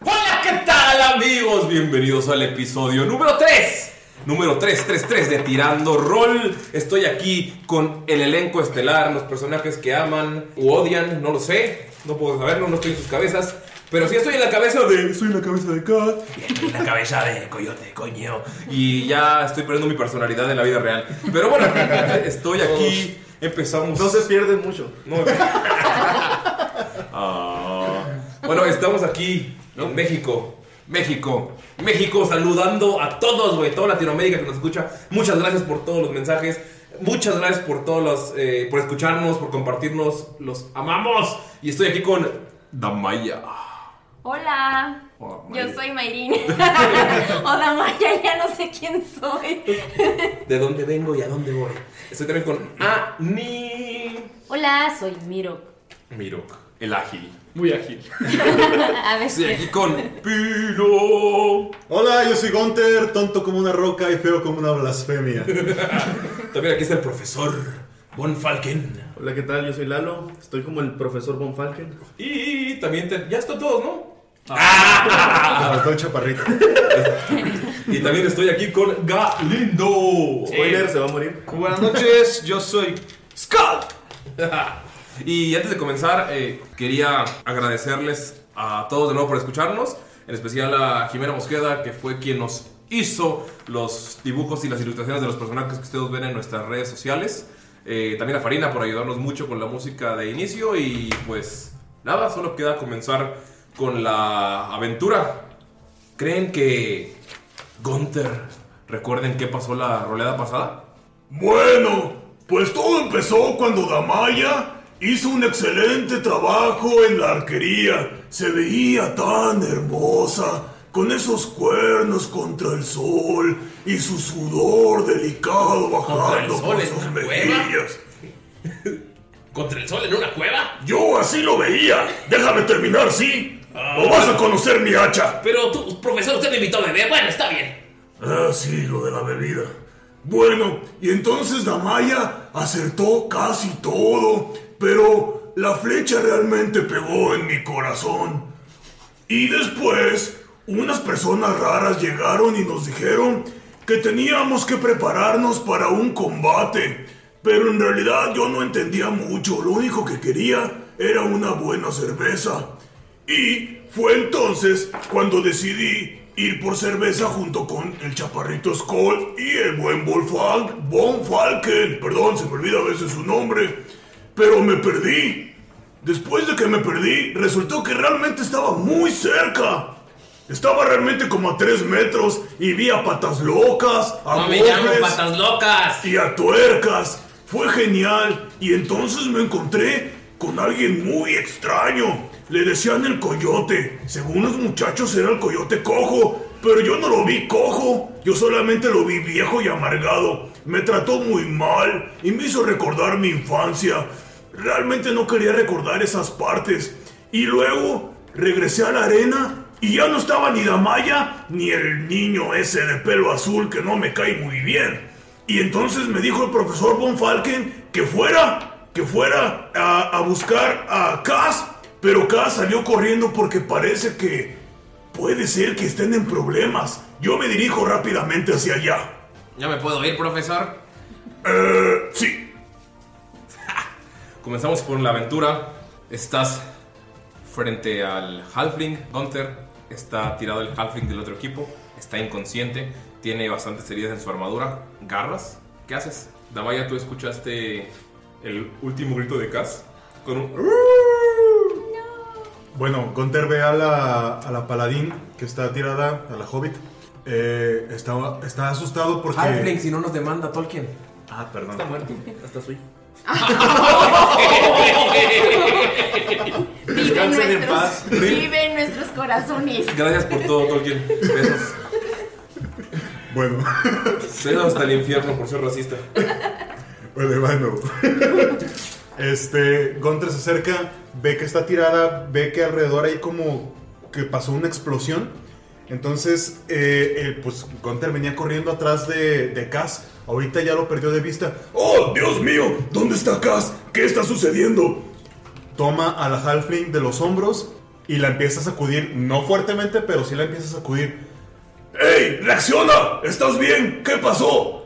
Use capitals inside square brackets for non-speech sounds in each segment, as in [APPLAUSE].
Hola, ¿qué tal amigos? Bienvenidos al episodio número 3. Número 333 de Tirando Roll. Estoy aquí con el elenco estelar, los personajes que aman u odian, no lo sé, no puedo saberlo, no estoy en sus cabezas. Pero sí estoy en la cabeza de. Soy en la cabeza de Kat. Y estoy en la cabeza de Coyote, coño. Y ya estoy perdiendo mi personalidad en la vida real. Pero bueno, estoy aquí. Empezamos. No se pierden mucho. No. Ah. Bueno, estamos aquí en México. México, México, saludando a todos, güey, toda Latinoamérica que nos escucha. Muchas gracias por todos los mensajes. Muchas gracias por todos los, eh, por escucharnos, por compartirnos. Los amamos. Y estoy aquí con Damaya. Hola, Oh, Maya. yo soy Mayrin. [LAUGHS] Hola Maya, ya no sé quién soy. ¿De dónde vengo y a dónde voy? Estoy también con Ani [LAUGHS] Hola, soy Miro. Mirok, el ágil. Muy ágil. A ver, Estoy aquí con Piro. Hola, yo soy Gunter, tonto como una roca y feo como una blasfemia. [LAUGHS] También aquí está el profesor Von Falken. Hola, ¿qué tal? Yo soy Lalo. Estoy como el profesor Von Falken. Y también te- ya están todos, ¿no? [LAUGHS] Ah, estoy chaparrito. Y también estoy aquí con Galindo. Spoiler, se va a morir. Buenas noches, yo soy Scott. [LAUGHS] y antes de comenzar, eh, quería agradecerles a todos de nuevo por escucharnos, en especial a Jimena Mosqueda, que fue quien nos hizo los dibujos y las ilustraciones de los personajes que ustedes ven en nuestras redes sociales. Eh, también a Farina por ayudarnos mucho con la música de inicio y pues nada, solo queda comenzar con la aventura. ¿Creen que Gunther recuerden qué pasó la roleada pasada? Bueno, pues todo empezó cuando Damaya hizo un excelente trabajo en la arquería. Se veía tan hermosa, con esos cuernos contra el sol y su sudor delicado bajando sol por pues, en sus una mejillas. ¿Contra el sol en una cueva? Yo así lo veía. Déjame terminar, ¿sí? Ah, O vas a conocer mi hacha. Pero tú, profesor, usted me invitó a beber. Bueno, está bien. Ah, sí, lo de la bebida. Bueno, y entonces Damaya acertó casi todo, pero la flecha realmente pegó en mi corazón. Y después, unas personas raras llegaron y nos dijeron que teníamos que prepararnos para un combate. Pero en realidad yo no entendía mucho, lo único que quería era una buena cerveza. Y fue entonces cuando decidí ir por cerveza junto con el chaparrito Skoll y el buen Bonfal Von Falken. Perdón, se me olvida a veces su nombre. Pero me perdí. Después de que me perdí, resultó que realmente estaba muy cerca. Estaba realmente como a tres metros y vi a patas locas, a mofles, locas. y a tuercas. Fue genial y entonces me encontré con alguien muy extraño. Le decían el coyote. Según los muchachos era el coyote cojo. Pero yo no lo vi cojo. Yo solamente lo vi viejo y amargado. Me trató muy mal y me hizo recordar mi infancia. Realmente no quería recordar esas partes. Y luego regresé a la arena y ya no estaba ni Damaya ni el niño ese de pelo azul que no me cae muy bien. Y entonces me dijo el profesor Von Falken que fuera, que fuera a, a buscar a Cass. Pero Cass salió corriendo porque parece que puede ser que estén en problemas. Yo me dirijo rápidamente hacia allá. ¿Ya me puedo ir, profesor? Eh, sí. [LAUGHS] Comenzamos con la aventura. Estás frente al Halfling. Gunther está tirado el Halfling del otro equipo. Está inconsciente. Tiene bastantes heridas en su armadura. ¿Garras? ¿Qué haces? Damaya, tú escuchaste el último grito de Cass con un. Bueno, Gunter ve a la, a la paladín que está tirada, a la hobbit. Eh, está, está asustado porque... Halfling, si no nos demanda Tolkien. Ah, perdón. Está muerto. Hasta su hijo. Vive en, Descansen en nuestros, paz. vive en nuestros corazones. Gracias por todo, Tolkien. Besos. Bueno, Besos hasta el infierno por ser racista. bueno, bueno. Este, Gunter se acerca, ve que está tirada, ve que alrededor hay como que pasó una explosión. Entonces, eh, eh, pues Gunter venía corriendo atrás de, de Cass. Ahorita ya lo perdió de vista. ¡Oh, Dios mío! ¿Dónde está Cass? ¿Qué está sucediendo? toma a la Halfling de los hombros y la empieza a sacudir, no fuertemente, pero sí la empieza a sacudir. ¡Ey! ¡Reacciona! ¿Estás bien? ¿Qué pasó?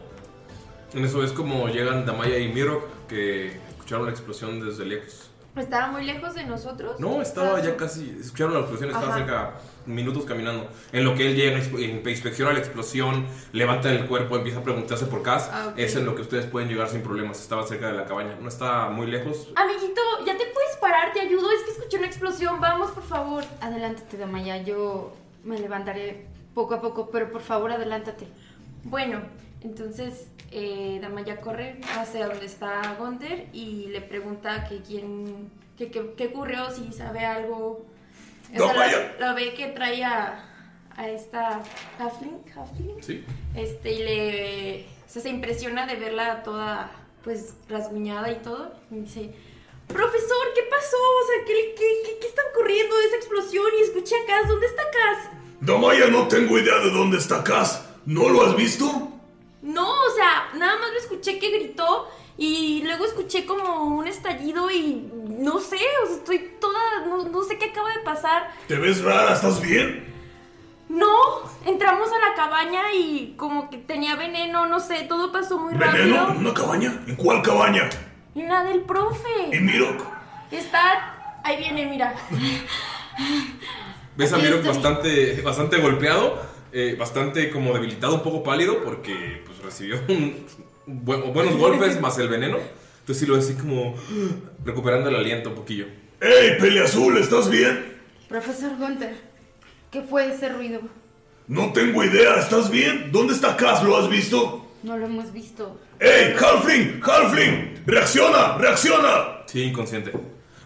En eso es como llegan Damaya y Miro que escucharon la explosión desde lejos. ¿Estaba muy lejos de nosotros? No, estaba ya casi. Escucharon la explosión, estaba Ajá. cerca minutos caminando. En lo que él llega, exp- in- inspecciona la explosión, levanta el cuerpo, empieza a preguntarse por Cass. Ah, ok. Es en lo que ustedes pueden llegar sin problemas. Estaba cerca de la cabaña. No está muy lejos. Amiguito, ya te puedes parar, te ayudo. Es que escuché una explosión. Vamos, por favor. Adelántate, Damaya. Yo me levantaré poco a poco, pero por favor, adelántate. Bueno, entonces eh, Damaya corre hacia donde está Gonder y le pregunta que quién, que, que- qué ocurrió, si sabe algo. O sea, Damaya. la, la ve que trae a, a esta Halfling, Halfling. Sí. Este, y le. o sea, se impresiona de verla toda, pues, rasguñada y todo. Y dice: Profesor, ¿qué pasó? O sea, ¿qué, qué, qué, qué está ocurriendo? Esa explosión y escuché a Cass. ¿Dónde está Cass? Damaya, no tengo idea de dónde está Cass. ¿No lo has visto? No, o sea, nada más lo escuché que gritó. Y luego escuché como un estallido y no sé, o sea, estoy toda. No, no sé qué acaba de pasar. ¿Te ves rara? ¿Estás bien? No, entramos a la cabaña y como que tenía veneno, no sé, todo pasó muy ¿Veneno? ¿En rápido. una cabaña? ¿En cuál cabaña? Y la del profe. ¿Y Mirok? Está. Ahí viene, mira. Ves a Aquí Miro estoy. bastante, bastante golpeado, eh, bastante como debilitado, un poco pálido, porque pues, recibió un- bu- [LAUGHS] buenos golpes más el veneno. Entonces sí lo ves así como recuperando el aliento un poquillo. ¡Ey, Pele Azul! ¿Estás bien? Profesor Gunter, ¿qué fue ese ruido? No tengo idea. ¿Estás bien? ¿Dónde está Cass? ¿Lo has visto? No lo hemos visto. ¡Ey, Halfling! ¡Halfling! ¡Reacciona! ¡Reacciona! Sí, inconsciente.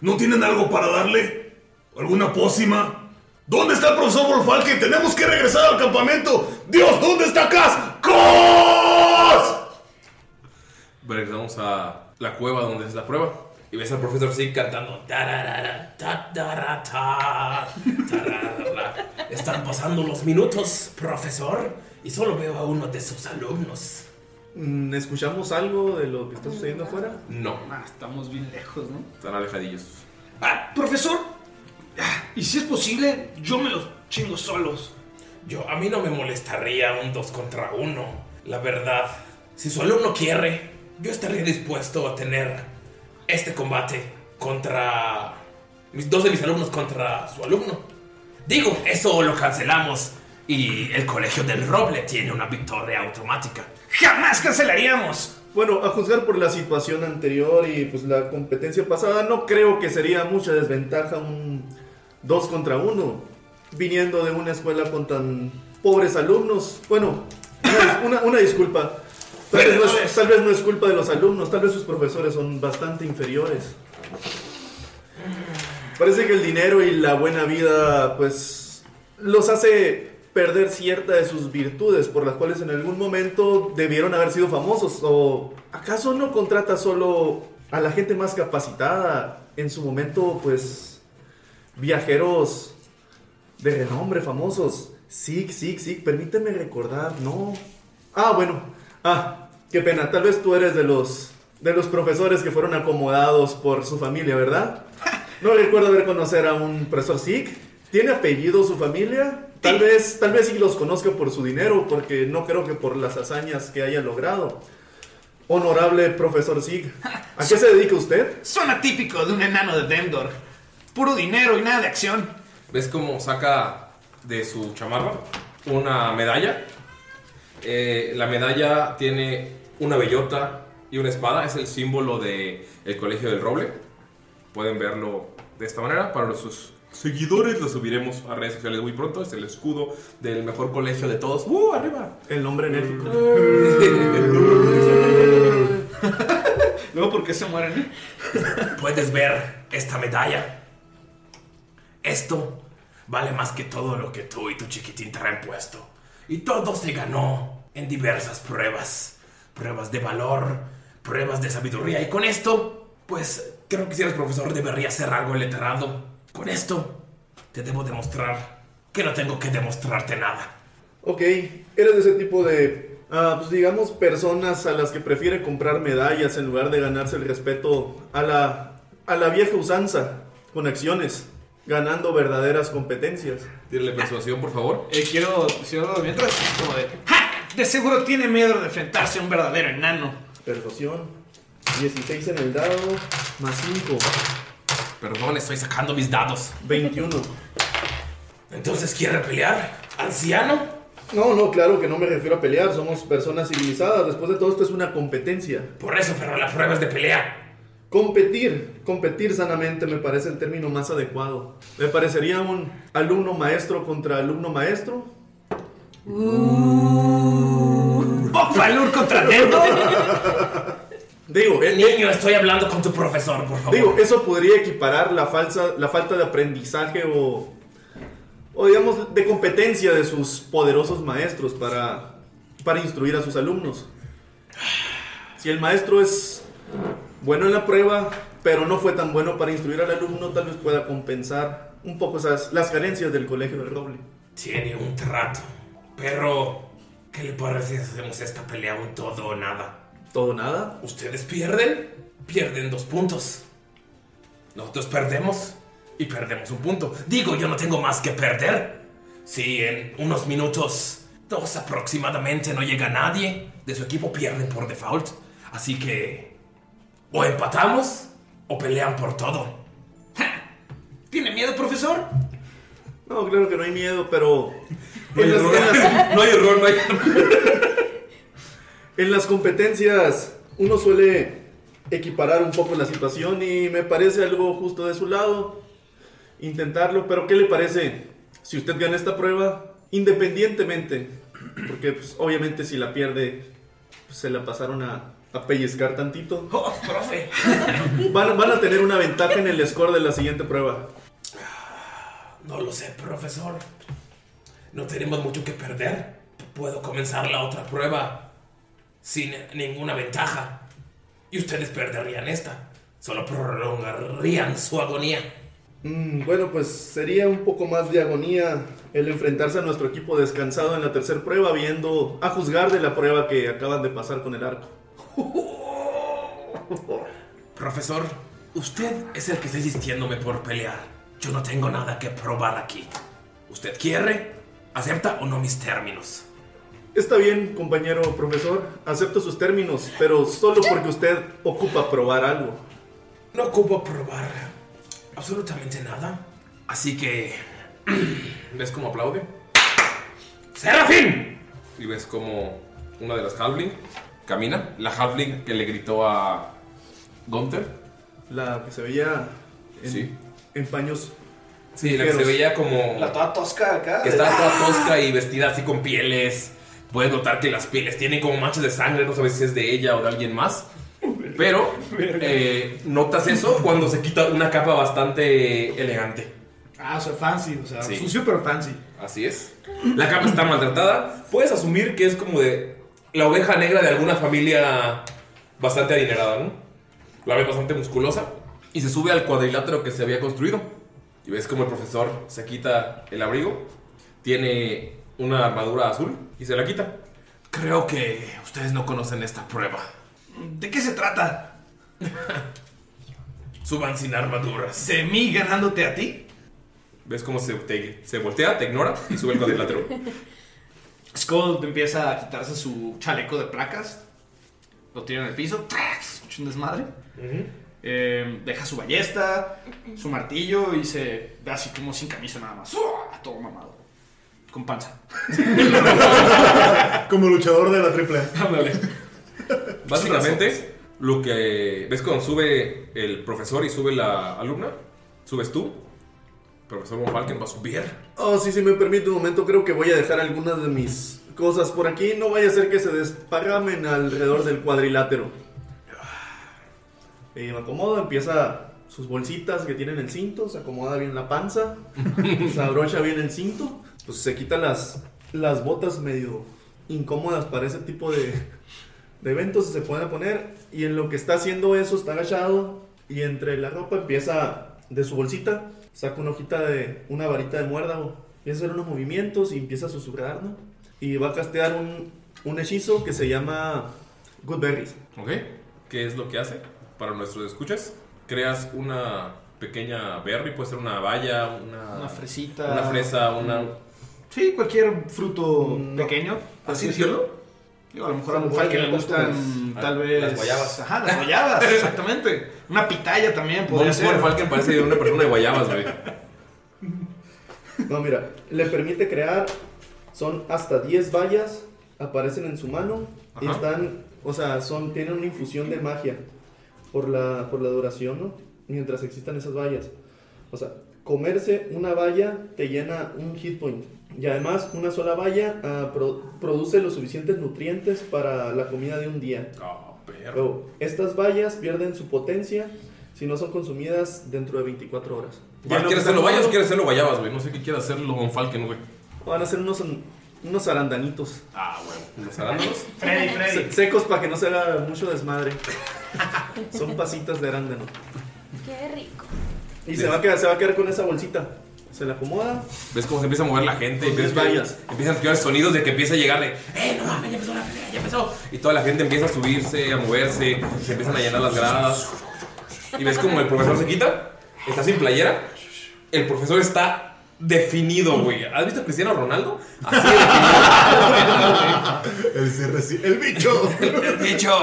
¿No tienen algo para darle? ¿Alguna pócima? ¿Dónde está el profesor Wolfalken? ¡Tenemos que regresar al campamento! ¡Dios! ¿Dónde está Cass? ¡Cass! Regresamos a la cueva donde es la prueba. Y ves al profesor así cantando. "Tararara, [LAUGHS] ta, tara, ta, tararara". Están pasando los minutos, profesor. Y solo veo a uno de sus alumnos. Mm, ¿Escuchamos algo de lo que está sucediendo afuera? No, Ah, estamos bien lejos, ¿no? están alejadillos. Ah, profesor. Ah, Y si es posible, yo me los chingo solos. Yo, a mí no me molestaría un dos contra uno, la verdad. Si su alumno quiere, yo estaría dispuesto a tener este combate contra mis dos de mis alumnos contra su alumno. Digo, eso lo cancelamos y el colegio del Roble tiene una victoria automática. ¡Jamás cancelaríamos! Bueno, a juzgar por la situación anterior y pues la competencia pasada, no creo que sería mucha desventaja un 2 contra 1, viniendo de una escuela con tan pobres alumnos. Bueno, una, dis- una- una disculpa. Tal vez, no es, tal vez no es culpa de los alumnos, tal vez sus profesores son bastante inferiores. Parece que el dinero y la buena vida, pues, los hace perder cierta de sus virtudes por las cuales en algún momento debieron haber sido famosos. ¿O acaso no contrata solo a la gente más capacitada? En su momento, pues, viajeros de renombre, famosos. Sí, sí, sí, permíteme recordar, no. Ah, bueno. Ah, qué pena. Tal vez tú eres de los de los profesores que fueron acomodados por su familia, [LAUGHS] ¿verdad? No recuerdo haber conocer a un profesor Sikh. ¿Tiene apellido su familia? Tal vez, tal vez sí los conozca por su dinero, porque no creo que por las hazañas que haya logrado. Honorable profesor Sikh, ¿a qué se dedica usted? Suena típico de un enano de Demdor. Puro dinero y nada de acción. ¿Ves cómo saca de su chamarra una medalla? Eh, la medalla tiene una bellota y una espada. Es el símbolo del el Colegio del Roble. Pueden verlo de esta manera. Para sus seguidores lo subiremos a redes sociales muy pronto. Es el escudo del mejor colegio de todos. ¡Uh, arriba! El nombre enérgico. Luego, ¿por qué se mueren? Puedes ver esta medalla. Esto vale más que todo lo que tú y tu chiquitín te han puesto. Y todo se ganó en diversas pruebas. Pruebas de valor, pruebas de sabiduría. Y con esto, pues creo que si eres profesor deberías ser algo letrado. Con esto, te debo demostrar que no tengo que demostrarte nada. Ok, eres de ese tipo de, ah, pues digamos, personas a las que prefiere comprar medallas en lugar de ganarse el respeto a la, a la vieja usanza, con acciones, ganando verdaderas competencias. Dile persuasión, por favor. Eh, quiero decirlo mientras. Como de. ¿Ah, ¡Ja! De seguro tiene miedo de enfrentarse a un verdadero enano. Persuasión. 16 en el dado, más 5. Perdón, estoy sacando mis dados. 21. Entonces, ¿quiere pelear? ¿Anciano? No, no, claro que no me refiero a pelear, somos personas civilizadas. Después de todo esto es una competencia. Por eso, pero la prueba es de pelea. Competir, competir sanamente me parece el término más adecuado. ¿Le parecería un alumno maestro contra alumno maestro? ¡Opalur contra Demdor! Digo, eh, Niño, estoy hablando con tu profesor, por favor. digo, eso podría equiparar la, falsa, la falta de aprendizaje o, o digamos de competencia de sus poderosos maestros para, para instruir a sus alumnos. Si el maestro es bueno en la prueba, pero no fue tan bueno para instruir al alumno, tal vez pueda compensar un poco esas, las carencias del colegio del roble. Tiene un trato. Pero, ¿qué le parece si hacemos esta pelea un todo o nada? Todo nada. Ustedes pierden, pierden dos puntos. Nosotros perdemos y perdemos un punto. Digo, yo no tengo más que perder. Si en unos minutos, dos aproximadamente, no llega nadie de su equipo, pierden por default. Así que, o empatamos o pelean por todo. ¿Tiene miedo, profesor? No, claro que no hay miedo, pero No hay en, las, error, en las- [LAUGHS] no hay error, no hay en las competencias uno suele equiparar un poco la situación y me parece algo justo de su lado intentarlo, pero ¿qué le parece si usted gana esta prueba independientemente? Porque pues, obviamente si la pierde pues, se la pasaron a, a pellizcar [LAUGHS] tantito. ¡Oh, profe! Van, van a tener una ventaja en el score de la siguiente prueba. No lo sé, profesor. No tenemos mucho que perder. Puedo comenzar la otra prueba sin ninguna ventaja. Y ustedes perderían esta. Solo prolongarían su agonía. Mm, Bueno, pues sería un poco más de agonía el enfrentarse a nuestro equipo descansado en la tercera prueba, viendo a juzgar de la prueba que acaban de pasar con el arco. Profesor, usted es el que está insistiéndome por pelear. Yo no tengo nada que probar aquí. ¿Usted quiere? ¿Acepta o no mis términos? Está bien, compañero profesor, acepto sus términos, pero solo porque usted ocupa probar algo. No ocupo probar absolutamente nada. Así que... [CLEARS THROAT] ¿Ves cómo aplaude? ¡Serafín! Y ves como una de las Halfling camina. La Halfling que le gritó a Gunther. La que se veía en, Sí. en paños. Sí, la que se ligeros. veía como. La toda tosca acá. ¡Ah! que está toda tosca y vestida así con pieles. Puedes notar que las pieles tienen como manchas de sangre, no sabes si es de ella o de alguien más. Pero eh, notas eso cuando se quita una capa bastante elegante. Ah, o sea, fancy, o sea, Sí. sucio pero fancy. Así es. La capa está maltratada. Puedes asumir que es como de la oveja negra de alguna familia bastante adinerada, ¿no? La ves bastante musculosa. Y se sube al cuadrilátero que se había construido. Y ves como el profesor se quita el abrigo. Tiene una armadura azul y se la quita. Creo que ustedes no conocen esta prueba. ¿De qué se trata? Suban sin armaduras. ¿De mí ganándote a ti? ¿Ves cómo se, te- se voltea, te ignora y sube al cuadrilátero? [LAUGHS] Skull empieza a quitarse su chaleco de placas. Lo tira en el piso. ¡tras! Escucha un desmadre. Eh, deja su ballesta, su martillo y se ve así como sin camisa nada más. ¡Uah! Todo mamado. Con panza. [LAUGHS] Como luchador de la triple A. Básicamente, lo que ves cuando sube el profesor y sube la alumna, subes tú. Profesor Von Falken va a subir. Oh, sí, sí, me permite un momento. Creo que voy a dejar algunas de mis cosas por aquí. No vaya a ser que se desparramen alrededor del cuadrilátero. Eh, me acomodo, empieza sus bolsitas que tienen el cinto, se acomoda bien la panza, se abrocha bien el cinto, pues se quita las, las botas medio incómodas para ese tipo de, de eventos se pueden poner y en lo que está haciendo eso está agachado y entre la ropa empieza de su bolsita saca una hojita de una varita de muérdago empieza a hacer unos movimientos y empieza a susurrar ¿no? y va a castear un, un hechizo que se llama Good Berries ¿Ok? ¿Qué es lo que hace? Para nuestros escuchas, creas una pequeña berry, puede ser una valla, una, Una fresita. Una fresa, una. Sí, cualquier fruto pequeño. Mm, ¿Así decirlo? Digo, a lo mejor a Son un que le buenas gustan costumbres. tal Ah, vez. las guayabas. Ajá, las guayabas, exactamente. Una pitaya también podría Von ser. Falken parece una persona de guayabas, güey. No, mira, le permite crear, son hasta 10 vallas, aparecen en su mano y Ajá. están, o sea, son, tienen una infusión de magia por la, por la duración, ¿no? Mientras existan esas vallas. O sea, comerse una valla te llena un hit point. Y además, una sola valla ah, pro- produce los suficientes nutrientes para la comida de un día. Ah, Luego, estas vallas pierden su potencia si no son consumidas dentro de 24 horas. Val, ¿Quieres hacerlo vallas o quieres hacerlo guayabas, güey? No sé qué quiere hacerlo Von Falken, güey. Van a ser unos, unos arandanitos. Ah, bueno. ¿Los arándanos? Freddy, Freddy. Se- secos para que no se haga mucho desmadre. [LAUGHS] Son pasitas de arándano. Qué rico. Y se va, a quedar, se va a quedar con esa bolsita. Se la acomoda. ¿Ves cómo se empieza a mover la gente? Y Con ves sus vallas. que empiezan a escuchar sonidos de que empieza a llegar de ¡Eh, no mames, ya empezó la pelea, ya empezó! Y toda la gente empieza a subirse, a moverse, se empiezan a llenar las gradas. Y ves como el profesor se quita, está sin playera. El profesor está definido, güey. ¿Has visto a Cristiano Ronaldo? Así de definido. el, bicho. El, bicho.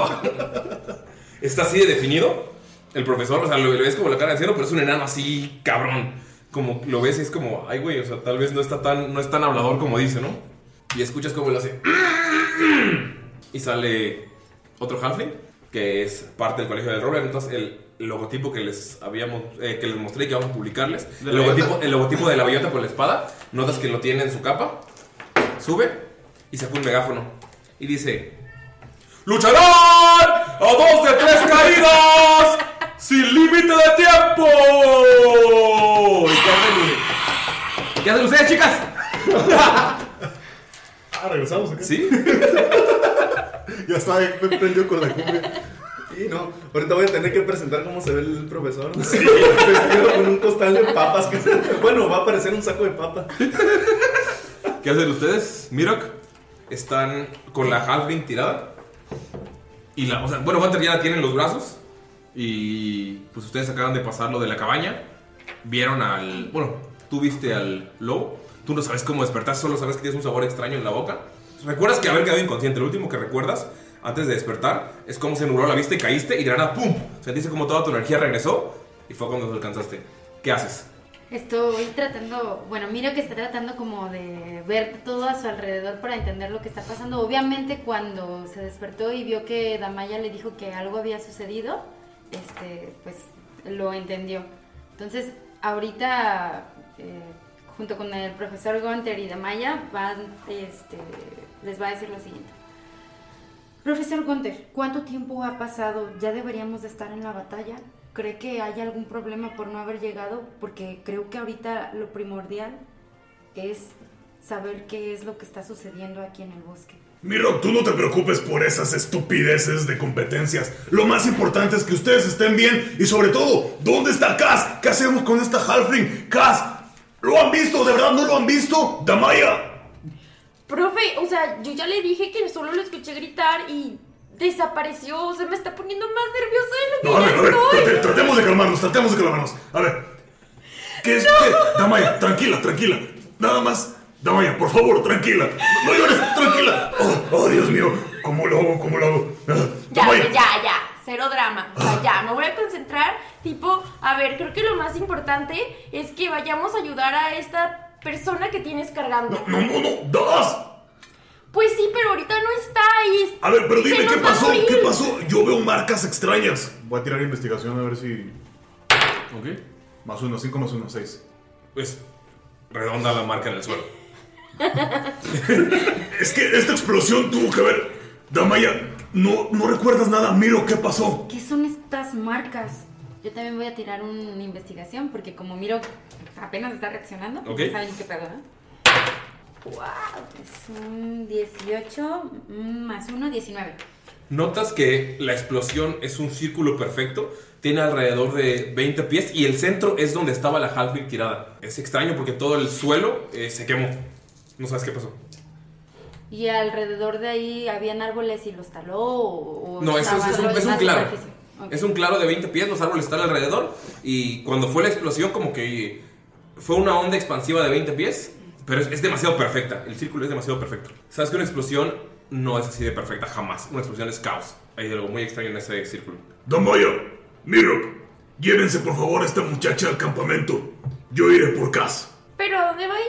Está así de definido. El profesor, o sea, lo, lo ves como la cara de cielo, pero es un enano así, cabrón. Como lo ves y es como, ay, güey, o sea, tal vez no está tan, no es tan hablador como dice, ¿no? Y escuchas cómo lo hace. [CLEARS THROAT] Y sale otro halfling, que es parte del colegio del Robert. Entonces, el logotipo que les habíamos, eh, que les mostré y que vamos a publicarles, ¿De el la logotipo, bellota? el logotipo de la bellota con la espada, notas que lo tiene en su capa, sube y saca un megáfono y dice: ¡Lucharán a dos de tres caídas! ¡Sin límite de tiempo! ¿Y qué hacen, ¿Qué hacen ustedes, chicas? Ah, regresamos acá. Sí. [LAUGHS] ya estaba ahí prendido con la cumbia. Y no, ahorita voy a tener que presentar cómo se ve el profesor. [LAUGHS] Vestido con un costal de papas. que- bueno, va a aparecer un saco de papas. ¿Qué hacen ustedes? Mirok están con la halfling tirada. Y la, o sea, bueno, Hunter ya la tiene en los brazos. Y pues ustedes acaban de pasar lo de la cabaña. Vieron al. Bueno, tú viste al lobo. Tú no sabes cómo despertar, solo sabes que tienes un sabor extraño en la boca. Recuerdas que haber quedado inconsciente. Lo último que recuerdas antes de despertar es cómo se nubló la vista y caíste. Y de la nada, ¡pum! Sentiste como toda tu energía regresó. Y fue cuando te alcanzaste. ¿Qué haces? Estoy tratando, bueno, mira que está tratando como de ver todo a su alrededor para entender lo que está pasando. Obviamente cuando se despertó y vio que Damaya le dijo que algo había sucedido, este, pues lo entendió. Entonces, ahorita, eh, junto con el profesor Gunter y Damaya, van, este, les va a decir lo siguiente. Profesor Gunter, ¿cuánto tiempo ha pasado? ¿Ya deberíamos de estar en la batalla? ¿Cree que hay algún problema por no haber llegado? Porque creo que ahorita lo primordial es saber qué es lo que está sucediendo aquí en el bosque. Miro, tú no te preocupes por esas estupideces de competencias. Lo más importante es que ustedes estén bien y sobre todo, ¿dónde está Cass? ¿Qué hacemos con esta Halfling? Cass, ¿lo han visto? ¿De verdad no lo han visto? Damaya, Profe, o sea, yo ya le dije que solo lo escuché gritar y desapareció. O sea, me está poniendo más nerviosa de lo no, que a ya ver, a ver, estoy. trate- tratemos de calmarnos, tratemos de calmarnos. A ver, ¿qué es? qué? Damaya, tranquila, tranquila. Nada más, Damaya, por favor, tranquila. No llores, tranquila. Oh, oh, Dios mío, ¿cómo lo hago? ¿Cómo lo hago? Ah, Ya, Damaya. ya, ya, cero drama. O sea, ya, me voy a concentrar. Tipo, a ver, creo que lo más importante es que vayamos a ayudar a esta persona que tienes cargando. No, no, no, das. Pues sí, pero ahorita no está ahí. A ver, pero dime, Se ¿qué nos va a pasó? morir. ¿Qué pasó? Yo veo marcas extrañas. Voy a tirar investigación a ver si. Ok. Más uno, 5 más uno, 6. Pues redonda la marca en el suelo. [LAUGHS] Es que esta explosión tuvo que ver. Damaya, no, no recuerdas nada. Miro, ¿qué pasó? ¿Qué son estas marcas? Yo también voy a tirar una investigación porque como miro apenas está reaccionando, Ok. no saben qué pedo, ¿no? ¡Wow! Es un 18 más 1, 19. Notas que la explosión es un círculo perfecto, tiene alrededor de 20 pies y el centro es donde estaba la Halfling tirada. Es extraño porque todo el suelo eh, se quemó. No sabes qué pasó. Y alrededor de ahí habían árboles y los taló o... o No, eso es, estaba es un, solo es en un la claro. superficie? Ok. Es un claro de 20 pies, los árboles están alrededor. Y cuando fue la explosión, como que eh, fue una onda expansiva de 20 pies, pero es, es demasiado perfecta. El círculo es demasiado perfecto. Sabes que una explosión no es así de perfecta jamás. Una explosión es caos. Hay algo muy extraño en ese círculo. Damaya, Miro, llévense por favor a esta muchacha al campamento. Yo iré por casa. Pero, ¿a ¿dónde va a ir?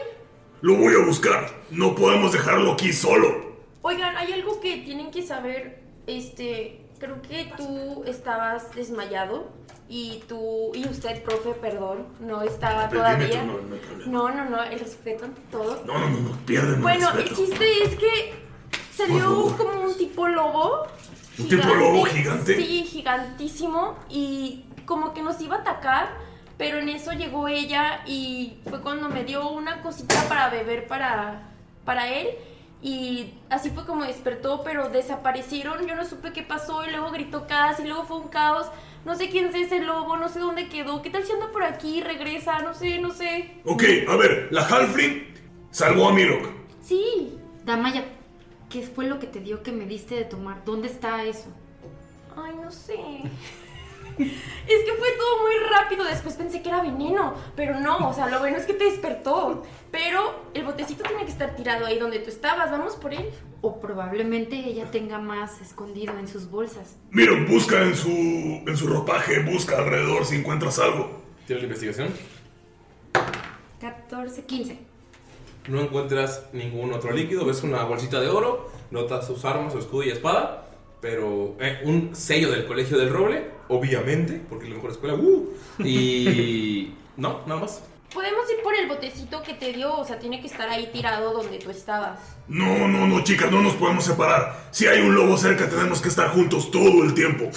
Lo voy a buscar. No podemos dejarlo aquí solo. Oigan, hay algo que tienen que saber. Este, creo que tú estabas desmayado y tú, y usted, profe, perdón, no estaba Pero dime todavía. tú, no, no hay problema. No, no, no, el respeto ante todo. No, no, no, no pierden Bueno, respeto. el chiste es que se Por vio favor. como un tipo lobo. ¿Un tipo lobo gigante? Sí, gigantísimo. Y como que nos iba a atacar, pero en eso llegó ella y fue cuando me dio una cosita para beber para, para él. Y así fue como despertó, pero desaparecieron. Yo no supe qué pasó y luego gritó Cass y luego fue un caos. No sé quién es ese lobo, no sé dónde quedó. ¿Qué tal si anda por aquí? Regresa, no sé, no sé. Ok, a ver, la Halfling salvó a Miro. Sí. Damaya, ¿qué fue lo que te dio que me diste de tomar? ¿Dónde está eso? Ay, no sé. Es que fue todo muy rápido. Después pensé que era veneno, pero no. O sea, lo bueno es que te despertó. Pero el botecito tiene que estar tirado ahí donde tú estabas. Vamos por él. O probablemente ella tenga más escondido en sus bolsas. Miro, busca en su, en su ropaje, busca alrededor si encuentras algo. ¿Tienes la investigación? 14, 15. No encuentras ningún otro líquido, ves una bolsita de oro, notas sus armas, su escudo y espada, pero eh, un sello del Colegio del Roble, obviamente, porque es la mejor escuela, ¡uh! y [LAUGHS] no, nada más. Podemos ir por el botecito que te dio. O sea, tiene que estar ahí tirado donde tú estabas. No, no, no, chicas, no nos podemos separar. Si hay un lobo cerca, tenemos que estar juntos todo el tiempo.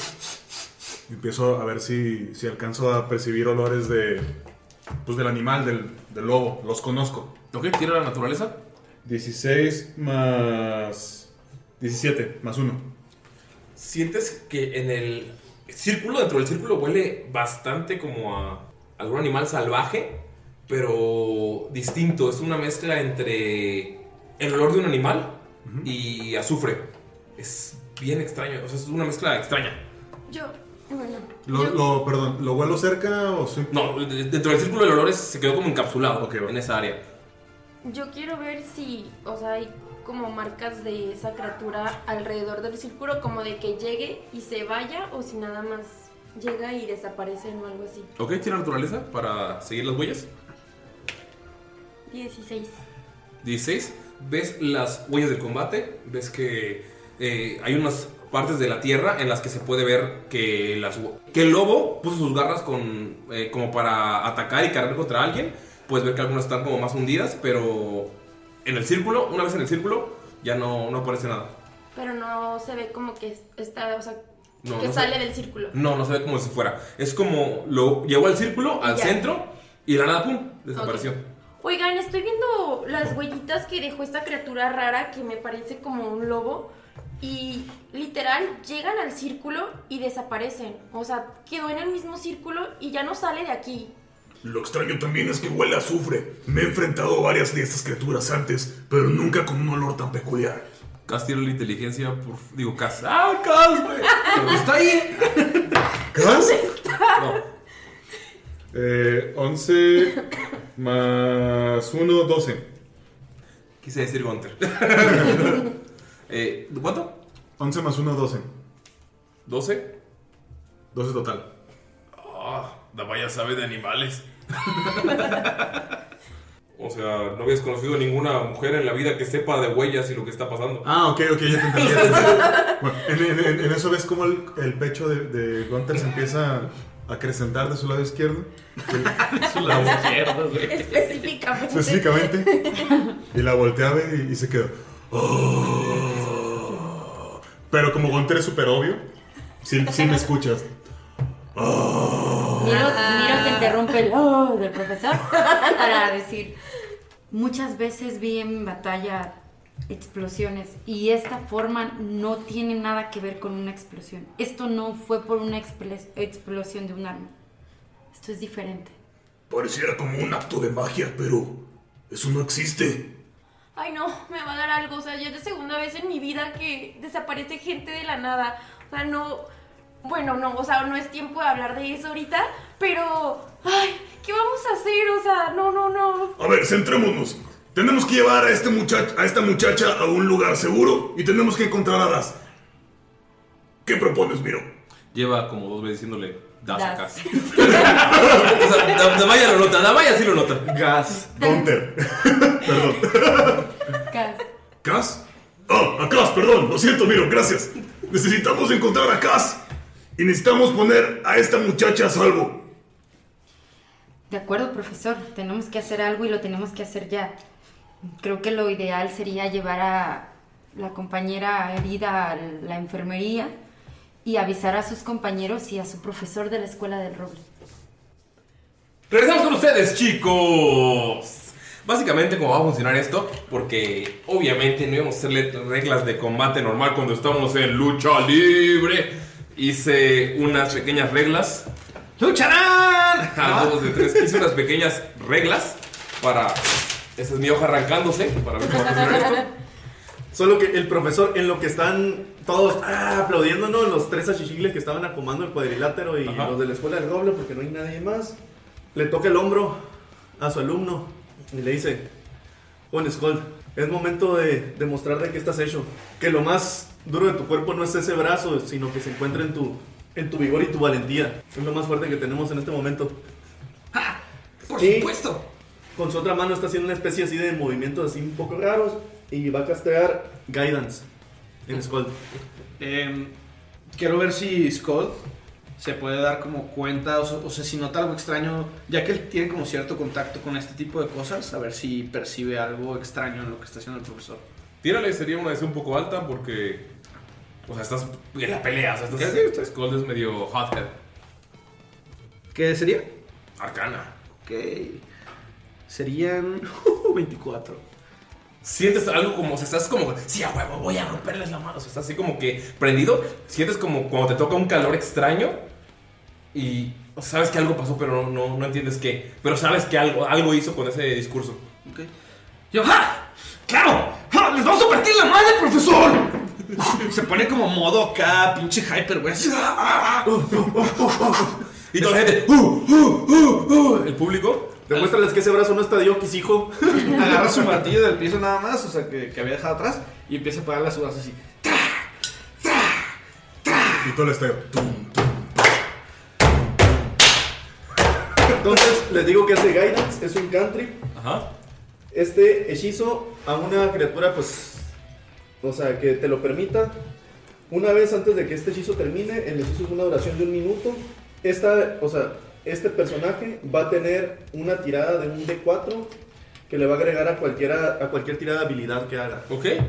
Empiezo a ver si, si alcanzo a percibir olores de. Pues del animal, del, del lobo. Los conozco. Ok, tira la naturaleza. 16 más. 17 más 1. Sientes que en el círculo, dentro del círculo, huele bastante como a algún animal salvaje, pero distinto. Es una mezcla entre el olor de un animal y azufre. Es bien extraño, o sea, es una mezcla extraña. Yo, bueno. Lo, lo- perdón, ¿lo huelo cerca o soy.? No, de- dentro del círculo de olores se quedó como encapsulado en esa área. Yo quiero ver si, o sea, hay como marcas de esa criatura alrededor del círculo, como de que llegue y se vaya, o si nada más llega y desaparece o algo así. Ok, tiene naturaleza para seguir las huellas. 16. 16. Ves las huellas del combate. Ves que eh, hay unas partes de la tierra en las que se puede ver que, las, que el lobo puso sus garras con, eh, como para atacar y cargar contra alguien. Puedes ver que algunas están como más hundidas, pero en el círculo, una vez en el círculo, ya no, no aparece nada. Pero no se ve como que está, o sea, No, que no se- sale del círculo. No, no se ve como si fuera. Es como lo llegó al círculo, al Ya. centro, y de la nada, pum, desapareció. Oigan, estoy viendo las huellitas que dejó esta criatura rara que me parece como un lobo. Y literal llegan al círculo y desaparecen. O sea, quedó en el mismo círculo y ya no sale de aquí. Lo extraño también es que huele a azufre. Me he enfrentado a varias de estas criaturas antes, pero nunca con un olor tan peculiar. Cas tira la inteligencia, por, digo, Cas. ¡Ah, Cas, güey! está ahí. ¿Cas? No. Eh, 11 [COUGHS] más 1, 12. Quise decir Gunter. [LAUGHS] eh, ¿Cuánto? 11 más 1, 12. ¿12? 12 total. Ah, la vaya sabe de animales. [LAUGHS] o sea, no habías conocido ninguna mujer en la vida que sepa de huellas y lo que está pasando. Ah, ok, ok, ya te [LAUGHS] entendí. ya te entendí. [LAUGHS] Bueno, en, en- en- en eso ves cómo el, el pecho de, de Gunther se empieza a acrecentar de su lado izquierdo. Su lado izquierdo, güey. Específicamente. Específicamente. Y la voltea a ver y, y se quedó. "Oh". Pero como Gunter es súper obvio, sí, sí me escuchas. Miro, miro que interrumpe el oh del profesor [LAUGHS] para decir, muchas veces vi en batalla explosiones y esta forma no tiene nada que ver con una explosión. Esto no fue por una expl- explosión de un arma. Esto es diferente. Pareciera como un acto de magia, pero eso no existe. Ay, no, me va a dar algo. O sea, ya es la segunda vez en mi vida que desaparece gente de la nada. O sea, no. Bueno, no, o sea, no es tiempo de hablar de eso ahorita, pero. Ay, ¿qué vamos a hacer? O sea, no, no, no. A ver, centrémonos. Tenemos que llevar a, este muchach- a esta muchacha a un lugar seguro y tenemos que encontrar a Das. ¿Qué propones, Miro? Lleva como dos veces diciéndole, das [LAUGHS] a Das. Cas. o sea, Da- Damaya lo nota, Damaya sí lo nota. Gas. Gunter. Perdón. Cas, ¿Cas? Ah, a Cas, perdón. Lo siento, Miro, gracias. Necesitamos encontrar a Cas. Y necesitamos poner a esta muchacha a salvo. De acuerdo, profesor, tenemos que hacer algo y lo tenemos que hacer ya. Creo que lo ideal sería llevar a la compañera herida a la enfermería y avisar a sus compañeros y a su profesor de la escuela del roble. [LAUGHS] Regresamos con ustedes, chicos. Básicamente, cómo va a funcionar esto, porque obviamente no íbamos a hacerle reglas de combate normal cuando estamos en lucha libre. Hice unas pequeñas reglas. ¡Lucharán! A dos de tres. Hice unas pequeñas reglas para. Esa es mi hoja arrancándose para ver cómo va a funcionar esto. [LAUGHS] Solo que el profesor, en lo que están todos ah, aplaudiéndonos, los tres achichigles que estaban acomando el cuadrilátero y Ajá. los de la escuela del roble, porque no hay nadie más, le toca el hombro a su alumno y le dice: Bueno, Skull, es momento de demostrarle que estás hecho. Que lo más duro de tu cuerpo no es ese brazo, sino que se encuentra en tu, en tu vigor y tu valentía. Es lo más fuerte que tenemos en este momento. Por Sí. supuesto. Con su otra mano está haciendo una especie así de movimientos así un poco raros y va a castear Guidance en Skull. Em, quiero ver si Scott se puede dar como cuenta, o, so- o sea, si nota algo extraño, ya que él tiene como cierto contacto con este tipo de cosas, a ver si percibe algo extraño en lo que está haciendo el profesor. Tírale, sería una DC un poco alta porque. O sea, estás en la pelea. O sea, Sí, sí, estás. Skull es medio hothead. ¿Qué sería? Arcana. Ok. Serían [LAUGHS] 24. Sientes algo como, o sea, estás como, sí, a huevo, voy a romperles la mano. O sea, estás así como que prendido. Sientes como cuando te toca un calor extraño y sabes que algo pasó, pero no, no, no entiendes qué. Pero sabes que algo, algo hizo con ese discurso. Ok. Yo, ¡ja! ¡Claro! ¡Ja! ¡Ah! ¡Les vamos a partir la madre, profesor! [LAUGHS] se pone como modo acá, pinche hyper, güey. así, ¡ah, [LAUGHS] ah, ah! Y toda la gente, "Uh, uh, uh, uh". el público. Demuéstrales que ese brazo no está de Yokis, [LAUGHS] hijo. agarra su martillo del piso nada más, o sea, que, que había dejado atrás, y empieza a pegarle a su brazo así. Y todo el esteo. Entonces, les digo que hace Guidance, es un country. Ajá. Este hechizo a una criatura, pues, o sea, que te lo permita. Una vez antes de que este hechizo termine, el hechizo es una duración de un minuto. Esta, o sea, este personaje va a tener una tirada de un D4 que le va a agregar a, cualquiera, a cualquier tirada de habilidad que haga. Ok. eh,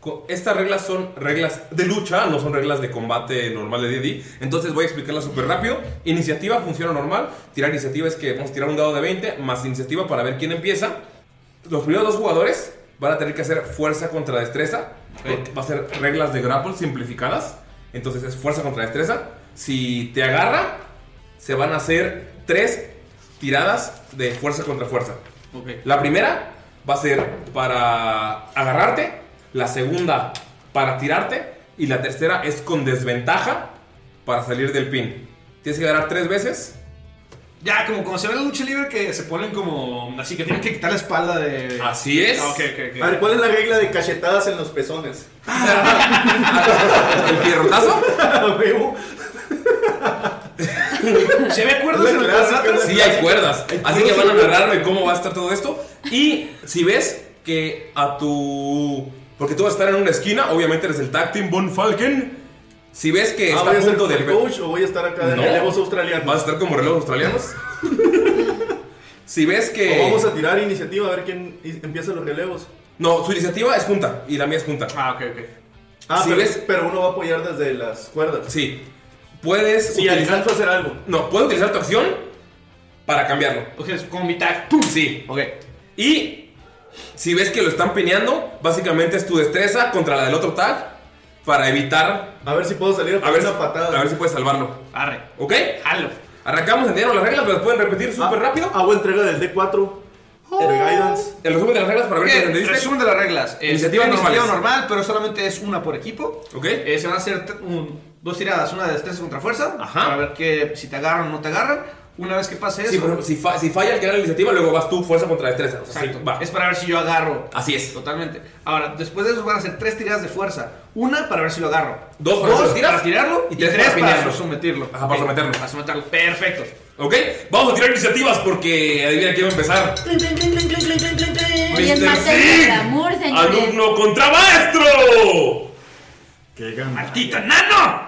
co- estas reglas son reglas de lucha, no son reglas de combate normal de D&D. Entonces voy a explicarlas súper rápido. Iniciativa funciona normal. Tirar iniciativa es que vamos a tirar un dado de 20 más iniciativa para ver quién empieza. Los primeros dos jugadores van a tener que hacer fuerza contra destreza. Eh, va a ser reglas de grapple simplificadas. Entonces es fuerza contra destreza. Si te agarra, se van a hacer tres tiradas de fuerza contra fuerza. Ok. La primera va a ser para agarrarte, la segunda para tirarte y la tercera es con desventaja para salir del pin. Tienes que agarrar tres veces. Ya, como cuando se ve la lucha libre que se ponen como. Así que tienen que quitar la espalda de. Así es. Ah, ok, ok, ok. A ver, ¿cuál es la regla de cachetadas en los pezones? [LAUGHS] ¿El [LAUGHS] pierrotazo? ¿Se ve cuerdas La en el clásica, cuadrilátero? la Sí, hay cuerdas. Así que van a narrarme cómo va a estar todo esto. Y si ves que a tu. Porque tú vas a estar en una esquina, obviamente eres el Tag Team Von Falken. Si ves que Ah, está ¿Voy a a ser punto de. como coach o voy a estar acá de No. relevos australianos? Vas a estar como relevos australianos. [LAUGHS] si ves que. O vamos a tirar iniciativa a ver quién i- empieza los relevos. No, su iniciativa es junta y la mía es junta. Ah, ok, ok. Ah, Si pero, ves- pero uno va a apoyar desde las cuerdas. Sí. Puedes. Si utilizar- alcanzo a hacer algo. No, puedes utilizar tu acción para cambiarlo. Ok, es como mi tag. Sí. Ok. Y si ves que lo están pineando, básicamente es tu destreza contra la del otro tag para evitar. A ver si puedo salir a, A pegar ver, una patada. a ver si puedes salvarlo. Arre. ¿Ok? Jalo. Arrancamos, entendieron las reglas, pero las pueden repetir súper rápido. Ah, Hago entrega del D4. De guidance. El resumen de las reglas para ver si Ok, entendiste. resumen de las reglas. Eh, Iniciativas tiene normales. iniciativa normal, pero solamente es una por equipo. Ok. Eh, se van a hacer t- un- dos tiradas, una de destreza contra fuerza. Ajá. Para ver que, si te agarran o no te agarran. Una vez que pase eso. Sí, por ejemplo, si, fa- si falla el que gana la iniciativa, luego vas tú fuerza contra destreza. O sea, sí, Exacto. va. Es para ver si yo agarro. Así es. Totalmente. Ahora, después de eso van a hacer tres tiradas de fuerza. Una para ver si lo agarro. Dos para ver si lo tiras. para tirarlo. Y Y, tres tres, para para, pinearlo. someterlo. Ajá, para Ok, someterlo. Para someterlo. Perfecto. ¿Ok? Vamos a tirar iniciativas porque adivina quién va a empezar. Hoy es Mr. martes Sig, del amor, señores. ¡Alumno contra Oh. maestro! Que gana. ¡Maldito nano!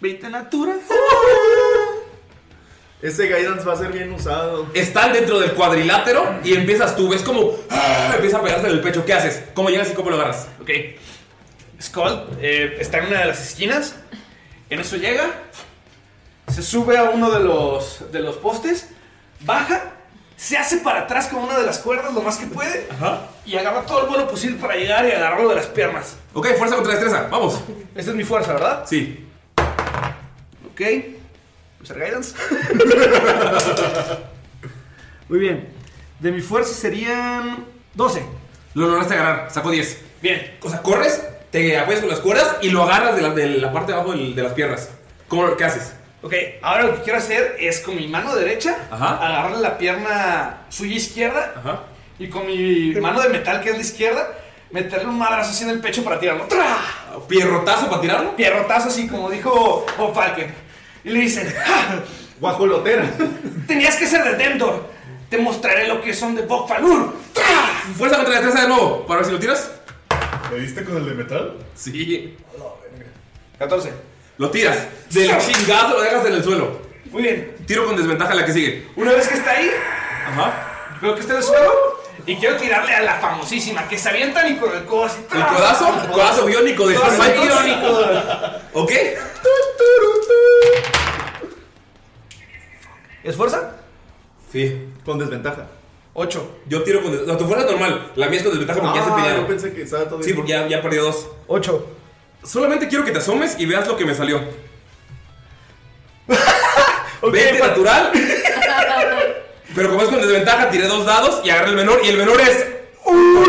20 natura. Ese guidance va a ser bien usado. Están dentro del cuadrilátero y empiezas tú, ves como ¡ah! empieza a pegarse en el pecho. ¿Qué haces? ¿Cómo llegas y cómo lo agarras? Ok. Skull eh, está en una de las esquinas. En eso llega. Se sube a uno de los, de los postes. Baja. Se hace para atrás con una de las cuerdas lo más que puede. Y agarra todo el vuelo posible para llegar y agarrarlo de las piernas. Ok, fuerza contra destreza, vamos. Esta es mi fuerza, ¿verdad? Sí. Ok. Usar [LAUGHS] guidance. Muy bien. De mi fuerza serían 12. Lo lograste agarrar, sacó 10. Bien. O sea, corres, te apoyas con las cuerdas y lo agarras de la, de la parte de abajo del- de las piernas. ¿Cómo, ¿Qué haces? Ok, ahora lo que quiero hacer es con mi mano derecha Ajá. agarrarle la pierna suya izquierda Ajá. y con mi mano de metal que es la izquierda meterle un madrazo así en el pecho para tirarlo. ¡Tra! ¿Pierrotazo para tirarlo? Pierrotazo así como dijo Bob Falken. Y le dicen, "Ja, Guajolotera. tenías que ser de Dendor. Te mostraré lo que son de Bob Falur. ¡Tra! Fuerza contra destreza de nuevo, para ver si lo tiras. ¿Le diste con el de metal? Sí. 14. Lo tiras. Del chingazo lo dejas en el suelo. Muy bien. Tiro con desventaja la que sigue. Una vez que está ahí, Ajá. veo que está en el suelo y quiero tirarle a la famosísima que se avientan y con el codo así. El codazo, el codazo biónico de Codazo Fortnite. biónico. ¿Ok? ¿Esfuerza? Sí. Con desventaja. 8. Yo tiro con desventaja. No, tu fuerza es normal. La mía es con desventaja porque ya se Ah, yo pillaron. pensé que estaba todo Sí, bien. porque ya, ya perdió dos. 8. Solamente quiero que te asomes y veas lo que [LAUGHS] me salió. Ok, 20 pa- natural. Pero como es con desventaja, tiré dos dados y agarré el menor. Y el menor es. ¡Uno!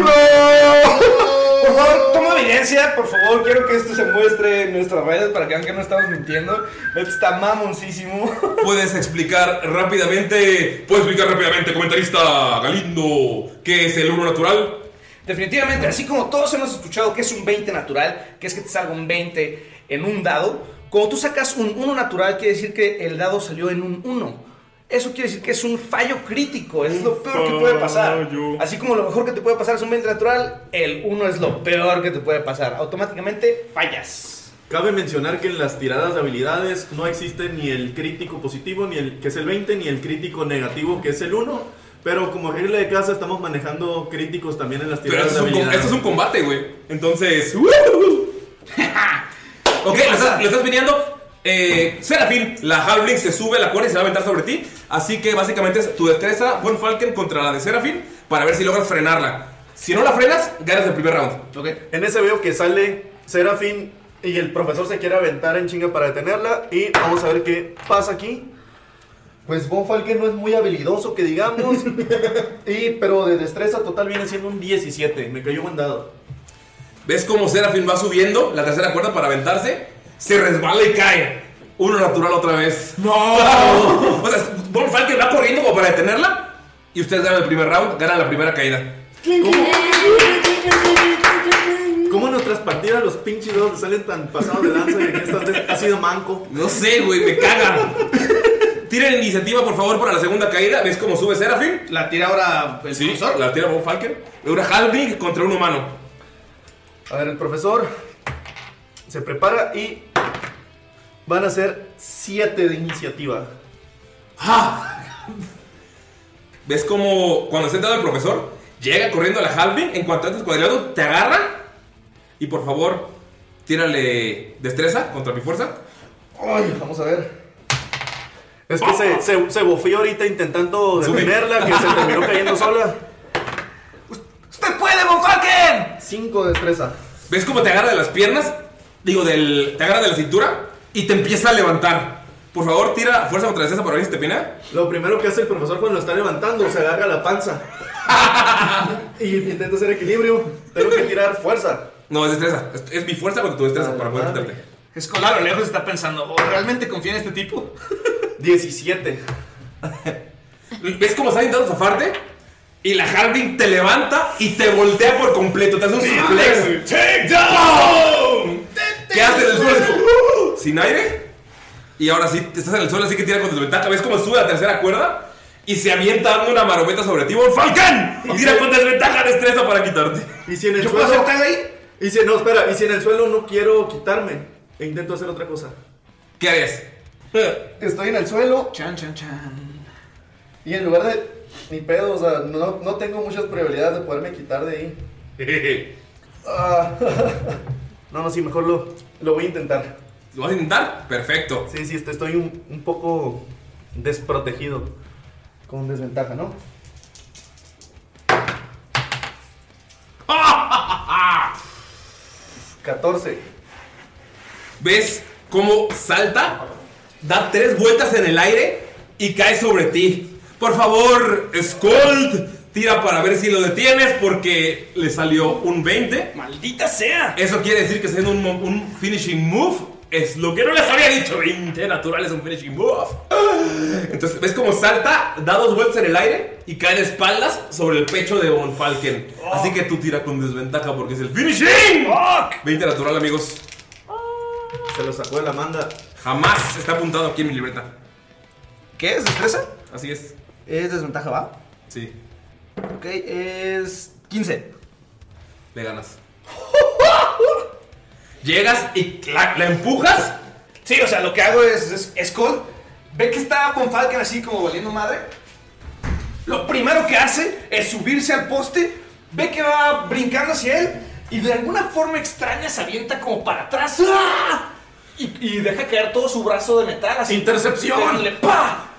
Por favor, toma evidencia, por favor. Quiero que esto se muestre en nuestras redes para que vean que no estamos mintiendo. Este Esto está mamoncísimo. Puedes explicar rápidamente. Puedes explicar rápidamente, comentarista Galindo, qué es el uno natural. Definitivamente, así como todos hemos escuchado que es un 20 natural, que es que te salga un 20 en un dado, cuando tú sacas un 1 natural, quiere decir que el dado salió en un 1. Eso quiere decir que es un fallo crítico, es lo peor que puede pasar. Así como lo mejor que te puede pasar es un 20 natural, el 1 es lo peor que te puede pasar. Automáticamente fallas. Cabe mencionar que en las tiradas de habilidades no existe ni el crítico positivo, ni el que es el 20, ni el crítico negativo, que es el 1. Pero como regla de casa estamos manejando críticos también en las Pero tiradas esto de es, un, com- habilidades. esto es un combate, güey. Entonces. ¡woo! ok, lo estás, lo estás viniendo. Eh, Serafín, la Halfling se sube a la cuerda y se va a aventar sobre ti. Así que básicamente es tu destreza, buen Falcon contra la de Serafín para ver si logras frenarla. Si no la frenas, ganas el primer round. En ese veo que sale Serafín y el profesor se quiere aventar en chinga para detenerla. Y vamos a ver qué pasa aquí. Pues Von Falken no es muy habilidoso, que [LAUGHS] digamos. y, pero de destreza total viene siendo un 17. Me cayó buen dado. ¿Ves cómo Serafín va subiendo la tercera cuerda para aventarse? Se resbala y cae. Uno natural otra vez. ¡No! [LAUGHS] o sea, Von Falken va corriendo como para detenerla. Y ustedes ganan el primer round, ganan la primera caída. ¿Cómo en nuestras partidas los pinches dedos salen tan pasados de lanza de que estas veces ha sido manco? No sé, güey, me caga. Tiren iniciativa, por favor, para la segunda caída. ¿Ves cómo sube Serafín? La tira ahora el Sí, profesor. la tira Von Falken. Una halving contra un humano. A ver, el profesor se prepara y van a ser 7 de iniciativa. ¡Ah! ¿Ves cómo cuando está entrando el profesor, llega corriendo a la halving? En cuanto antes cuadrado, te agarra. Y por favor, tírale destreza contra mi fuerza. Ay, vamos a ver. Es que se, se, se bofió ahorita intentando detenerla, que se [LAUGHS] terminó cayendo sola. ¡Usted puede, Von Falken! 5 de destreza. ¿Ves cómo te agarra de las piernas? Digo, del, te agarra de la cintura y te empieza a levantar. Por favor, tira fuerza contra destreza para ver si te pena. Lo primero que hace el profesor cuando lo está levantando, se agarra la [LAUGHS] panza. y intenta hacer equilibrio. Tengo que tirar fuerza. No, es destreza. Es, es mi fuerza contra tu destreza Ah, para poder madre. quitarte. Escolar a lo lejos está pensando, ¿o realmente confía en [LAUGHS] este tipo? 17. ¿Ves cómo está intentando zafarte? Y la Harding te levanta y te voltea por completo. Te hace un suplex. ¡Take down! ¿Qué haces en el suelo? Así como, ¡uh! Sin aire. Y ahora sí, estás en el suelo, así que tira con desventaja. ¿Ves cómo sube la tercera cuerda? Y se avienta dando una marometa sobre ti. ¡Von Falken! Y tira con desventaja destreza para quitarte. Y si en el ¿Yo puedo suelo. hacer tag ahí? Y si no, espera, y si en el suelo no quiero quitarme e intento hacer otra cosa. ¿Qué harías? [LAUGHS] Estoy en el suelo Chan, chan, chan. y en lugar de ni pedo, o sea, no, no tengo muchas probabilidades de poderme quitar de ahí. [LAUGHS] Ah, [LAUGHS] no, no, sí, mejor lo, lo voy a intentar. ¿Lo vas a intentar? Perfecto. Sí, sí, este- estoy un, un poco desprotegido. Con desventaja, ¿no? [LAUGHS] Ah! ¡14! ¿Ves cómo salta? Da tres vueltas en el aire y cae sobre ti. Por favor, Scold, tira para ver si lo detienes porque le salió un 20. ¡Maldita sea! Eso quiere decir que está haciendo un, mo- un finishing move. Es lo que no les había dicho. 20 natural es un finishing move. Entonces, ¿ves cómo salta? Da dos vueltas en el aire y cae de espaldas sobre el pecho de Von Falken. Oh. Así que tú tira con desventaja porque es el finishing. 20 natural, amigos. Se lo sacó de la manda. Jamás está apuntado aquí en mi libreta. ¿Qué es? ¿Destreza? Así es. Es desventaja, ¿va? Sí, Ok, es 15. le ganas. Llegas y la, la empujas. Sí, o sea, lo que hago es, es, es Cold. Ve que está con Falcon así como valiendo madre. Lo primero que hace es subirse al poste. Ve que va brincando hacia él. Y de alguna forma extraña se avienta como para atrás. ¡Ah! Y, y deja caer todo su brazo de metal así. Intercepción. Dándole, ¡pa!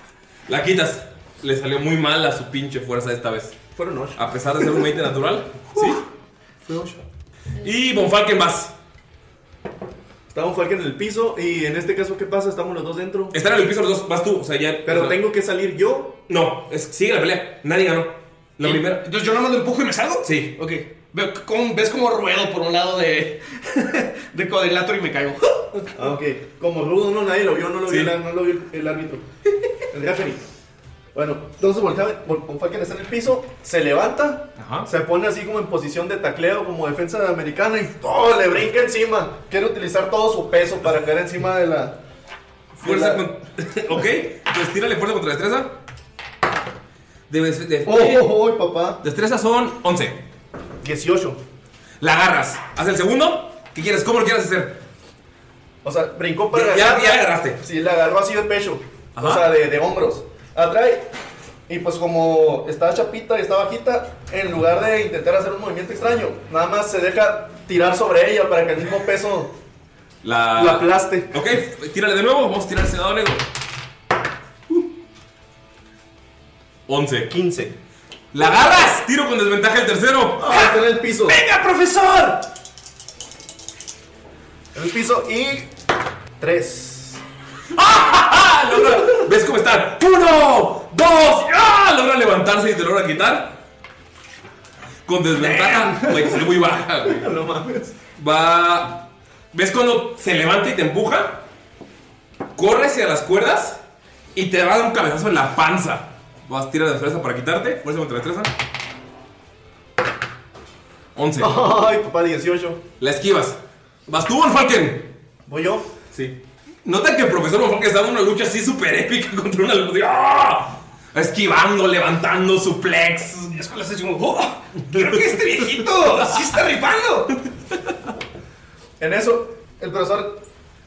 La quitas. Le salió muy mal a su pinche fuerza esta vez. Fueron 8. A pesar de ser un 20 natural. Sí. Y Bonfalken más. Estaba un Falken en el piso y en este caso, ¿qué pasa? Estamos los dos dentro. Están en el piso los dos. Vas tú. O sea, ya. o Pero sea, tengo que salir yo. No, es- sigue la pelea. Nadie ganó. La Y- primera. Entonces yo nomás lo empujo y me salgo. Sí. Ok. Veo c- cómo- ¿Ves como ruedo por un lado de, [LAUGHS] de cuadrilátero y me caigo? [LAUGHS] Ah, ok. Como rudo, no, nadie lo vio, no lo Sí. vio, la- no lo vio el- el árbitro. El referee. Bueno, entonces voltea, vol- Von Falken está en el piso, se levanta, Ajá. se pone así como en posición de tacleo, como defensa americana y ¡oh! le brinca encima. Quiere utilizar todo su peso para caer encima de la. Fuerza de la- con. [LAUGHS] ok. Pues tírale fuerza contra destreza. De, de- ¡Oh, oh, oh, papá! Destreza son 11. 18. La agarras. Haz el segundo. ¿Qué quieres? ¿Cómo lo quieres hacer? O sea, brincó para Ya- agarrarla. ya agarraste. Sí, la agarró así de pecho. Ajá. O sea, de, de hombros. Atrae. Y pues como está chapita y está bajita, en lugar de intentar hacer un movimiento extraño, nada más se deja tirar sobre ella para que el mismo peso La, la aplaste. Ah. Ok, f- tírale de nuevo. Vamos a tirar ese dado negro. 11. 15. ¡La agarras! Tiro con desventaja el tercero. Ah, está en el piso. ¡Venga, profesor! En el piso y... 3. ¡Ah! Logra- ¿Ves cómo están? ¡Uno! ¡Dos! ¡Ah! Logra levantarse y te logra quitar. Con desventaja. Güey, salió muy baja, güey. [LAUGHS] No mames. Va. ¿Ves cuando se levanta y te empuja? Corre hacia las cuerdas y te va a dar un cabezazo en la panza. Vas a tirar de destreza para quitarte. Fuerza contra destreza. 11. [LAUGHS] Ay, papá, 18. La esquivas. ¿Vas tú, Falken? ¿Voy yo? Sí. Nota que el profesor Falken está dando una lucha así súper épica [LAUGHS] contra una luz. ¡Ah! Esquivando, levantando, suplex. Es cuando haces como, ¡oh! Creo que este viejito sí está rifando. En eso, el profesor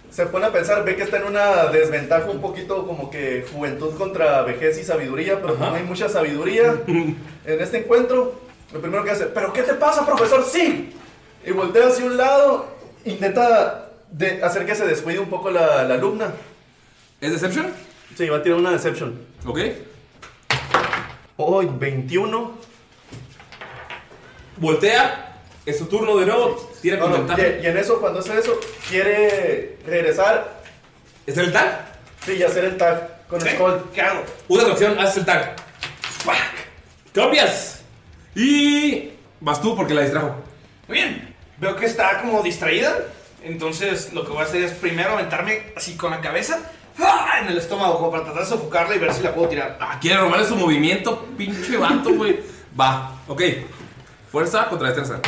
se pone a pensar, ve que está en una desventaja un poquito como que juventud contra vejez y sabiduría, pero no hay mucha sabiduría en este encuentro. Lo primero que hace, ¿pero qué te pasa, profesor? ¡Sí! Y voltea hacia un lado, intenta de- hacer que se descuide un poco la, la alumna. ¿Es Deception? Sí, va a tirar una deception. Ok. Hoy, 21. Voltea. Es su turno de nuevo. Tira No, con no, ventaja. y, y en eso, cuando hace eso, quiere regresar ¿Es el tag? sí, y hacer el tag con el Skull. ¿Qué hago? Una atracción, haces el tag. ¡Fuck! ¡Cambias! Y. Vas tú porque la distrajo. Muy bien. Veo que está como distraída. Entonces lo que voy a hacer es primero aventarme así con la cabeza ¡ah! en el estómago, como para tratar de sofocarla y ver si la puedo tirar. Ah, quiere robarle su movimiento, pinche vato, güey. Va, ok. Fuerza contra destreza.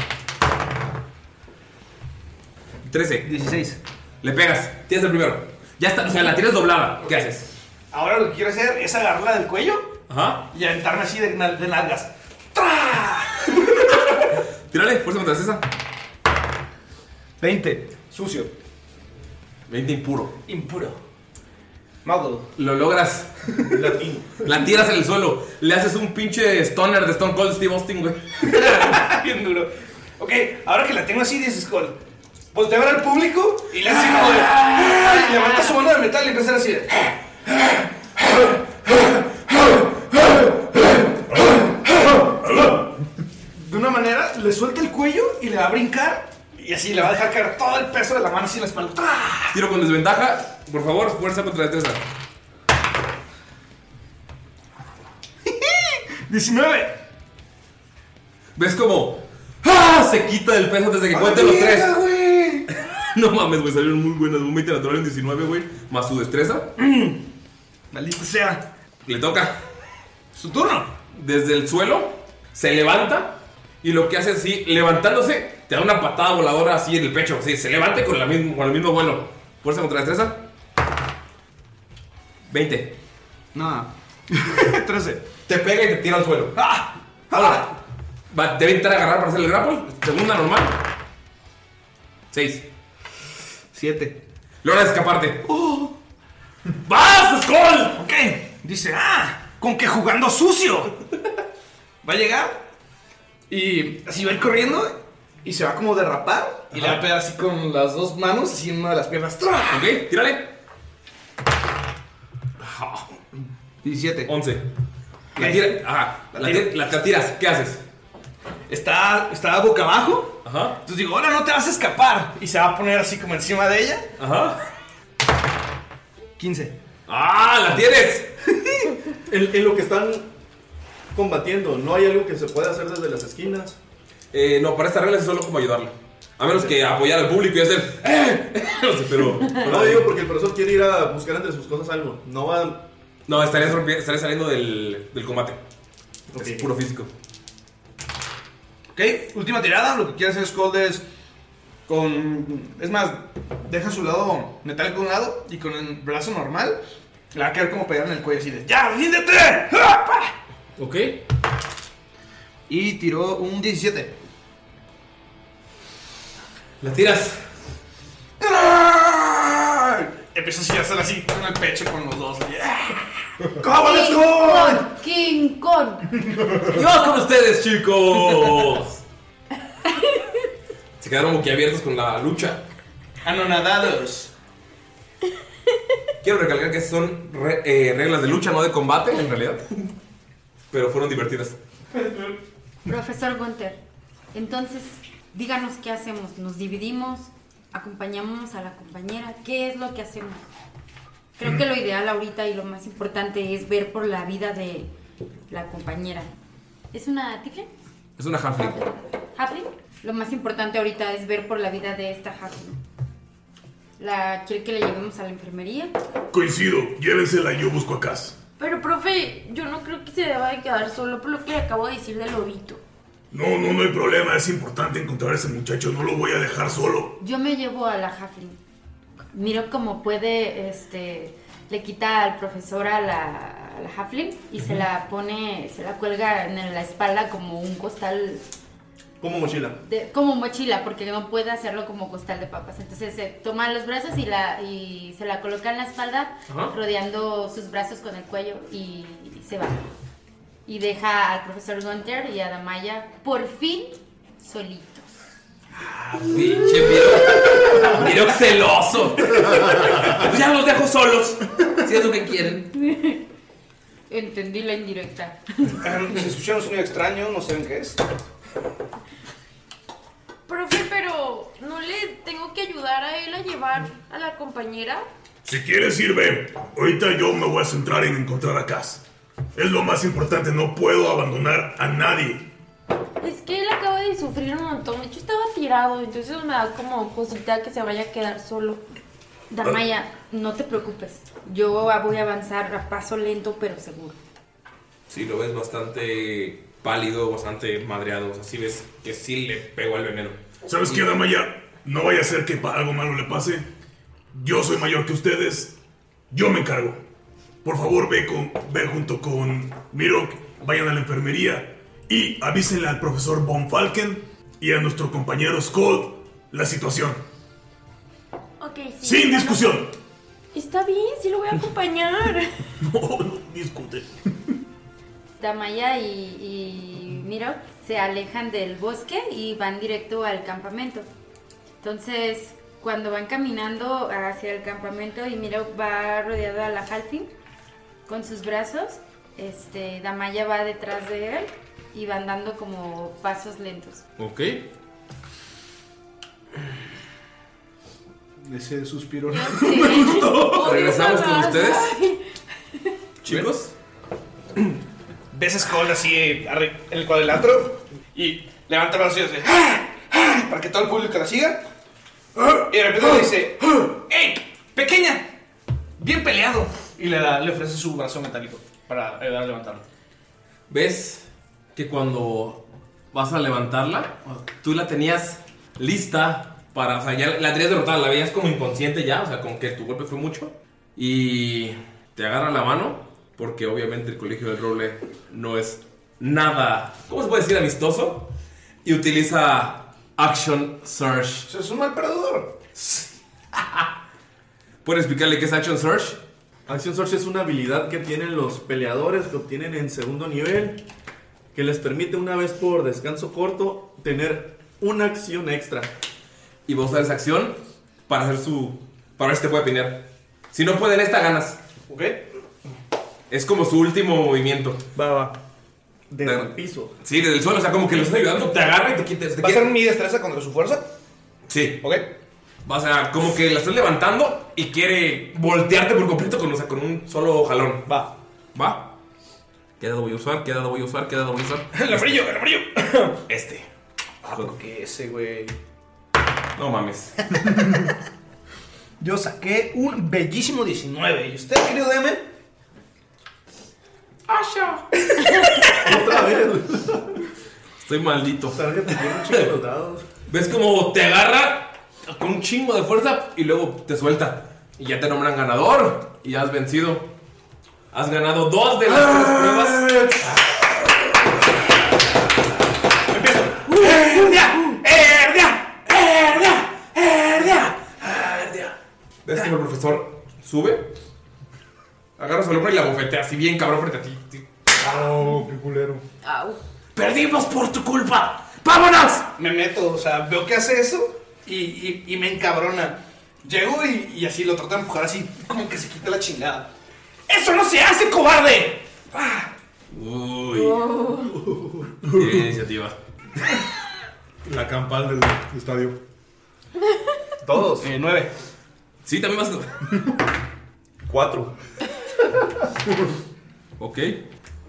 13. 16. Le pegas, tienes el primero. Ya está, o sea, la tienes doblada. ¿Qué haces? Ahora lo que quiero hacer es agarrarla del cuello Ajá. y aventarme así de, nal- de nalgas. ¡Tra! Tírale, fuerza contra destreza. 20. Sucio. 20 impuro. Impuro. Muggle. [LAUGHS] Lo logras. Latín. La tiras en el suelo. Le haces un pinche stoner de Stone Cold Steve Austin, güey. [LAUGHS] Bien duro. Ok, ahora que la tengo así, dices, Cole. Voltea a ver al público y le hace como de. ¡ay! Y levanta su mano de metal y empieza a decir. De una manera, le suelta el cuello y le va a brincar. Y así le va a dejar caer todo el peso de la mano así en la espalda. ¡Tra! Tiro con desventaja. Por favor, fuerza contra destreza. 19. ¿Ves cómo? ¡Ah! Se quita del peso desde que cuente los tres. [LAUGHS] No mames, güey, salieron muy buenas. Un 20 natural en 19, güey. Más su destreza. [CLEARS THROAT] Maldito sea. Le toca. Su turno. Desde el suelo, se levanta. Y lo que hace así, levantándose, te da una patada voladora así en el pecho. Sí, se levante con, la misma, con el mismo vuelo. Fuerza contra destreza. 20. [LAUGHS] No. 13. Te pega y te tira al suelo. ¡Ah! Ahora, va- te va a intentar agarrar para hacer el grapple. Segunda normal. 6. [LAUGHS] 7. Logra escaparte. ¡Vas, Skull! Ok, dice, ah, con que jugando sucio. [LAUGHS] va a llegar y así va a ir corriendo y se va como a derrapar y le va a pegar así con las dos manos, así en una de las piernas. ¡Tra! Ok, tírale. 17. 11. La, tira- ajá, la, tira- la- la tiras. ¿Qué haces? Está, está boca abajo. Ajá. Entonces digo, ahora no te vas a escapar. Y se va a poner así como encima de ella. Ajá. 15. ¡Ah! ¡La tienes! [LAUGHS] En, en lo que están combatiendo, ¿no hay algo que se pueda hacer desde las [LAUGHS] esquinas? Eh, no, para esta regla es solo como ayudarla. A menos que apoyar al público y hacer. [LAUGHS] ¡Eh! No sé, pero. No digo porque el profesor quiere ir a buscar entre sus cosas algo. No va. No, estarías, rompi- estarías saliendo del, del combate. Es puro físico. Ok, última tirada. Lo que quiere hacer Scold es con. Es más, deja su lado metálico a un lado y con el brazo normal le va a quedar como pegar en el cuello así de ¡Ya, ríndete! ¡Ah, pa! [LAUGHS] Ok. Y tiró un 17. La tiras. ¡Ah! Empiezo a sillarse así con el pecho con los dos. [LAUGHS] ¡Cábales King con! Kong, King Kong. ¡Yo con ustedes, chicos! Se quedaron boquiabiertos con la lucha. Anonadados. Quiero recalcar que son re- eh, reglas de lucha, no de combate, en realidad. Pero fueron divertidas. Profesor Gunter, entonces díganos qué hacemos. ¿Nos dividimos? ¿Acompañamos a la compañera? ¿Qué es lo que hacemos? Creo que lo ideal ahorita y lo más importante es ver por la vida de la compañera. ¿Es una tifle? Es una halfling. ¿Halfling? Lo más importante ahorita es ver por la vida de esta halfling. ¿La quiere que le llevemos a la enfermería? Coincido, llévensela, yo busco a Cass. Pero, profe, yo no creo que se deba de quedar solo por lo que le acabo de decir del lobito. No, no, no hay problema, es importante encontrar a ese muchacho, no lo voy a dejar solo. Yo me llevo a la Halfling. Miro cómo puede, este, le quita al profesor a la, a la Halfling y se la pone, se la cuelga en la espalda como un costal, Como mochila. de- como mochila, porque no puede hacerlo como costal de papas. Entonces se toma los brazos y, la, y se la coloca en la espalda, Ajá. rodeando sus brazos con el cuello y, se va. Y deja al profesor Gunter y a Damaya por fin solitos. Ah, Pinche miro. Miro [LAUGHS] celoso. Pues ya los dejo solos. Si es lo que quieren. Entendí la indirecta. Si escuchan Ah, un sonido extraño, no saben qué es. Profe, pero ¿no le tengo que ayudar a él a llevar a la compañera? Si quieres, sirve. Ahorita yo me voy a centrar en encontrar a Cass. Es lo más importante, no puedo abandonar a nadie. Es que él acaba de sufrir un montón. De hecho, estaba tirado. Entonces me da como cosita que se vaya a quedar solo. Damaya, no te preocupes. Yo voy a avanzar a paso lento pero seguro. Sí, lo ves bastante pálido, bastante madreado. O sea, sí ves que sí le pegó al veneno. ¿Sabes qué, Damaya? No vaya a ser que pa- algo malo le pase. Yo soy mayor que ustedes. Yo me encargo. Por favor, ve, con, ve junto con Mirok, vayan a la enfermería y avísenle al profesor Von Falken y a nuestro compañero Scott la situación. Ok, ¡Sin discusión! Está bien, sí lo voy a acompañar. [LAUGHS] No, no discute. Damaya y, y Miro se alejan del bosque y van directo al campamento. Entonces, cuando van caminando hacia el campamento y Miro va rodeado a la Halfin con sus brazos, este, Damaya va detrás de él y van dando como pasos lentos. Ok. Ese suspiro. Regresamos con ustedes. Chicos. [CLEARS THROAT] Ves a Skull así arri- en el cuadrilátero y levanta los brazos y dice "Ah, ah", para que todo el público la siga. Y de repente le dice, ¡Ey! ¡Pequeña! ¡Bien peleado! Y le, da- le ofrece su brazo metálico para ayudar a levantarlo. ves que cuando vas a levantarla, tú la tenías lista para, o sea, ya la tenías derrotada, la veías como inconsciente ya, o sea, con que tu golpe fue mucho. Y te agarra la mano, porque obviamente el Colegio del Roble no es nada, ¿cómo se puede decir? Amistoso. Y utiliza Action Surge. Es un mal perdedor. ¿Puedes explicarle qué es Action Surge? Action Search es una habilidad que tienen los peleadores que obtienen en segundo nivel, que les permite una vez por descanso corto tener una acción extra. Y va a usar esa acción para hacer su... para ver si te puede pinear. Si no puede en esta, ganas. ¿Ok? Es como su último movimiento. Va, va. Desde Pero- el piso. Sí, desde el suelo, o sea, como que lo estás ayudando, te agarra y te quita. te ¿Va a quita- ser mi destreza contra su fuerza? Sí, ¿Ok? o sea, como que la estás levantando y quiere voltearte por completo con, o sea, con un solo jalón. Va. ¿Va? ¿Qué dado voy a usar? ¿Qué dado voy a usar? ¿Qué dado voy a usar? [LAUGHS] El amarillo, el [COUGHS] amarillo. Este. Ah, ¿por qué ese, güey? No mames. [LAUGHS] Yo saqué un bellísimo 19. ¿Y usted, querido DM? Otra [LAUGHS] vez. Estoy maldito. Target tiene un chingo los dados. [LAUGHS] ¿Ves como te agarra con un chingo de fuerza y luego te suelta? Y ya te nombran ganador y ya has vencido. Has ganado dos de las Ah. tres pruebas. ¡Herdia! ¡Herdia! ¡Herdia! ¡Herdia! ¿Ves como el profesor sube, agarra su hombro y la bofetea así bien cabrón frente a ti. Oh, qué culero. Au. ¡Perdimos por tu culpa! ¡Vámonos! Me meto, o sea, veo que hace eso y, y- y me encabrona. Llego y, y así lo trato de empujar así, [LAUGHS] como que se quita la chingada. ¡Eso no se hace, cobarde! ¡Ah! Uy. Tiene iniciativa. La campal del estadio. [LAUGHS] Todos. nueve. Sí, también vas. Cuatro. [LAUGHS] ok.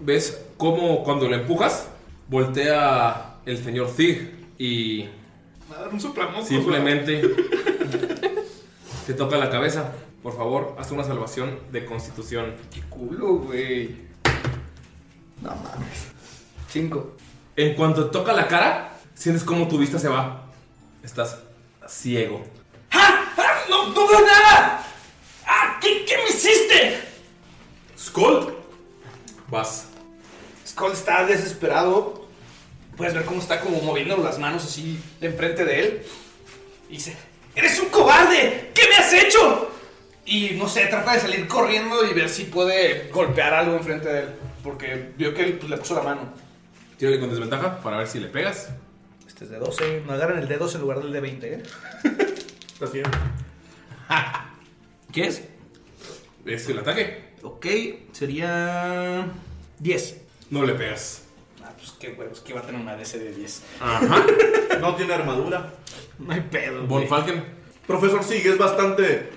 ¿Ves cómo cuando la empujas, voltea el señor Zig y Va a dar un soplamocos. simplemente te toca la [LAUGHS] cabeza? Por favor, haz una salvación de constitución. Qué culo, güey. No mames. Cinco. En cuanto toca la cara, sientes como tu vista se va. Estás ciego. ¡Ah, ¡No, no veo nada! ¡Ah, ¿qué, qué me hiciste? Skull. Vas. Skull está desesperado. Puedes ver cómo está como moviendo las manos así enfrente de él. Y dice, ¡Eres un cobarde! ¿Qué me has hecho? Y no sé, trata de salir corriendo y ver si puede golpear algo enfrente de él. Porque vio que él pues, le puso la mano. Tírale con desventaja para ver si le pegas. Este es de 12, me agarran el de 12 en lugar del de 20, ¿eh? [LAUGHS] Estás [LAUGHS] bien. ¿Qué es? Es el ataque. Ok, sería 10. No le pegas. Ah, pues qué huevos, que va a tener una DC de 10. [LAUGHS] Ajá. No tiene armadura. No hay pedo. Von güey. Profesor Sig, es bastante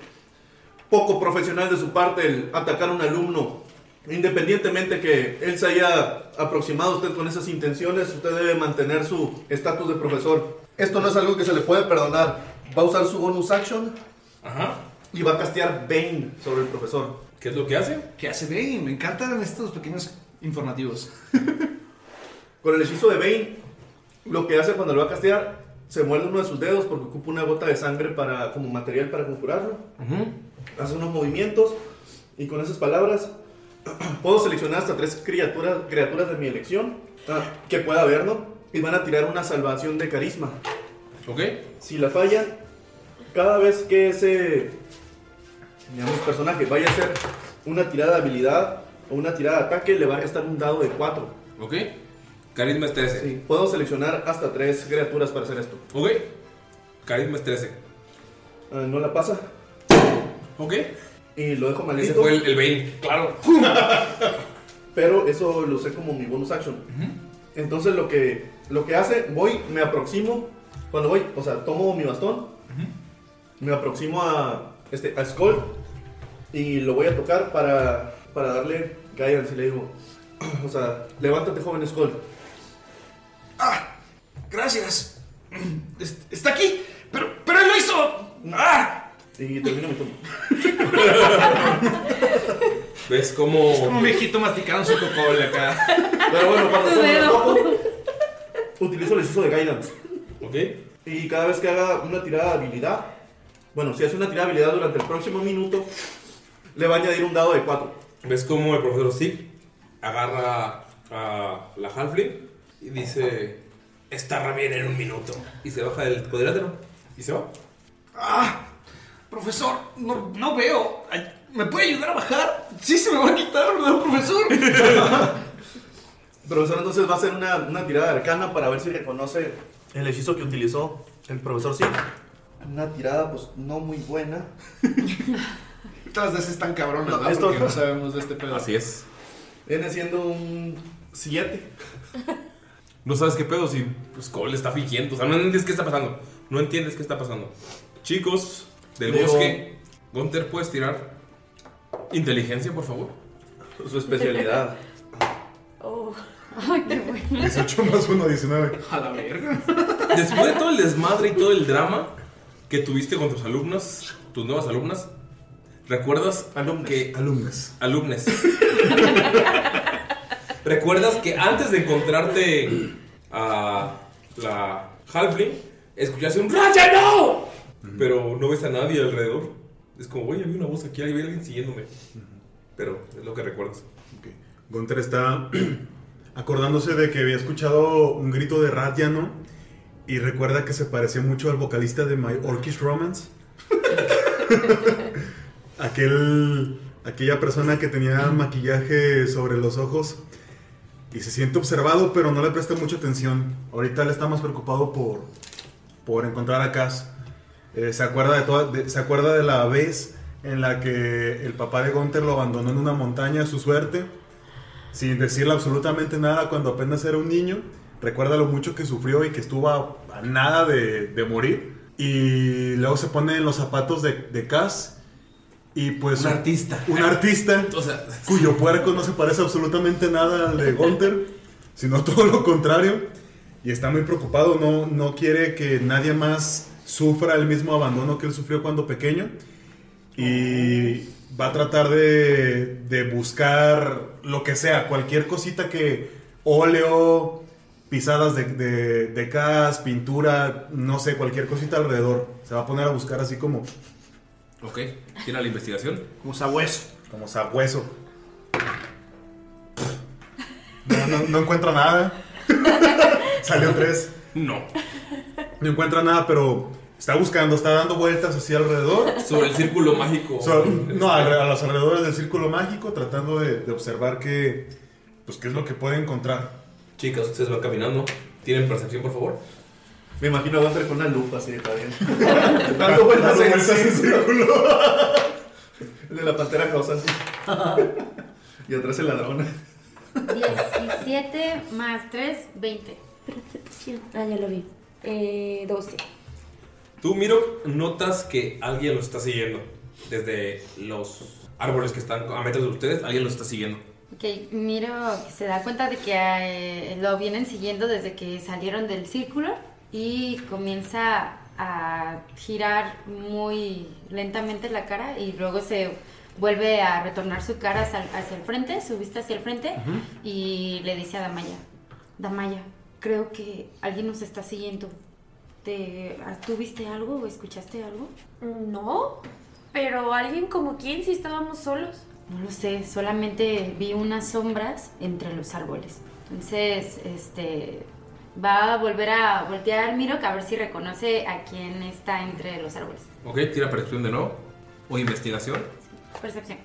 poco profesional de su parte el atacar a un alumno. Independientemente que él se haya aproximado a usted con esas intenciones, usted debe mantener su estatus de profesor. Esto no es algo que se le puede perdonar. Va a usar su bonus action Ajá. y va a castear Bane sobre el profesor. ¿Qué es lo que hace? ¿Qué hace Bane? Me encantan estos pequeños [LAUGHS] informativos. Con el hechizo de Bane, lo que hace cuando lo va a castear, se muerde uno de sus dedos porque ocupa una gota de sangre para, como material para conjurarlo. Hace unos movimientos y con esas palabras [CLEARS THROAT] puedo seleccionar hasta tres criaturas, criaturas de mi elección ah, que pueda verlo y van a tirar una salvación de carisma. Ok. Si la falla, cada vez que ese digamos, personaje vaya a hacer una tirada de habilidad o una tirada de ataque, le va a restar un dado de 4. Ok. Carisma es 13. Sí, puedo seleccionar hasta tres criaturas para hacer esto. Ok. Carisma es 13. Ah, no la pasa. Ok. Y lo dejo Ese maldito. fue el, el Bane. Claro. [LAUGHS] Pero eso lo usé como mi bonus action. Entonces lo que, lo que hace, voy, me aproximo. Cuando voy, o sea, tomo mi bastón. Me aproximo a, este, a Skull. Y lo voy a tocar para, para darle guidance. Y le digo, [CLEARS THROAT] o sea, levántate joven Skull. Ah, Gracias. Es- Está aquí, pero, pero él lo hizo. ¡Ah! Y termino mi [LAUGHS] turno. ¿Ves cómo.? Es como un viejito masticando su cocola acá. [LAUGHS] Pero bueno, cuando Su tomo el dedo. topo, utilizo el hechizo de guidance. Ok. Y cada vez que haga una tirada de habilidad, bueno, si hace una tirada de habilidad durante el próximo minuto, le va a añadir un dado de 4. ¿Ves cómo el profesor Zig agarra a la Halfling y dice: Estará bien en un minuto. Y se baja del cuadrilátero y se va. ¡Ah! Profesor, no, no veo. Ay, ¿Me puede ayudar a bajar? Sí, se me va a quitar, ¿verdad, profesor? [LAUGHS] Profesor, entonces va a hacer una, una tirada arcana para ver si reconoce el hechizo que utilizó el profesor Sim. Una tirada, pues, no muy buena. Todas las están cabronas, No, ¿verdad? esto- Eh, Porque no sabemos de este pedo. Así es. Viene siendo un 7. [LAUGHS] No sabes qué pedo si pues, Cole está fingiendo. O sea, no entiendes qué está pasando. No entiendes qué está pasando. Chicos del Leo. bosque, Gunter, ¿puedes tirar inteligencia, por favor? Su especialidad. Oh. Ay, qué bueno. 18 más 1, 19. A la verga. Después de todo el desmadre y todo el drama que tuviste con tus alumnas, tus nuevas alumnas, ¿recuerdas que. Alumnas. Alumnes. ¿Recuerdas que antes de encontrarte a la Halfling, escuchaste un ¡Raya, no! Pero no ves a nadie alrededor. Es como, oye, había una voz aquí, había alguien siguiéndome. Pero es lo que recuerdas. Gunter está [CLEARS THROAT] acordándose de que había escuchado un grito de Radia, ¿no? Y recuerda que se parecía mucho al vocalista de My Orkish Romance. [LAUGHS] aquel, aquella persona que tenía maquillaje sobre los ojos y se siente observado, pero no le presta mucha atención. Ahorita él está más preocupado por, por encontrar a Cass. Eh, se, acuerda de toda- de- se acuerda de la vez en la que el papá de Gunther lo abandonó en una montaña a su suerte, sin decirle absolutamente nada cuando apenas era un niño. Recuerda lo mucho que sufrió y que estuvo a, a nada de, de morir. Y luego se pone en los zapatos de, de Cass. Y pues. Un artista. Un artista. [LAUGHS] O sea, cuyo puerco no se parece absolutamente nada al de Gunther, sino todo lo contrario. Y está muy preocupado, no, no quiere que nadie más sufra el mismo abandono que él sufrió cuando pequeño. Y va a tratar de, de buscar lo que sea, cualquier cosita que óleo, pisadas de, de, de cas, pintura, no sé, cualquier cosita alrededor. Se va a poner a buscar así como, Ok, tira la investigación. como sabueso. Como sabueso. No, no, no encuentra nada. Salió tres. No. No encuentra nada, pero está buscando, está dando vueltas así alrededor. Sobre el círculo mágico. Sobre- no, al- a los alrededores del círculo mágico, tratando de, de observar qué, pues, qué es lo que puede encontrar. Chicas, ustedes van caminando. ¿Tienen percepción, por favor? Me imagino a Gunter con una lupa así de bien. Dando vueltas Dando en vueltas en círculo. [LAUGHS] El de la pantera causante. [LAUGHS] y atrás el ladrón. [LAUGHS] 17 más 3, 20. Percepción. Ah, ya lo vi. Eh, 12. Tú, Miro, notas que alguien los está siguiendo. Desde los árboles que están a metros de ustedes, alguien los está siguiendo. Ok, miro que se da cuenta de que eh, lo vienen siguiendo desde que salieron del círculo y comienza a girar muy lentamente la cara y luego se vuelve a retornar su cara hacia, hacia el frente, su vista hacia el frente Ujú. y le dice a Damaya, Damaya, creo que alguien nos está siguiendo. ¿Te, ¿Tú viste algo o escuchaste algo? No, pero alguien como quién si estábamos solos. No lo sé, solamente vi unas sombras entre los árboles. Entonces, este va a volver a voltear Mirok a ver si reconoce a quién está entre los árboles. Ok, tira percepción de nuevo. O investigación. Percepción.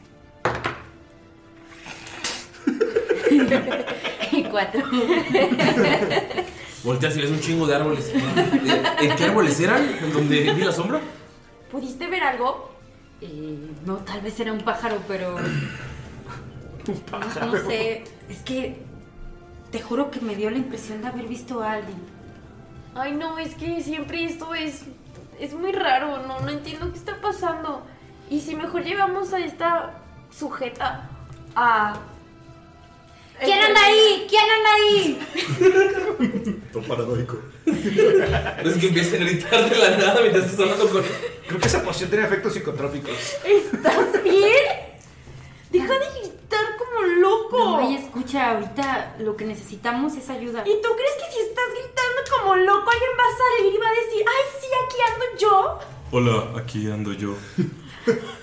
[LAUGHS] Cuatro. Volteas y ves un chingo de árboles. [LAUGHS] ¿En qué árboles eran? ¿En donde vi la sombra? ¿Pudiste ver algo? Eh, no, tal vez era un pájaro, pero. No, no sé. Es que te juro que me dio la impresión de haber visto a alguien. Ay, no, es que siempre esto es, es muy raro, no, no entiendo qué está pasando. Y si mejor llevamos a esta sujeta a... ¿Quién anda ahí? ¿Quién anda ahí? Todo paranoico. [LAUGHS] Es que empiezas a gritar de la nada mientras estás hablando con. Creo que esa poción tiene efectos psicotrópicos. [LAUGHS] ¿Estás bien? Deja de gritar como loco. No, y escucha, ahorita lo que necesitamos es ayuda. ¿Y tú crees que si estás gritando como loco alguien va a salir y va a decir, ay, sí, aquí ando yo? Hola, aquí ando yo.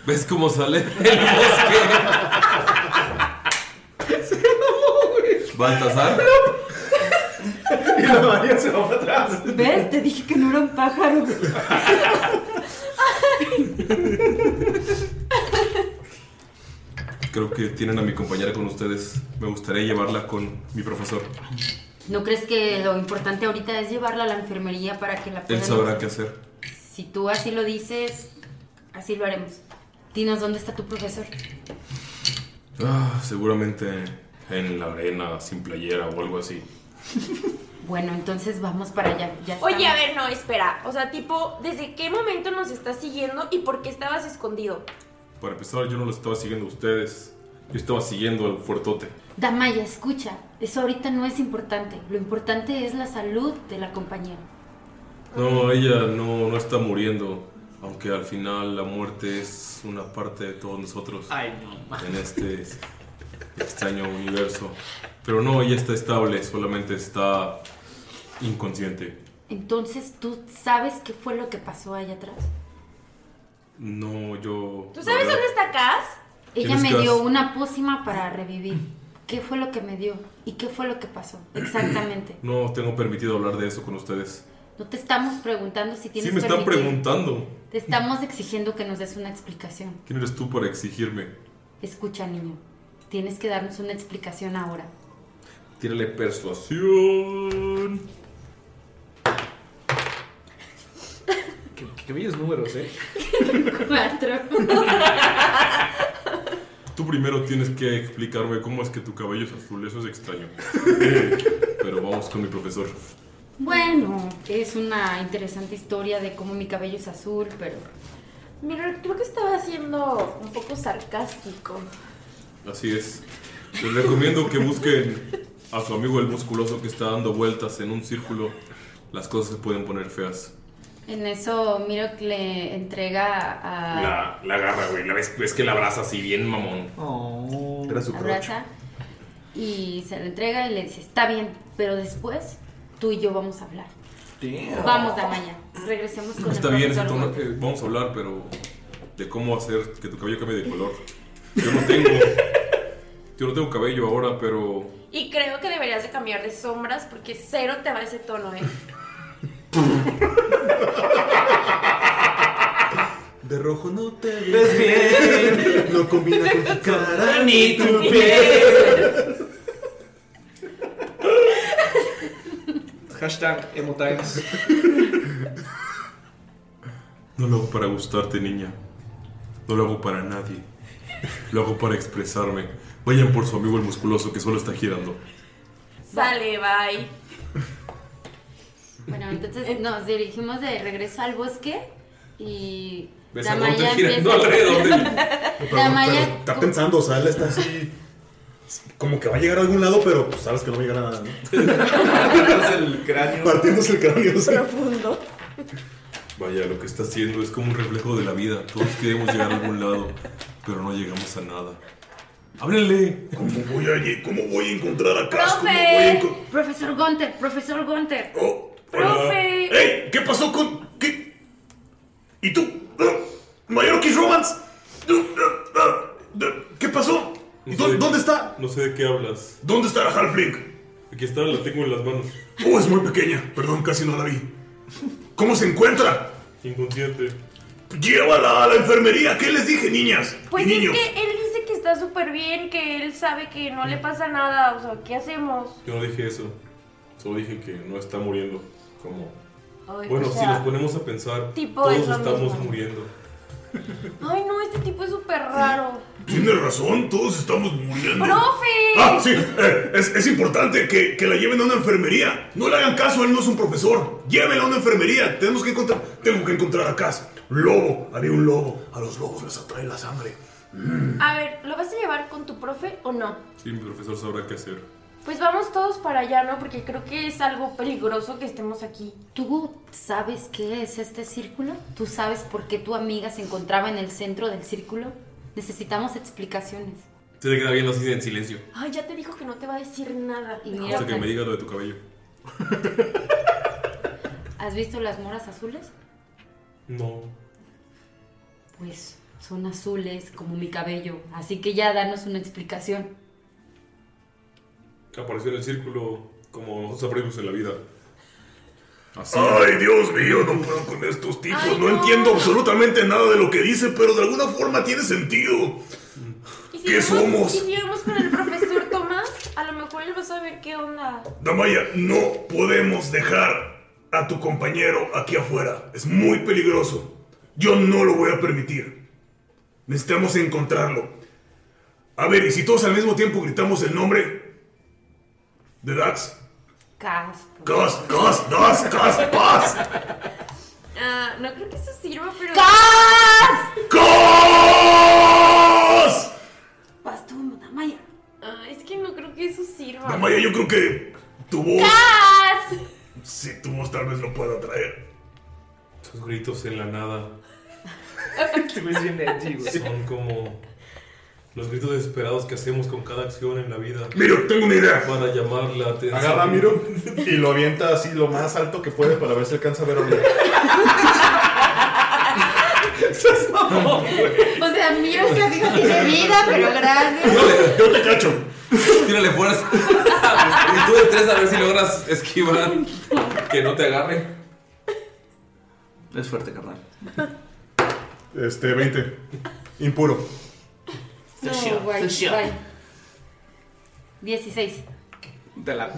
¿Ves cómo sale el bosque? Baltasar. y la María se va para atrás. ¿Ves? Te dije que no era un pájaro. Creo que tienen a mi compañera con ustedes. Me gustaría llevarla con mi profesor. ¿No crees que lo importante ahorita es llevarla a la enfermería para que la Él puedan- sabrá qué hacer. Si tú así lo dices, así lo haremos. Dinos dónde está tu profesor. Ah, seguramente en la arena, sin playera o algo así. Bueno, entonces vamos para allá. Ya está. Oye, a ver, no, espera. O sea, tipo, ¿desde qué momento nos estás siguiendo y por qué estabas escondido? Para empezar, yo no lo estaba siguiendo a ustedes. Yo estaba siguiendo al fuertote. Damaya, escucha. Eso ahorita no es importante. Lo importante es la salud de la compañera. No, ella no, no está muriendo. Aunque al final la muerte es una parte de todos nosotros. Ay, no. En este extraño universo. Pero no, ella está estable, solamente está inconsciente. Entonces, ¿tú sabes qué fue lo que pasó allá atrás? No, yo. ¿Tú ¿Sabes dónde está Cass? Ella ¿Tienes me gas? dio una pócima para revivir. ¿Qué fue lo que me dio? ¿Y qué fue lo que pasó? Exactamente. No tengo permitido hablar de eso con ustedes. No te estamos preguntando si tienes Sí, me están permitir. preguntando. Te estamos exigiendo que nos des una explicación. ¿Quién eres tú para exigirme? Escucha, niño. Tienes que darnos una explicación ahora. Tírale persuasión. Qué, qué bellos números, ¿eh? Cuatro. Tú primero tienes que explicarme cómo es que tu cabello es azul, eso es extraño. Eh, Pero vamos con mi profesor. Bueno, es una interesante historia de cómo mi cabello es azul, pero Mira, creo que estaba siendo un poco sarcástico. Así es. Les recomiendo que busquen a su amigo el musculoso que está dando vueltas en un círculo. Las cosas se pueden poner feas. en eso Mirok le entrega a La, agarra, güey. La ves, ves que la abraza así bien mamón. Oh. Era su abraza y se le entrega y le dice, está bien, pero después tú y yo vamos a hablar. Vamos, Ah. Damaya, regresemos con Está el bien, ese profesor tono Wood". que vamos a hablar, pero de cómo hacer que tu cabello cambie de color. Yo no tengo. Yo no tengo cabello ahora, pero. Y creo que deberías de cambiar de sombras porque cero te va ese tono, [LAUGHS] ¿eh? De rojo no te Ves [LAUGHS] bien. No combina con tu cara Ni tu piel. Hashtag emotimes. No lo hago para gustarte, niña. No lo hago para nadie. Lo hago para expresarme. Vayan por su amigo el musculoso que solo está girando. Sale, bye. [LAUGHS] Eh. Bueno, entonces nos dirigimos de regreso al bosque y Ves a Gonta Damaya girando empieza... alrededor [LAUGHS] Damaya Pero Está pensando, o sea, él está así. Como que va a llegar a algún lado, pero pues, sabes que no va a llegar a nada, ¿no? el cráneo. Partiéndose el cráneo. sí. Profundo. Vaya, lo que está haciendo es como un reflejo de la vida. Todos queremos llegar a algún lado, pero no llegamos a nada. ¡Háblenle! ¿Cómo voy a, lle- cómo voy a encontrar a Casco? ¡Profe! Profesor Gunter, profesor Gunter. Oh. ¡Profe! ¡Ey! ¿Qué pasó con.? ¿Qué? ¿Y tú? ¿Eh? ¡Mayor Kiss Romance! ¿Qué pasó? ¿Dó- ¿Dónde está? No sé de qué hablas. ¿Dónde está la Halfling? Aquí está, la tengo en las manos. Oh, es muy pequeña. Perdón, casi no la vi. ¿Cómo se encuentra? Inconsciente. Llévala a la enfermería. ¿Qué les dije, niñas? y Pues niños? es que él dice que está súper bien, que él sabe que no le pasa nada. O sea, ¿qué hacemos? Yo no dije eso. Solo dije que no está muriendo. Como. Ay, bueno, o sea, si nos ponemos a pensar, tipo todos es lo estamos mismo. muriendo. Ay, no, este tipo es súper [LAUGHS] raro. Tienes razón, todos estamos muriendo. ¡Profe! Ah, sí, eh, es, es importante que, que la lleven a una enfermería. No le hagan caso, él no es un profesor. Llévenla a una enfermería. Tenemos que encontrar. Tengo que encontrar a Cass. Lobo, había un lobo. A los lobos les atrae la sangre. A ver, ¿lo vas a llevar con tu profe o no? Sí, mi profesor sabrá qué hacer. Pues vamos todos para allá, ¿no? Porque creo que es algo peligroso que estemos aquí. ¿Tú sabes qué es este círculo? ¿Tú sabes por qué tu amiga se encontraba en el centro del círculo? Necesitamos explicaciones. Se te queda viendo así en silencio. Ay, ya te dijo que no te va a decir nada. Y mira, Hasta que me diga lo de tu cabello. ¿Has visto las moras azules? No. Pues son azules como mi cabello, así que ya danos una explicación. Que apareció en el círculo como nosotros aprendimos en la vida. Así. Ay, Dios mío, no puedo con estos tipos. Ay, no, no. entiendo absolutamente nada de lo que dice, pero de alguna forma tiene sentido. ¿Y ¿Qué vamos- somos? Y Pues, si vamos con el profesor Tomás, a lo mejor él va a saber qué onda. Damaya, no podemos dejar a tu compañero aquí afuera. Es muy peligroso. Yo no lo voy a permitir. Necesitamos encontrarlo. A ver, y si todos al mismo tiempo gritamos el nombre de Dax. Cas. Cas, Cas, Dax, Cas, Paz. Ah, no creo que eso sirva, pero. ¡Cas! Vas tú, Damaya. Ah, es que no creo que eso sirva. Damaya, yo creo que tu voz. ¡Cas! Sí, tu voz tal vez lo pueda traer. Esos gritos en la nada. Son como los gritos desesperados que hacemos con cada acción en la vida. Miro, tengo una idea. Para llamar la atención. Agarra a Miro y lo avienta así lo más alto que puede para ver si alcanza a ver a Miro. O sea, mira que la hija tiene vida, pero gracias. Yo te cacho. Tírale fuerza. y tú de tres a ver si logras esquivar que no te agarre. Es fuerte, carnal. Este, 20. Impuro. No, Fusión, guay, fusión. guay. 16. Te la.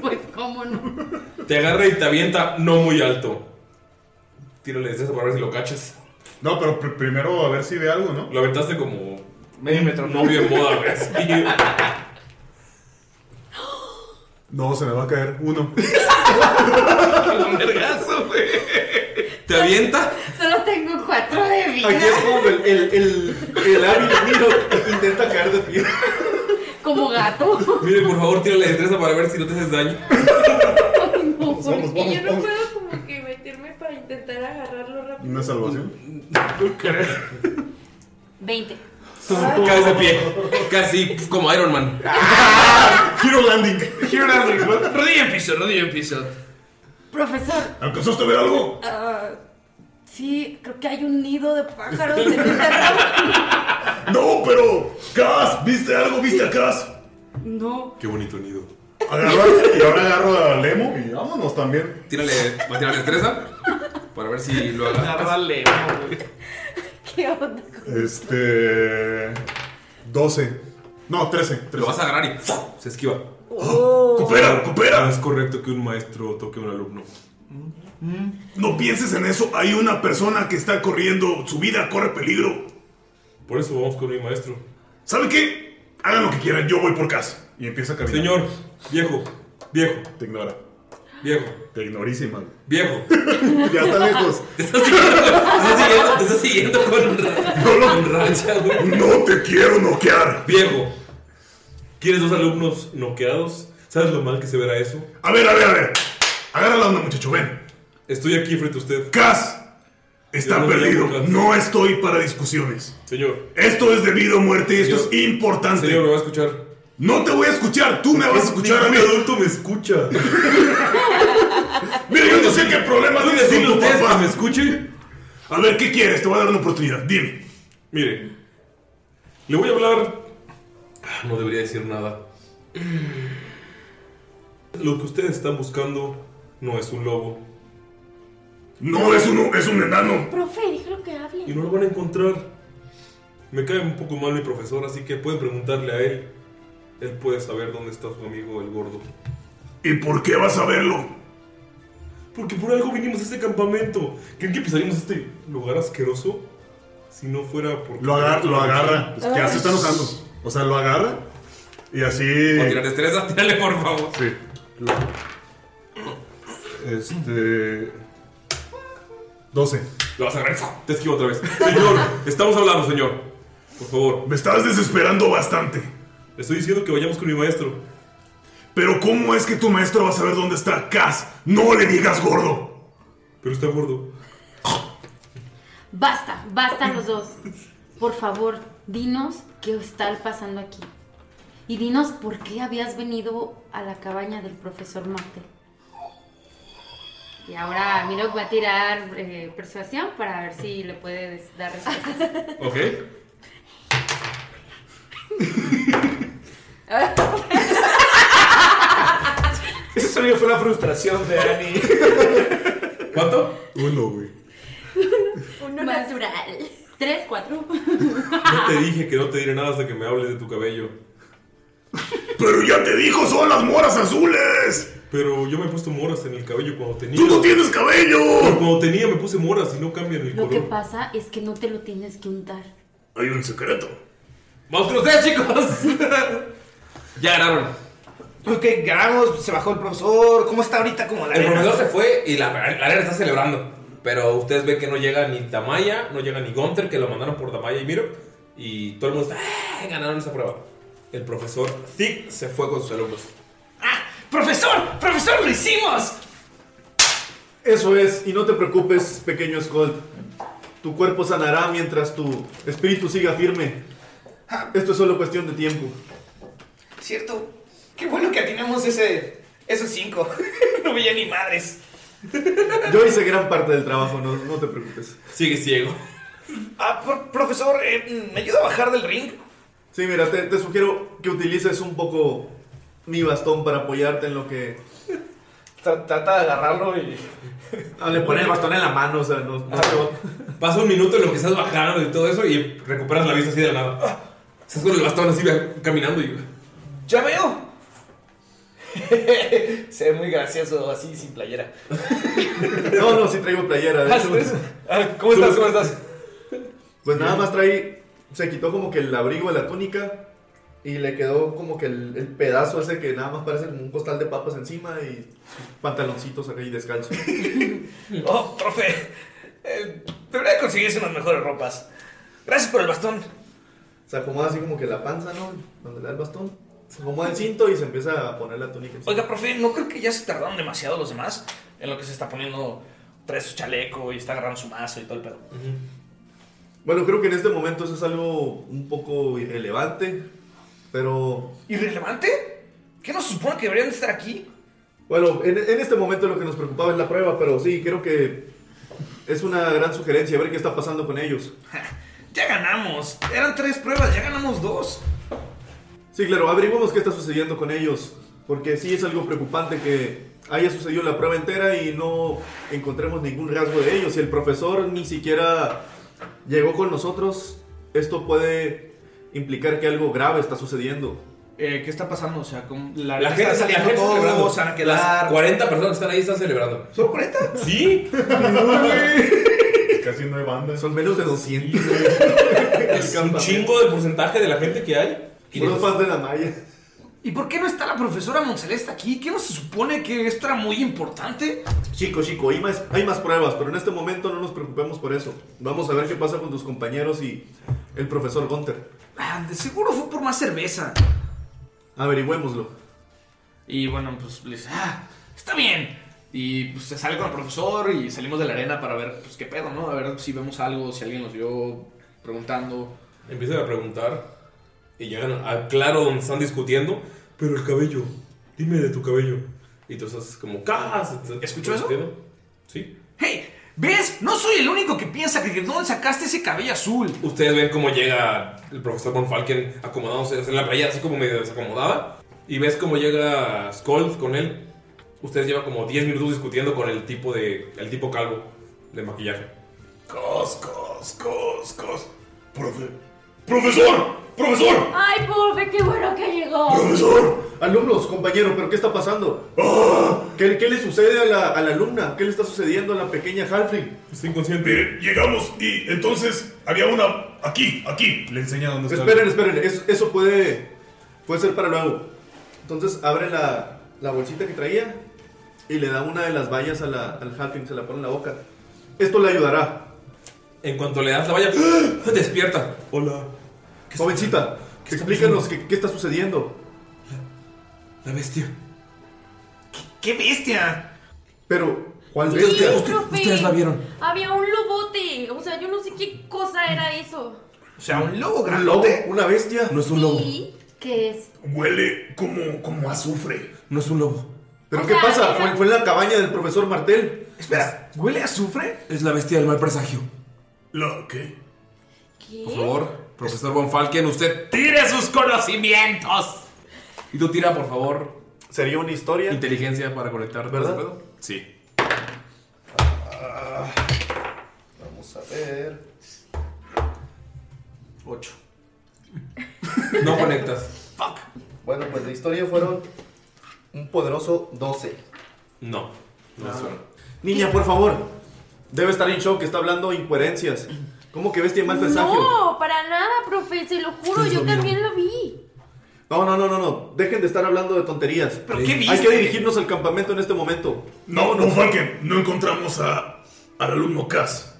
Pues, ¿cómo no? Te agarra y te avienta no muy alto. Tírale de eso para ver si lo cachas. No, pero pr- primero a ver si ve algo, ¿no? Lo aventaste como. Medio metro. Novio en boda, güey. [LAUGHS] así. No, se me va a caer. Uno. Un vergazo, güey. Te avienta. Solo tengo 4 de vida. Aquí es como el, el, el, el hábil Miro que intenta caer de pie. Como gato. [LAUGHS] Mire, por favor, tírale destreza para ver si no te haces daño. No, vamos, porque yo no vamos. puedo como que meterme para intentar agarrarlo rápido. Una salvación. 20. Caes de pie. Casi como Iron Man. Ah, Hero Landing. Hero Landing. Rodilla en piso, rodilla en piso. Profesor. ¿Alcanzaste a ver algo? ah, sí, creo que hay un nido de pájaros en esta rama. No, pero. Cas, ¿viste algo? ¿Viste a Cas? No. Qué bonito nido. Agarro- y ahora agarro a Lemo y vámonos también. Tírale, va a tirar destreza para ver si lo agarras. ¿Qué onda? Este. 12. No, 13. Lo vas a agarrar y ¡fua! se esquiva. Oh. ¡Coopera, coopera! No es correcto que un maestro toque a un alumno. Mm. No pienses en eso. Hay una persona que está corriendo. Su vida corre peligro. Por eso vamos con mi maestro. ¿Sabe qué? Hagan lo que quieran. Yo voy por casa. Y empieza a caminar. Señor, viejo, viejo. Te ignora. Viejo. Te [LAUGHS] ignorísima. Viejo. [LAUGHS] ya está lejos. Te estás siguiendo con, ra- con racha, güey. No te quiero noquear. Viejo. ¿Quieres dos alumnos noqueados? ¿Sabes lo mal que se verá eso? A ver, a ver, a ver. Agarra la onda, muchacho. Ven. Estoy aquí frente a usted. Cas está Yo no perdido. llamo Cas. No estoy para discusiones. Señor. Esto es debido a muerte y esto es importante. Señor, me va a escuchar. No te voy a escuchar. Tú me vas a escuchar a mí. adulto me escucha. [LAUGHS] Mira, yo no sé qué problema ¿Pueden tienes decirle con tu ustedes papá. que me escuche? A ver, ¿qué quieres? Te voy a dar una oportunidad. Dime. Mire, le voy a hablar. Ah, No debería decir nada. Lo que ustedes están buscando no es un lobo. No, es un, es un enano. Profe, déjalo que Y hable. [LAUGHS] no lo van a encontrar. Me cae un poco mal mi profesor, así que pueden preguntarle a él. Él puede saber dónde está su amigo el gordo. ¿Y por qué vas a verlo? Porque por algo vinimos a este campamento. ¿Creen que pisaríamos este lugar asqueroso? Si no fuera porque... Lo, agar- lo agarra. Pues, ¿Qué hace? Está enojando. O sea, lo agarra y así. Por tirar destreza, [LAUGHS] tírale por favor. Sí. Este. 12. Lo vas a agarrar. Te esquivo otra vez. Señor, estamos hablando, señor. Por favor. Me estás desesperando bastante. Le estoy diciendo que vayamos con mi maestro. Pero ¿cómo es que tu maestro va a saber dónde está Cas? No le digas gordo. Pero está gordo. Basta, basta los dos. Por favor, dinos qué está pasando aquí. Y dinos por qué habías venido a la cabaña del profesor Marte. Y ahora Mirok va a tirar eh, persuasión para ver si le puedes dar respuestas. Ok. Ese sonido fue la frustración de Annie. ¿Cuánto? Uno, güey. Uno natural. Tres, cuatro. No Ah. te dije que no te diré nada hasta que me hables de tu cabello. [LAUGHS] Pero ya te dijo, son las moras azules. Pero yo me he puesto moras en el cabello cuando tenía. ¡Tú no tienes cabello! Pero cuando tenía me puse moras y no cambian el Lo que color. pasa es que no te lo tienes que untar. Hay un secreto. ¡Vamos con ustedes, chicos! ya ganaron. Ok, ganamos, se bajó el profesor. ¿Cómo está ahorita? Como la El arena? profesor se fue y la, la arena está celebrando. Pero ustedes ven que no llega ni Tamaya, no llega ni Gunter, que lo mandaron por Tamaya y Miro. Y todo el mundo está. "Ah, Ganaron esa prueba. El profesor Thick se fue con sus alumnos. ¡Profesor! ¡Profesor, lo hicimos! Eso es, y no te preocupes, pequeño Skull. Tu cuerpo sanará mientras tu espíritu siga firme. Esto es solo cuestión de tiempo. Cierto. Qué bueno que atinamos ese. Esos [LAUGHS] cinco. no veía ni madres. Yo hice gran parte del trabajo, no, no te preocupes. Sigue ciego. Ah, pro- profesor, eh, ¿me ayuda a bajar del ring? Sí, mira, te, te sugiero que utilices un poco mi bastón para apoyarte en lo que tra- trata de agarrarlo y. Ah, Ah, le pone el bastón en la mano, o sea, no. no- Pasa un minuto en lo que estás bajando y todo eso y recuperas la vista así de la nada. Ah, Estás con el bastón así via- caminando y. ¡Ya veo! [LAUGHS] Se ve muy gracioso así sin playera. No, no, sí traigo playera. de Ah, hecho. ¿sí? Ah, ¿Cómo estás? ¿Cómo estás? Pues nada más trae. Se quitó como que el abrigo de la túnica. Y le quedó como que el, el pedazo ese que nada más parece como un costal de papas encima y sus pantaloncitos acá y descalzo. [LAUGHS] Oh, profe. eh, debería conseguirse unas mejores ropas. Gracias por el bastón. Se acomoda así como que la panza, ¿no? Donde le da el bastón. Se acomoda el cinto y se empieza a poner la túnica. encima. Oiga, profe, ¿no creo que ya se tardaron demasiado los demás en lo que se está poniendo trae su chaleco y está agarrando su mazo y todo el pedo? Bueno, creo que en este momento eso es algo un poco irrelevante. Pero ¿Irrelevante? ¿Qué nos supone que deberían de estar aquí? Bueno, en, en este momento lo que nos preocupaba es la prueba, pero sí, creo que es una gran sugerencia, a ver qué está pasando con ellos. Ya ganamos. Eran tres pruebas, ya ganamos dos. Sí, claro, averiguamos qué está sucediendo con ellos, porque sí es algo preocupante que haya sucedido la prueba entera y no encontremos ningún rasgo de ellos. Si el profesor ni siquiera llegó con nosotros, esto puede implicar que algo grave está sucediendo. Eh, ¿Qué está pasando? O sea, ¿cómo- La la gente- está la saliendo gente está todo, celebrando. se van a Las quedar. 40 personas que están ahí están celebrando. ¿Solo 40? Sí. [LAUGHS] Casi no hay banda. Son menos de 200. Es un chingo de porcentaje de la gente que hay. Unos fans de la malla. ¿Y por qué no está la profesora Moncelesta aquí? ¿Qué no se supone que esto era muy importante? Chico, chico, hay más, hay más pruebas, pero en este momento no nos preocupemos por eso. Vamos a ver qué pasa con tus compañeros y el profesor Gunter. Ah, de seguro fue por más cerveza. Averigüémoslo. Y bueno, pues le dice, ah, está bien. Y pues se sale con el profesor y salimos de la arena para ver, pues qué pedo, ¿no? A ver si vemos algo, si alguien nos vio preguntando. Empiezan a preguntar y llegan a claro donde están discutiendo. Pero el cabello, dime de tu cabello. Y tú estás como, ¡cas! ¿Escuchó eso? Sí. ¡Hey! ¿Ves? No soy el único que piensa que de dónde sacaste ese cabello azul. Ustedes ven cómo llega el profesor Von Falken acomodándose en la playa, así como medio desacomodada. Y ves cómo llega Skold con él. Ustedes llevan como 10 minutos discutiendo con el tipo de el tipo calvo de maquillaje. Cos, cos, cos, cos. Profe. ¡Profesor! ¡Profesor! Ay, profe, qué bueno que llegó. Alumnos, compañeros, ¿pero qué está pasando? Ah. ¿Qué, qué le sucede a la, a la alumna? ¿Qué le está sucediendo a la pequeña Halfling? Estoy inconsciente. Mire, llegamos y entonces había una aquí, aquí. Le enseña dónde está. Esperen, esperen, es- eso puede, puede ser para luego. Entonces abre la, la bolsita que traía y le da una de las vallas a la, al Halfling, se la pone en la boca. Esto le ayudará. En cuanto le das la valla, ¡ah! despierta. Hola. Jovencita, explícanos qué, qué está sucediendo. La bestia. ¡Qué bestia! Pero, ¿cuál Sí, bestia? profe. Había un lobote. O sea, yo no sé qué cosa era eso. O sea, un lobo ¿Un lobo? ¿Una bestia? No es un lobo. ¿Y qué es? Huele como, como azufre. No es un lobo. ¿Pero O qué sea, pasa? esa- Fue, fue en la cabaña del profesor Martel. Espera, ¿huele a azufre? Es la bestia del mal presagio. ¿La qué? Por favor, profesor Von Falken, usted tire sus conocimientos. Y tú tira, por favor. Sería una historia. Inteligencia para conectar. ¿Verdad? ¿Ese pedo? Sí. Vamos a ver. 8. No conectas. Bueno, pues la historia fueron un poderoso Ah. 12. No. No es bueno. Niña, por favor. Debe estar en shock, está hablando incoherencias. ¿Cómo que bestia de mal presagio? No, para nada, profe, se lo juro, Ustedes yo lo vieron. también lo vi. No, no, no, no, no. Dejen de estar hablando de tonterías. ¿Pero qué Hay que viste? dirigirnos al campamento en este momento. No, no, Falken, no encontramos a, al alumno Cass.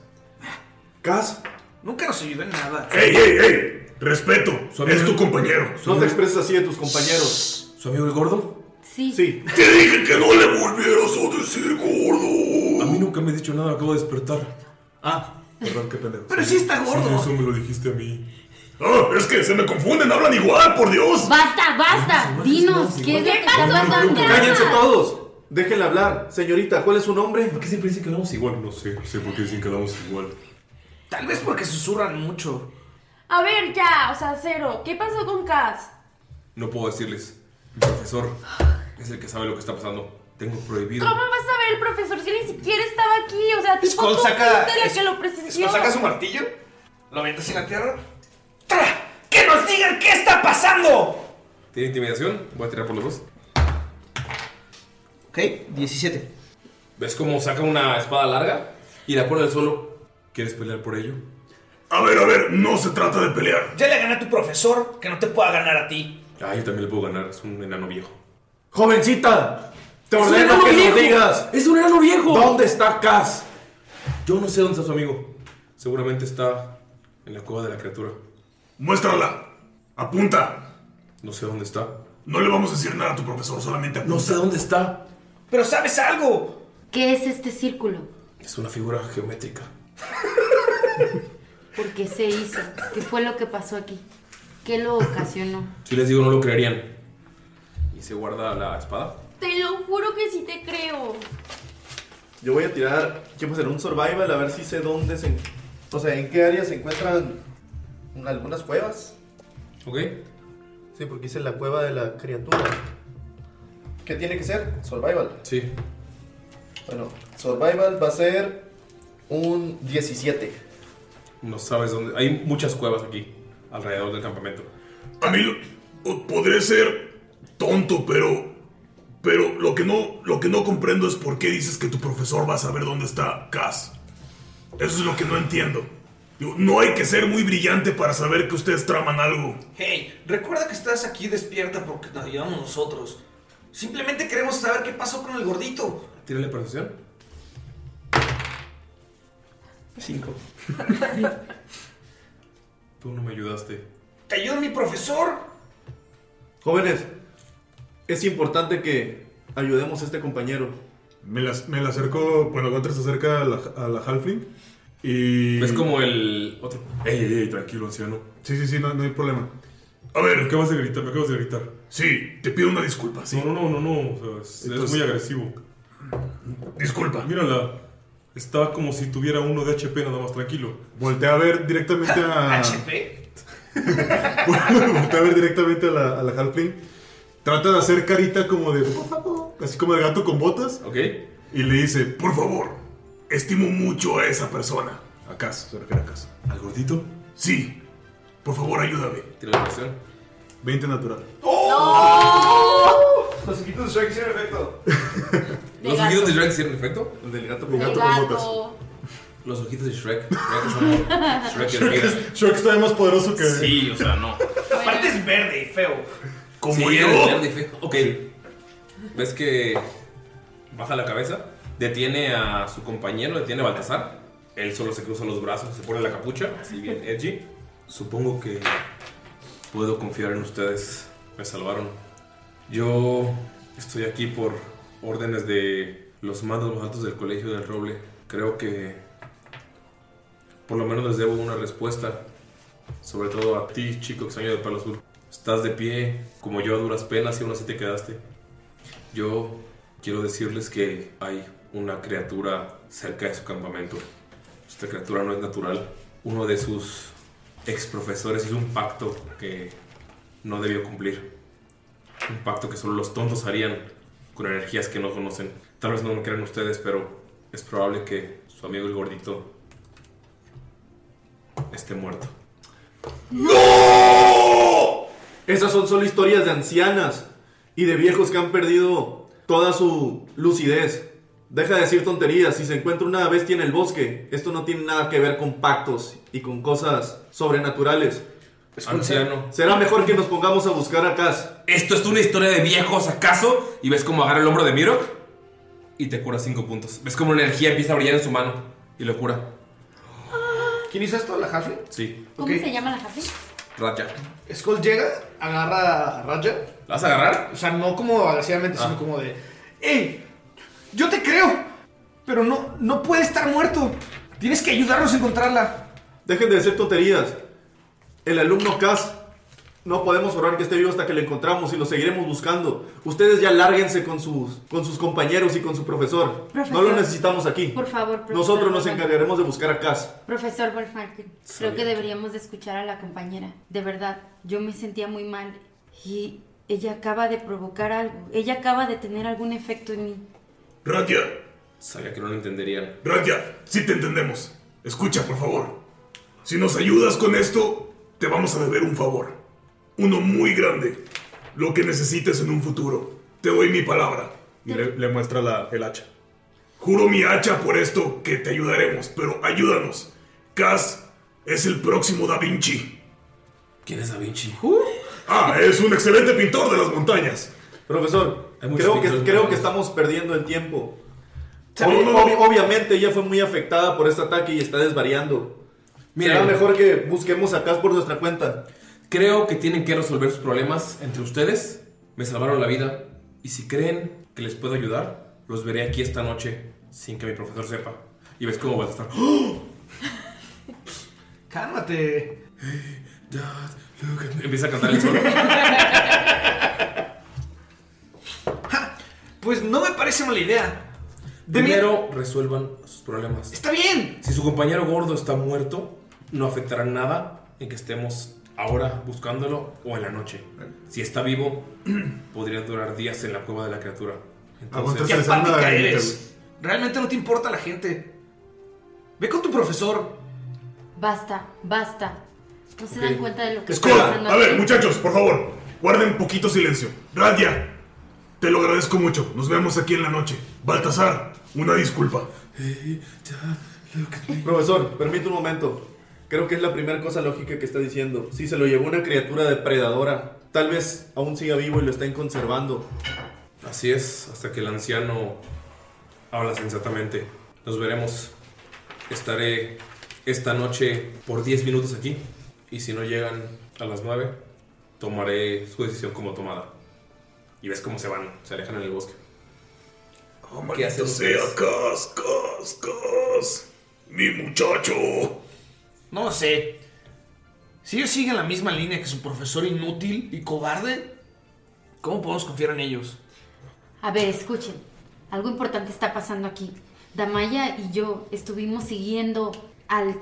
Cas, Nunca nos ayudó en nada. ¡Ey, ey, ey! Respeto, es tu compañero. no te expreses así de tus compañeros. ¿Su amigo el gordo? Sí. Sí. Te dije que no le volvieras a decir gordo. A mí nunca me ha dicho nada, acabo de despertar. Ah, Perdón, qué pendejo. Pero sí está gordo. me lo dijiste a mí. Ah, es que se me confunden, hablan igual, por pues, Dios. ¡Basta, basta! Dinos, ¿qué es lo que está pasando? Cállense todos. Déjenla hablar. Señorita, ¿cuál es su nombre? ¿Por qué siempre dicen que hablamos igual? No sé, sé por qué dicen que hablamos igual. Tal vez porque susurran mucho. A ver, ya, o sea, cero. ¿Qué pasó con Cass? No puedo decirles. Mi profesor es el que sabe lo que está pasando. Tengo prohibido. ¿Cómo vas a ver el profesor si ni siquiera estaba aquí? O sea, tipo, Skull tú saca- fuiste la es- que lo presenció. Skull saca su martillo, lo avientas en la tierra. ¡Que nos digan qué está pasando! ¿Tiene intimidación? Voy a tirar por los dos. Ok, 17. ¿Ves cómo saca una espada larga y la pone al suelo? ¿Quieres pelear por ello? A ver, a ver, no se trata de pelear. Ya le gané a tu profesor, que no te pueda ganar a ti. Ah, yo también le puedo ganar, es un enano viejo. ¡Jovencita! ¡Te ¡Es un ordeno enano que viejo! nos digas! ¡Es un enano viejo! ¿Dónde está Cass? Yo no sé dónde está su amigo. Seguramente está en la cueva de la criatura. Muéstrala. Apunta. No sé dónde está. No le vamos a decir nada a tu profesor, solamente apunta. No sé dónde está. Pero sabes algo. ¿Qué es este círculo? Es una figura geométrica. ¿Por qué se hizo? ¿Qué fue lo que pasó aquí? ¿Qué lo ocasionó? Si les digo, no lo creerían. Y se guarda la espada. Te lo juro que sí te creo. Yo voy a tirar, quiero hacer un survival a ver si sé dónde se... O sea, en qué área se encuentran en algunas cuevas. ¿Ok? Sí, porque hice la cueva de la criatura. ¿Qué tiene que ser? Survival. Sí. Bueno, survival va a ser un 17. No sabes dónde. Hay muchas cuevas aquí, alrededor del campamento. A mí lo- o- podré ser tonto, pero. Pero lo que, no, lo que no comprendo es por qué dices que tu profesor va a saber dónde está Cass. Eso es lo que no entiendo. Digo, No hay que ser muy brillante para saber que ustedes traman algo. Hey, recuerda que estás aquí despierta porque nos ayudamos nosotros. Simplemente queremos saber qué pasó con el gordito. Tírale percepción. Cinco. Tú no me ayudaste. ¡Te ayuda mi profesor! Jóvenes, es importante que ayudemos a este compañero. Me la, me la acerco, bueno, Gunter se acerca a la, a la Halfling y... Es como el otro. Ey, ey, ey, tranquilo, anciano. Sí, sí, sí, no, no hay problema. A ver, me acabas de gritar, me acabas de gritar. Sí, te pido una disculpa, sí. No, no, no, no, no. o sea, es, es Entonces- muy agresivo. Disculpa. Mírala. Está como si tuviera uno de HP nada más tranquilo. Voltea a ver directamente Ah. Ah, [LAUGHS] a... HP. Voltea a ver directamente a la, a la Halfling. Trata de hacer carita como de... Así como de gato con botas. Ok. Y le dice, por favor. Estimo mucho a esa persona. A Cass, se refiere a Cass. ¿Al gordito? Sí. Por favor, ayúdame. Tira la percepción. 20 natural. Los equipos de Shrek hicieron efecto. ¿Los gato. ojitos de Shrek hicieron efecto? El del gato con- El gato Los ojitos de Shrek. Shrek es una- Shrek es Shrek, vida. es- [LAUGHS] Shrek está más poderoso que... Sí, o sea, no. Aparte es verde y feo. Sí, yo. eres verde y feo. Ok. ¿Ves que baja la cabeza? Detiene a su compañero, detiene a Baltasar. Él solo se cruza los brazos, se pone la capucha, así bien edgy. Supongo que puedo confiar en ustedes. Me salvaron. Yo estoy aquí por órdenes de los mandos más altos del colegio del Roble. Creo que por lo menos les debo una respuesta. Sobre todo a ti, chico extraño de Palo Sur. Estás de pie, como yo a duras penas y aún así te quedaste. Yo quiero decirles que hay una criatura cerca de su campamento. Esta criatura no es natural. Uno de sus ex profesores hizo un pacto que no debió cumplir. Un pacto que solo los tontos harían con energías que no conocen. Tal vez no lo crean ustedes, pero es probable que su amigo el gordito Este esté muerto. ¡No! Esas son solo historias de ancianas y de viejos que han perdido toda su lucidez. Deja de decir tonterías. Si se encuentra una bestia en el bosque, esto no tiene nada que ver con pactos y con cosas sobrenaturales. Anciano. Será mejor que nos pongamos a buscar a Cass. ¿Esto es una historia de viejos acaso? Y ves cómo agarra el hombro de Miro y te cura 5 puntos. Ves cómo la energía empieza a brillar en su mano y lo cura. ¿Quién hizo esto? ¿La Halfling? Sí, ¿Cómo se llama la jardín? Raja. Skull llega, agarra a Raja. ¿La vas a agarrar? Ah. O sea, no como agresivamente, sino como de. ¡Ey! ¡Yo te creo! Pero no, no puede estar muerto. Tienes que ayudarnos a encontrarla. Dejen de decir tonterías. El alumno Cass no podemos orar que esté vivo hasta que lo encontramos y lo seguiremos buscando. Ustedes ya lárguense con sus, con sus compañeros y con su profesor. No Profesor. lo necesitamos aquí. Por favor, profesor. Nosotros nos Wolfgang. encargaremos de buscar a Cass. Profesor Wolfgang, Sabía. creo que deberíamos de escuchar a la compañera. De verdad, yo me sentía muy mal y Ella acaba de provocar algo. Ella acaba de tener algún efecto en mí. Ratia, Sabía que no lo entenderían. Ratia, sí te entendemos. Escucha, por favor. Si nos ayudas con esto, te vamos a deber un favor. Uno muy grande. Lo que necesites en un futuro. Te doy mi palabra. Y le, le muestra la- el hacha. Juro mi hacha por esto que te ayudaremos, pero ayúdanos. Cass es el próximo Da Vinci. ¿Quién es Da Vinci? Ah, es un excelente pintor de las montañas. Profesor, creo que, creo que estamos perdiendo el tiempo. No, Obvi- no, no. obvi- Obviamente ella fue muy afectada por este ataque y está desvariando. Será mejor que busquemos a Cas por nuestra cuenta. Creo que tienen que resolver sus problemas entre ustedes. Me salvaron la vida. Y si creen que les puedo ayudar, los veré aquí esta noche sin que mi profesor sepa. Y ves cómo vas a estar. ¡Oh! Cálmate. Empieza a cantar el solo. [LAUGHS] Pues no me parece mala idea. Primero resuelvan sus problemas. Está bien. Si su compañero gordo está muerto, no afectará nada en que estemos ahora buscándolo o en la noche. Si está vivo, [CLEARS THROAT] podría durar días en la cueva de la criatura. Qué apática eres. Realmente no te importa la gente. Ve con tu profesor. Basta, basta. No se Ok. dan cuenta de lo que está Escola, pasando a ver, aquí. muchachos, por favor, guarden poquito silencio. Radia, te lo agradezco mucho. Nos vemos aquí en la noche. Baltasar, una disculpa. Profesor, permítame un momento. Creo que es la primera cosa lógica que está diciendo. Si se lo llevó una criatura depredadora, tal vez aún siga vivo y lo estén conservando. Así es, hasta que el anciano habla sensatamente. Nos veremos. Estaré esta noche por 10 minutos aquí. Y si no llegan a las 9, tomaré su decisión como tomada. Y ves cómo se van, se alejan en el bosque. ¿Qué hacen sea, ustedes? Cas, Cas, Cas. Mi muchacho. No sé. Si ellos siguen la misma línea que su profesor inútil y cobarde, ¿cómo podemos confiar en ellos? A ver, escuchen. Algo importante está pasando aquí. Damaya y yo estuvimos siguiendo al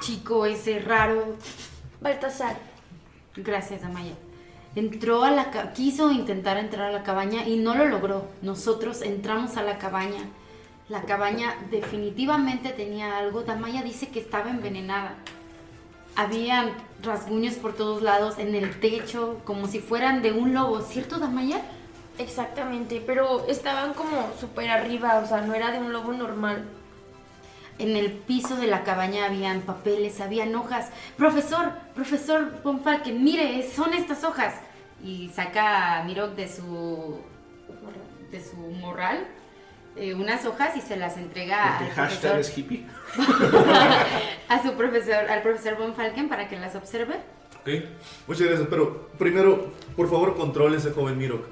chico ese raro. Baltasar. Gracias, Damaya. Entró a la ca- quiso intentar entrar a la cabaña y no lo logró. Nosotros entramos a la cabaña. La cabaña definitivamente tenía algo. Damaya dice que estaba envenenada. Habían rasguños por todos lados, en el techo, como si fueran de un lobo, ¿cierto, Damaya? Exactamente, pero estaban como súper arriba, o sea, no era de un lobo normal. En el piso de la cabaña habían papeles, habían hojas. Profesor, profesor Von Falken, mire, es- son estas hojas. Y saca a Mirok de su, de su morral eh, unas hojas y se las entrega al Porque hashtag profesor, es hippie. [LAUGHS] a su profesor, al profesor Von Falken para que las observe. Muchas gracias, pero primero, por favor, controle ese joven Mirok.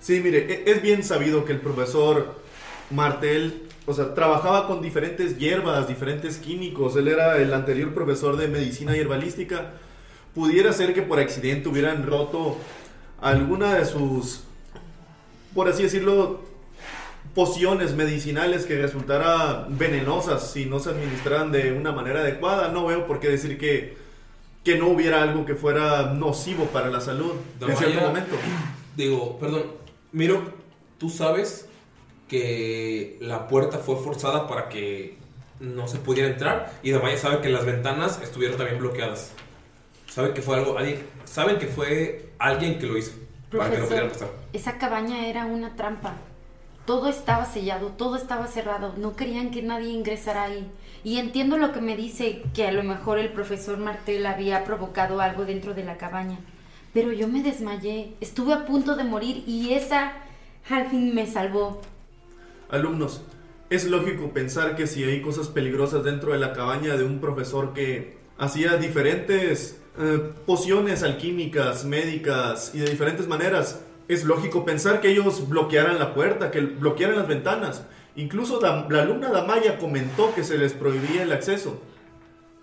Sí, mire, e- es bien sabido que el profesor Martel, o sea, trabajaba con diferentes hierbas, diferentes químicos. Él era el anterior profesor de medicina y herbalística. Pudiera ser que por accidente hubieran roto alguna de sus, por así decirlo, pociones medicinales que resultara venenosas si no se administraran de una manera adecuada. No veo por qué decir que, que no hubiera algo que fuera nocivo para la salud en cierto Damaya, momento. Digo, perdón, Miro, tú sabes que la puerta fue forzada para que no se pudiera entrar y Damaya sabe que las ventanas estuvieron también bloqueadas. Saben que fue algo, alguien- saben que fue alguien que lo hizo para que Profesor, no pudieran pasar. esa cabaña era una trampa. Todo estaba sellado, todo estaba cerrado. No querían que nadie ingresara ahí. Y entiendo lo que me dice, que a lo mejor el profesor Martel había provocado algo dentro de la cabaña. Pero yo me desmayé, estuve a punto de morir y esa al fin me salvó. Alumnos, es lógico pensar que si hay cosas peligrosas dentro de la cabaña de un profesor que hacía diferentes eh, pociones alquímicas, médicas y de diferentes maneras, es lógico pensar que ellos bloquearan la puerta, que bloquearan las ventanas. Incluso Dam- la alumna Damaya comentó que se les prohibía el acceso.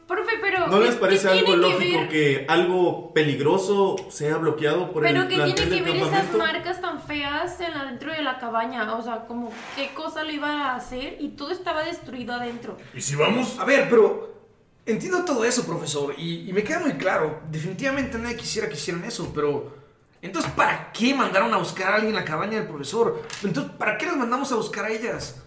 Profe, pero. ¿No ¿qué- les parece qué algo tiene que lógico ver? que algo peligroso sea bloqueado por Pero el que plantel tiene que del ver esas campamento? marcas tan feas en la- dentro de la cabaña. O sea, como qué cosa lo iba a hacer y todo estaba destruido adentro. ¿Y si vamos? A ver, pero entiendo todo eso, profesor, y, y me queda muy claro. Definitivamente nadie quisiera que hicieran eso, pero Entonces, ¿para qué mandaron a buscar a alguien a la cabaña del profesor? Entonces, ¿para qué las mandamos a buscar a ellas?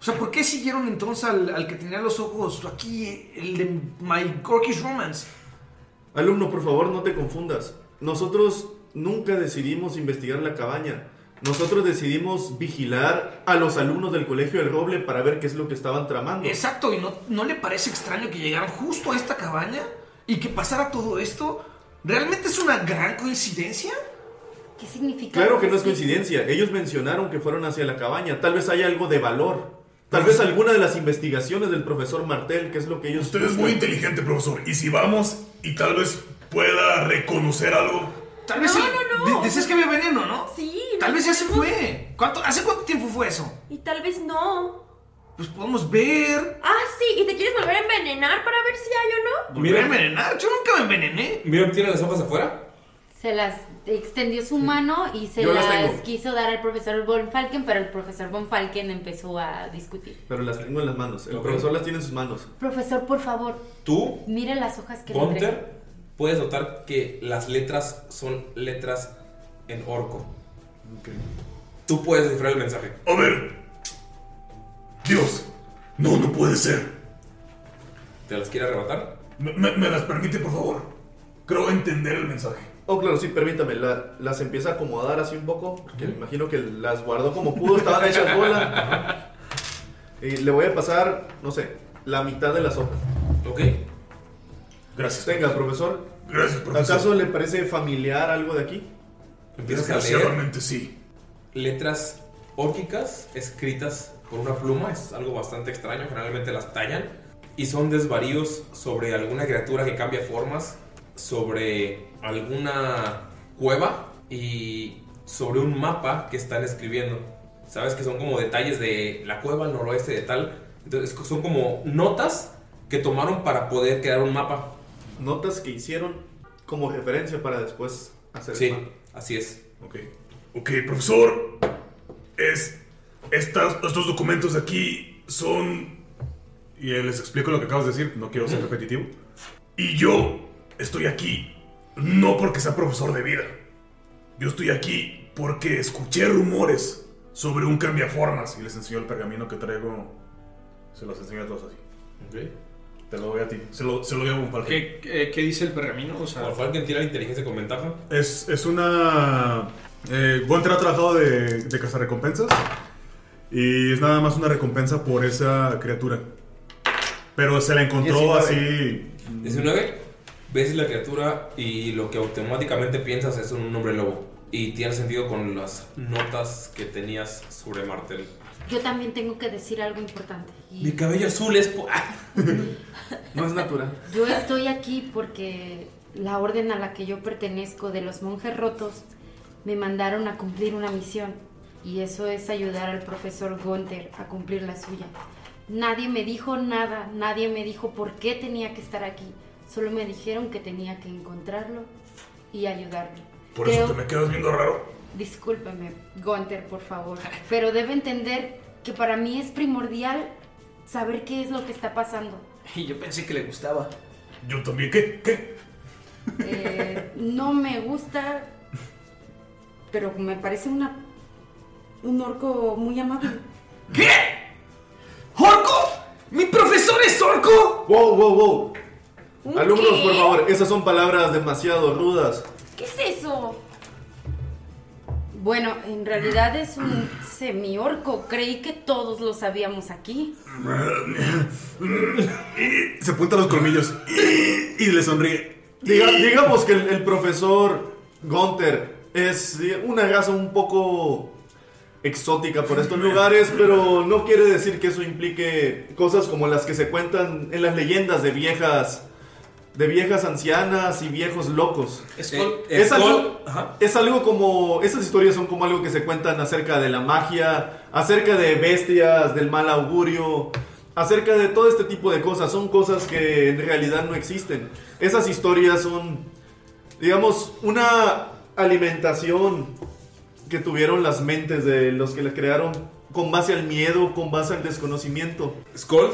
O sea, ¿por qué siguieron entonces al, al que tenía los ojos aquí, el de My Corkish Romance? Alumno, por favor, no te confundas. Nosotros nunca decidimos investigar la cabaña. Nosotros decidimos vigilar a los alumnos del Colegio del Roble para ver qué es lo que estaban tramando. Exacto, ¿y no, no le parece extraño que llegaran justo a esta cabaña y que pasara todo esto? ¿Realmente es una gran coincidencia? ¿Qué significa? Claro que no es coincidencia. Ellos mencionaron que fueron hacia la cabaña. Tal vez hay algo de valor. Tal vez alguna de las investigaciones del profesor Martel, que es lo que ellos... Usted es muy inteligente, profesor. Y si vamos y tal vez pueda reconocer algo. Tal vez No, sí. no, no. Di- Dices que había veneno, ¿no? Sí. Tal no vez ya se tenemos- fue. ¿Cuánto- ¿Hace cuánto tiempo fue eso? Y tal vez no. Pues podemos ver. Ah, sí, ¿y te quieres volver a envenenar para ver si hay o no? Mira, envenenar. Yo nunca me envenené. Mira, tiene las hojas afuera. Se las extendió su mano y se Yo las las, tengo. quiso dar al profesor Von Falken, pero el profesor Von Falken empezó a discutir. Pero las tengo en las manos. El profesor las tiene en sus manos. Profesor, por favor, Tú mire las hojas que le entregué. Gunter, puedes notar que las letras son letras en orco. Tú puedes descifrar el mensaje. A ver. Dios. No, no puede ser. ¿Te las quiere arrebatar? ¿Me, me- me las permite, por favor? Creo entender el mensaje. Oh, claro, sí, permítame. la- las empieza a acomodar así un poco. Que me imagino que las guardó como pudo, estaban [LAUGHS] hechas bola. Y le voy a pasar, no sé, la mitad de las hojas. Ok. Gracias. Venga, profesor. Gracias, profesor. ¿Acaso le parece familiar algo de aquí? Empiezas a leer. Desgraciadamente, sí. Letras órquicas escritas con una pluma. Es algo bastante extraño. Generalmente las tallan. Y son desvaríos sobre alguna criatura que cambia formas. Sobre alguna cueva. Y sobre un mapa que están escribiendo. Sabes que son como detalles de la cueva al noroeste de tal. Entonces son como notas que tomaron para poder crear un mapa. Notas que hicieron como referencia para después hacer Sí, así es. Ok. Ok, profesor. Es, estas, estos documentos de aquí son... Y les explico lo que acabas de decir, no quiero ser repetitivo. Y yo estoy aquí no porque sea profesor de vida. Yo estoy aquí porque escuché rumores sobre un cambiaformas. Y les enseño el pergamino que traigo. Se los enseño a todos así. Te lo doy a ti. Se lo, se lo doy a Bonfalque. ¿Qué, qué, qué dice el pergamino? O sea, Bonfalken tira la inteligencia con ventaja. Es, es una. Eh, Gunter ha trabajado de, de cazarrecompensas. Y es nada más una recompensa por esa criatura. Pero se la encontró 19. así. 19, ves la criatura y lo que automáticamente piensas es un hombre lobo. Y tiene sentido con las notas que tenías sobre Martel. Yo también tengo que decir algo importante. Y Mi cabello azul es... po- ¡Ah! No es natural. Yo estoy aquí porque la orden a la que yo pertenezco de los monjes rotos me mandaron a cumplir una misión y eso es ayudar al profesor Gunther a cumplir la suya. Nadie me dijo nada, nadie me dijo por qué tenía que estar aquí, solo me dijeron que tenía que encontrarlo y ayudarlo. Por eso Creo- te me quedas viendo raro. Discúlpeme, Gunther, por favor, pero debe entender que para mí es primordial saber qué es lo que está pasando. Y yo pensé que le gustaba. Yo también, ¿qué? ¿Qué? Eh, no me gusta, pero me parece una un orco muy amable. ¿Qué? ¿Orco? ¡Mi profesor es orco! ¡Wow, wow, wow! ¿Un Alumnos, qué? por favor, esas son palabras demasiado rudas. ¿Qué es eso? Bueno, en realidad es un semi-orco. Creí que todos lo sabíamos aquí. Y se apunta los colmillos. Y, y le sonríe. Diga- digamos que el, el profesor Gunther es eh, una raza un poco exótica por estos lugares, pero no quiere decir que eso implique cosas como las que se cuentan en las leyendas de viejas de viejas ancianas y viejos locos. Skull- es, Skull- algo, es algo como esas historias son como algo que se cuentan acerca de la magia, acerca de bestias, del mal augurio, acerca de todo este tipo de cosas, son cosas que en realidad no existen. Esas historias son digamos una alimentación que tuvieron las mentes de los que las crearon con base al miedo, con base al desconocimiento. Skull,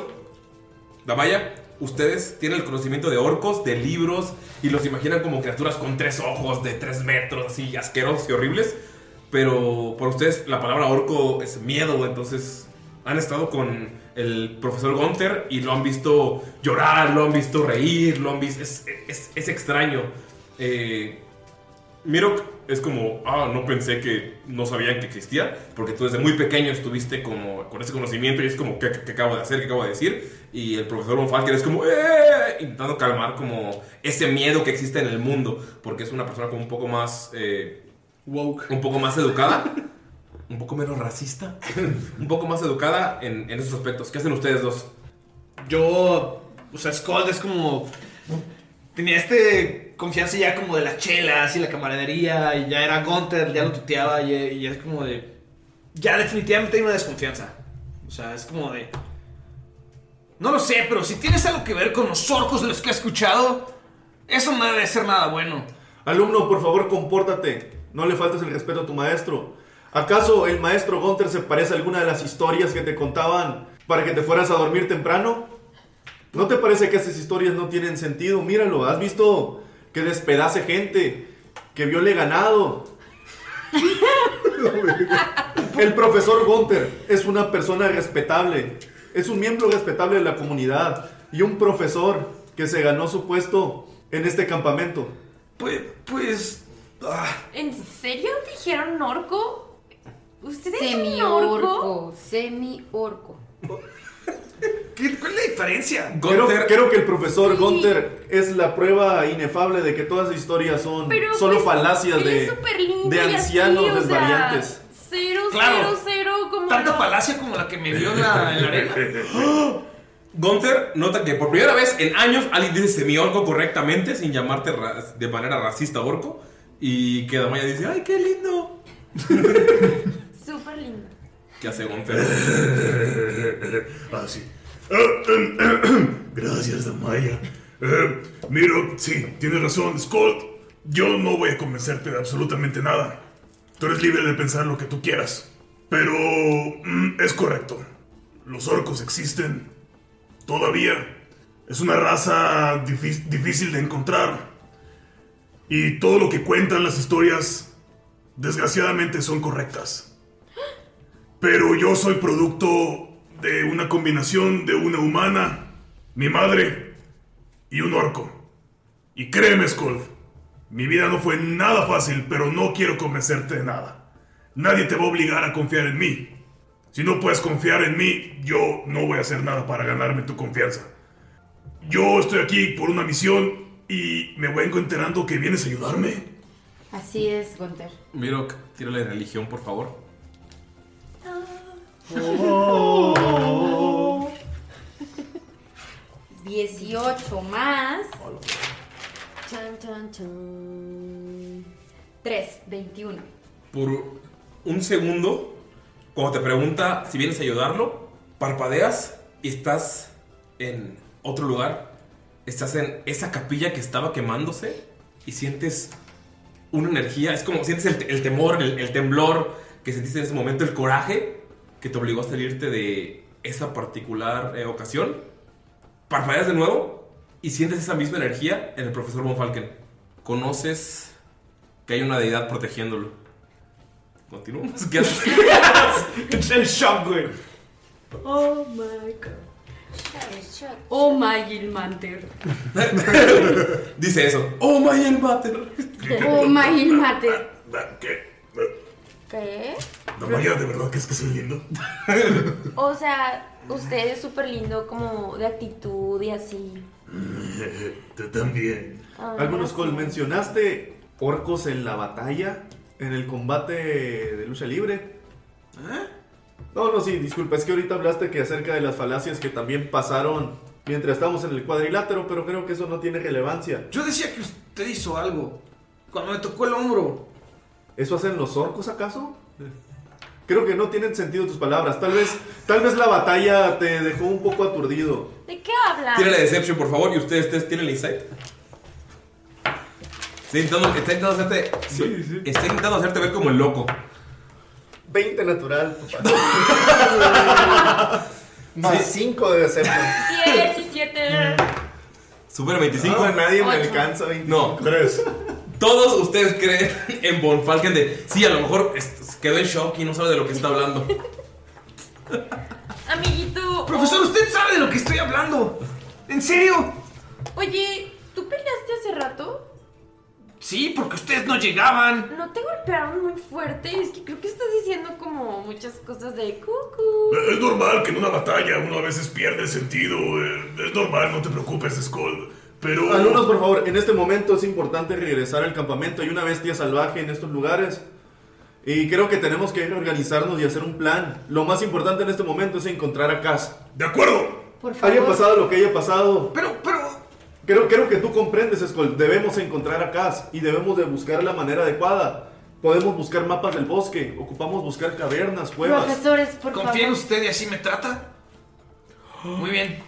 Damaya, ustedes tienen el conocimiento de orcos, de libros, y los imaginan como criaturas con tres ojos de tres metros, así asquerosos y horribles. Pero para ustedes la palabra orco es miedo, entonces han estado con el profesor Gunther y lo han visto llorar, lo han visto reír, lo han visto... Es, es- es extraño. Eh, Mirok es como, ah, no pensé que no sabían que existía, porque tú desde muy pequeño estuviste como con ese conocimiento y es como, ¿qué, qué- qué acabo de hacer? ¿Qué acabo de decir? Y el profesor Von Falken es como, "Eh", intentando calmar como ese miedo que existe en el mundo, porque es una persona como un poco más... eh, Un poco más educada. un poco menos racista. [LAUGHS] un poco más educada en, en esos aspectos. ¿Qué hacen ustedes dos? Yo, o sea, Scold es como. Tenía este confianza ya como de las chelas y la camaradería. Y ya era Gunther, ya lo tuteaba. Y, y es como de. Ya definitivamente hay una desconfianza. O sea, es como de. No lo sé, pero si tienes algo que ver con los orcos de los que he escuchado, eso no debe ser nada bueno. Alumno, por favor, compórtate. No le faltes el respeto a tu maestro. ¿Acaso el maestro Gunther se parece a alguna de las historias que te contaban para que te fueras a dormir temprano? ¿No te parece que esas historias no tienen sentido? Míralo, has visto que despedace gente, que viole ganado. [LAUGHS] el profesor Gunther es una persona respetable, es un miembro respetable de la comunidad y un profesor que se ganó su puesto en este campamento. Pues, pues ¿En serio dijeron orco? ¿Ustedes Semi son orco, semi orco. ¿Cuál es la diferencia? Creo, creo que el profesor Gunther es la prueba inefable de que todas las historias son Pero, solo pues, falacias él es de, súper lindo de y así, ancianos o sea, desvariantes. Cero, Claro. cero, cero, como Tanta lo- falacia como la que me vio en la, en la arena. [GASPS] Gunther nota que por primera vez en años alguien dice semi-orco correctamente sin llamarte ra- de manera racista orco. Y que Damaya dice, ay, qué lindo. Súper lindo. ¿Qué hace Gunther? [LAUGHS] Así. Ah, [COUGHS] Gracias, Damaya. Eh, Miro, sí, tienes razón, Scott. Yo no voy a convencerte de absolutamente nada. Tú eres libre de pensar lo que tú quieras. Pero mm, es correcto. Los orcos existen. Todavía. Es una raza difí- difícil de encontrar. Y todo lo que cuentan las historias, desgraciadamente, son correctas. Pero yo soy producto de una combinación de una humana, mi madre y un orco. Y créeme, Skull, mi vida no fue nada fácil, pero no quiero convencerte de nada. Nadie te va a obligar a confiar en mí. Si no puedes confiar en mí, yo no voy a hacer nada para ganarme tu confianza. Yo estoy aquí por una misión y me vengo enterando que vienes a ayudarme. Así es, Gunter. [LAUGHS] Mirok, tírale religión, por favor. Oh. 18 más. Chan, chan, chan. 3, 21. Por un segundo, cuando te pregunta si vienes a ayudarlo, parpadeas y estás en otro lugar. Estás en esa capilla que estaba quemándose y sientes una energía. Es como sientes el, el temor, el, el temblor que sentiste en ese momento, el coraje que te obligó a salirte de esa particular eh, ocasión. Parpadeas de nuevo y sientes esa misma energía en el profesor Von Falken. Conoces que hay una deidad protegiéndolo. [LAUGHS] Continuamos. ¿Qué haces? el shock, güey. Oh my god. Oh my Gilmanter. [LAUGHS] Dice eso. Oh my Elmater. Oh my Gilmanter. ¿Qué? ¿Qué? Damaya, ¿de verdad crees que soy lindo? O sea, usted es súper lindo como de actitud y así. [LAUGHS] Tú también. Ah, Algunos sí. col mencionaste orcos en la batalla, en el combate de lucha libre. ¿Eh? No, no, sí, disculpa, es que ahorita hablaste que acerca de las falacias que también pasaron mientras estábamos en el cuadrilátero, pero creo que eso no tiene relevancia. Yo decía que usted hizo algo cuando me tocó el hombro. ¿Eso hacen los orcos acaso? Creo que no tienen sentido tus palabras. Tal vez, tal vez la batalla te dejó un poco aturdido. ¿De qué hablas? Tírale Deception, por favor. Y ustedes, ustedes tienen el insight. Está intentando, está intentando hacerte. Está intentando hacerte ver como el loco. 20 natural, Más 5 de Deception. [LAUGHS] 17. Super 25. No, nadie me Ocho. alcanza 25. No. 3. Todos ustedes creen [LAUGHS] en Von Falken de. Sí, a lo mejor es- quedó en shock y no sabe de lo que está hablando. Amiguito. Profesor, oh, usted sabe de lo que estoy hablando. ¿En serio? Oye, ¿tú peleaste hace rato? Sí, porque ustedes no llegaban. ¿No te golpearon muy fuerte? Es que creo que estás diciendo como muchas cosas de cucú. Eh, Es normal que en una batalla uno a veces pierde el sentido. eh, Es normal, no te preocupes, Skull. Pero. Alumnos, por favor, en este momento es importante regresar al campamento. Hay una bestia salvaje en estos lugares. Y creo que tenemos que organizarnos y hacer un plan. Lo más importante en este momento es encontrar a Cass. ¡De acuerdo! Por favor. Haya pasado lo que haya pasado. Pero, pero. Creo, creo que tú comprendes, Skull. Debemos encontrar a Cass y debemos de buscar la manera adecuada. Podemos buscar mapas del bosque. Ocupamos buscar cavernas, cuevas. Profesores, por Confía en favor. usted y así me trata. [GASPS] Muy bien.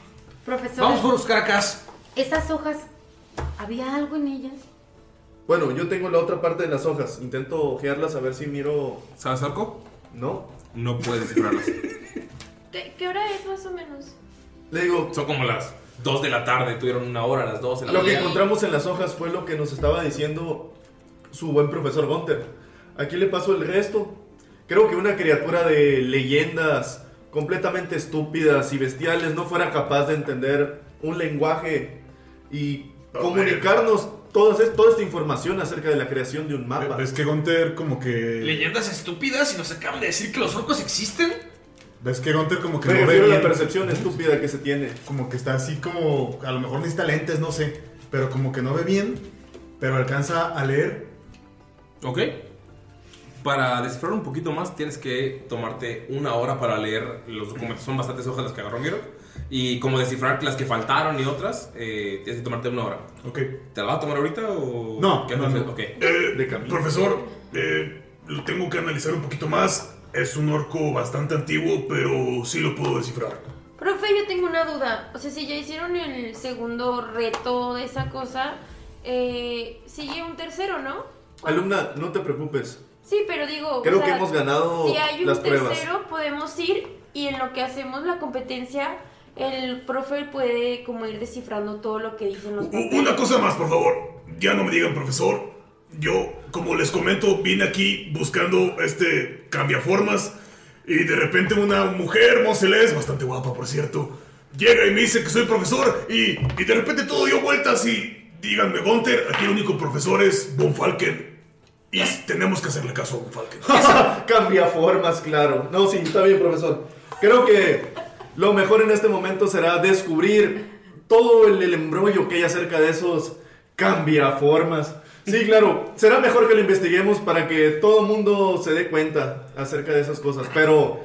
Profesores, Vamos por buscar a Cass. esas hojas, ¿había algo en ellas? Bueno, yo tengo la otra parte de las hojas. Intento ojearlas a ver si miro. ¿Sabes algo? No. No puedes descifrarlas. ¿Qué, qué hora es más o menos? Le digo. Son como las 2 de la tarde, tuvieron una hora, las 2 de la Lo que mañana. encontramos en las hojas fue lo que nos estaba diciendo su buen profesor Gunter. Aquí le paso el resto. Creo que una criatura de leyendas completamente estúpidas y bestiales no fuera capaz de entender un lenguaje y comunicarnos todas es- toda esta información acerca de la creación de un mapa. Es que Gunter como Eh. que... Leyendas estúpidas y nos acaban de decir que los orcos existen. ¿Ves que Gunter como que Me no ve refiero a la bien? percepción estúpida que se tiene. Como que está así como... A lo mejor necesita lentes, no sé. Pero como que no ve bien, pero alcanza a leer. Ok. Para descifrar un poquito más, tienes que tomarte una hora para leer los documentos. Son bastantes hojas las que agarró Miro. Y como descifrar las que faltaron y otras, eh, tienes que tomarte una hora. Ok. ¿Te la vas a tomar ahorita o.? No, ¿Qué no, haces? no. Ok. Eh, Profesor, eh, lo tengo que analizar un poquito más. Es un orco bastante antiguo, pero sí lo puedo descifrar. Profe, yo tengo una duda. O sea, si ya hicieron el segundo reto de esa cosa, eh, sigue un tercero, ¿no? Alumna, no te preocupes. Sí, pero digo. o Creo sea, que hemos ganado Si hay un las pruebas. tercero, podemos ir y en lo que hacemos la competencia, el profe puede como ir descifrando todo lo que dicen los. U- Una cosa más, por favor. Ya no me digan, profesor. Yo, como les comento, vine aquí buscando este cambiaformas y de repente una mujer, Moselés, bastante guapa, por cierto, llega y me dice que soy profesor y, y de repente todo dio vueltas y díganme, Gunter, aquí el único profesor es Von Falken. Y tenemos que hacerle caso a Von [LAUGHS] Falken. Cambia formas, claro. No, sí, está bien, profesor. Creo que lo mejor en este momento será descubrir todo el, el embrollo que hay acerca de esos cambia formas. Sí, claro, será mejor que lo investiguemos para que todo el mundo se dé cuenta acerca de esas cosas. Pero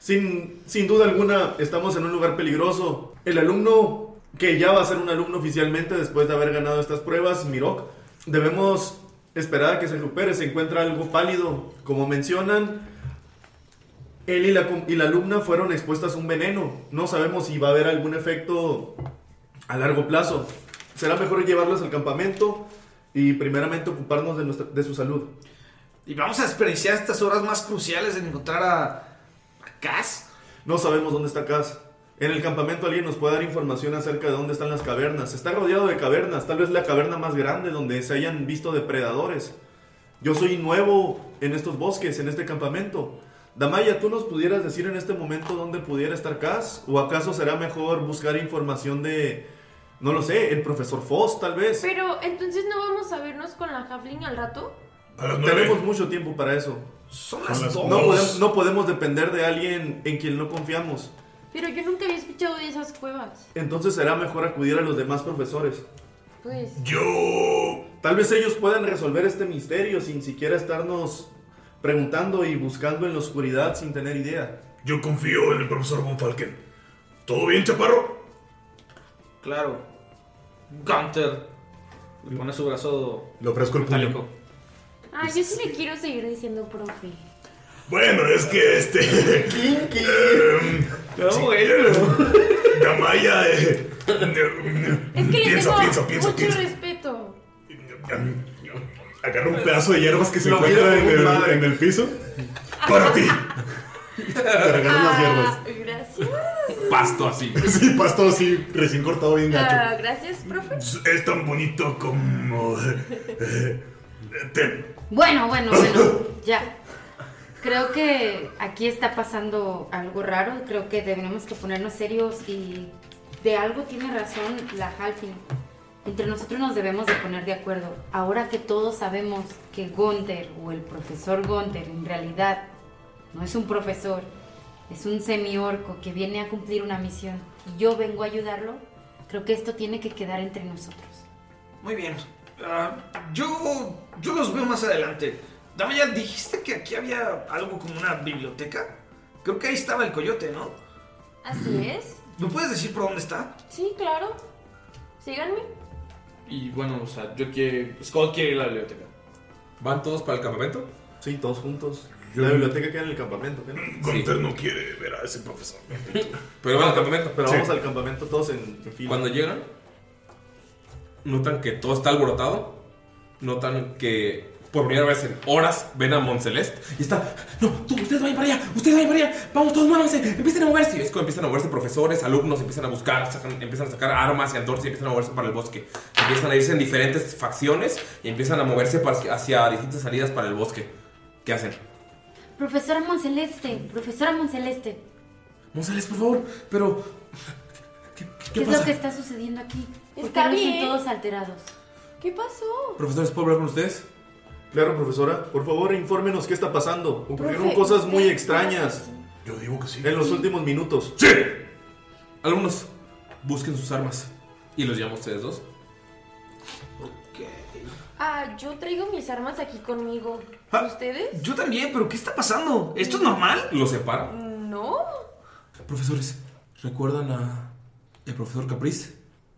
sin, sin duda alguna estamos en un lugar peligroso. El alumno que ya va a ser un alumno oficialmente después de haber ganado estas pruebas, Mirok, debemos esperar a que se recupere. Se encuentra algo pálido. Como mencionan, él y la, com- y la alumna fueron expuestas a un veneno. No sabemos si va a haber algún efecto a largo plazo. Será mejor llevarlas al campamento y primeramente ocuparnos de, nuestra- de su salud. Y vamos a desperdiciar estas horas más cruciales en encontrar a, a Cass. No sabemos dónde está Cass. En el campamento alguien nos puede dar información acerca de dónde están las cavernas. Está rodeado de cavernas, tal vez la caverna más grande donde se hayan visto depredadores. Yo soy nuevo en estos bosques, en este campamento. Damaya, ¿tú nos pudieras decir en este momento dónde pudiera estar Cass? ¿O acaso será mejor buscar información de, no lo sé, el profesor Foss tal vez? Pero entonces no vamos a vernos con la Halfling al rato. Tenemos mucho tiempo para eso. las no, dos. podemos, no podemos depender de alguien en quien no confiamos. Pero yo nunca había escuchado de esas cuevas. Entonces será mejor acudir a los demás profesores. Pues. Yo. Tal vez ellos puedan resolver este misterio sin siquiera estarnos preguntando y buscando en la oscuridad sin tener idea. Yo confío en el profesor Von Falken. ¿Todo bien, chaparro? Claro. Gunter. Le pone su brazo. Le ofrezco el metálico. Ah, yo Este, sí le quiero seguir diciendo profe. Bueno, es que este. [LAUGHS] em, Kinky. no, Damaya, eh, Es que le Piensa, tengo piensa, piensa, mucho piensa. respeto. Agarra un pedazo de hierbas que se Lo encuentra mira en como un el, madre. en el piso. ¡Para ti! Te regalan las hierbas. Ah, Gracias. pasto así. Sí, pasto así, recién cortado bien gacho. Ah, gracias, profe. Es tan bonito como... eh, Te- Bueno, bueno, bueno, ya. Creo que aquí está pasando algo raro. Creo que tenemos que ponernos serios y de algo tiene razón la Halfin. Entre nosotros nos debemos de poner de acuerdo. Ahora que todos sabemos que Gunther o el profesor Gunther en realidad no es un profesor, es un semiorco que viene a cumplir una misión y yo vengo a ayudarlo, creo que esto tiene que quedar entre nosotros. Muy bien. Ah, yo, yo los veo más adelante. Damaya, dijiste que aquí había algo como una biblioteca. Creo que ahí estaba el coyote, ¿no? Así es. ¿Me puedes decir por dónde está? Sí, claro. Síganme. Y bueno, o sea, yo quiero. Scott quiere ir a la biblioteca. ¿Van todos para el campamento? Sí, todos juntos. Yo- La biblioteca queda en el campamento. ¿qué no? Gunther no quiere ver a ese profesor. Pero van al campamento. Pero Sí. vamos al campamento todos en, en fila. Cuando llegan, notan que todo está alborotado. Notan que por primera vez en horas ven a Monceleste y está. No, tú, ustedes vayan para allá, ustedes vayan para allá, vamos todos, muévanse, empiecen a moverse. Y es cuando empiezan a moverse profesores, alumnos, empiezan a buscar, sacan- empiezan a sacar armas y antorchas y empiezan a moverse para el bosque. Empiezan a irse en diferentes facciones y empiezan a moverse para- hacia distintas salidas para el bosque. ¿Qué hacen? Profesora Monceleste, profesora Monceleste, Monceleste, por favor, pero. ¿Qué, es pasa? lo que está sucediendo aquí? ¿Por Está qué nos ven bien. todos alterados? ¿Qué pasó? Profesores, ¿puedo hablar con ustedes? Claro, profesora. Por favor, infórmenos qué está pasando. Ocurrieron Profe, cosas muy usted- extrañas. Yo digo que sí. En los últimos minutos. ¡Sí! Alumnos, busquen sus armas. Y los llamo a ustedes dos. Ah, yo traigo mis armas aquí conmigo. ¿Ustedes? Ah, Yo también, pero ¿qué está pasando? ¿Esto es normal? Los separo. No. Profesores, ¿recuerdan a el profesor Capriz?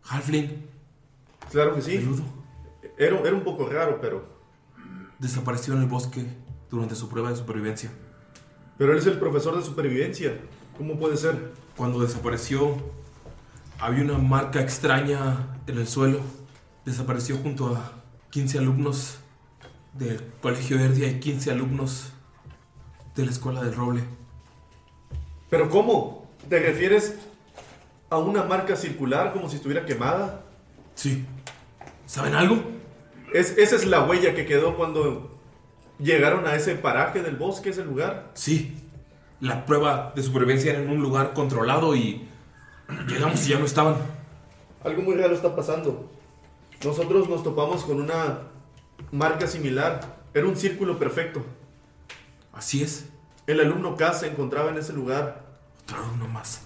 Halfling. Claro que sí. Era, era un poco raro, pero. Desapareció en el bosque durante su prueba de supervivencia. Pero él es el profesor de supervivencia. ¿Cómo puede ser? Cuando desapareció, había una marca extraña en el suelo. Desapareció junto a 15 alumnos del Colegio Herdia y 15 alumnos de la Escuela del Roble. ¿Pero cómo? ¿Te refieres a una marca circular como si estuviera quemada? Sí. ¿Saben algo? Es, esa es la huella que quedó cuando llegaron a ese paraje del bosque, ese lugar. Sí, la prueba de supervivencia era en un lugar controlado y llegamos y ya no estaban. Algo muy raro está pasando. Nosotros nos topamos con una marca similar. Era un círculo perfecto. Así es. El alumno K se encontraba en ese lugar. Otro alumno más.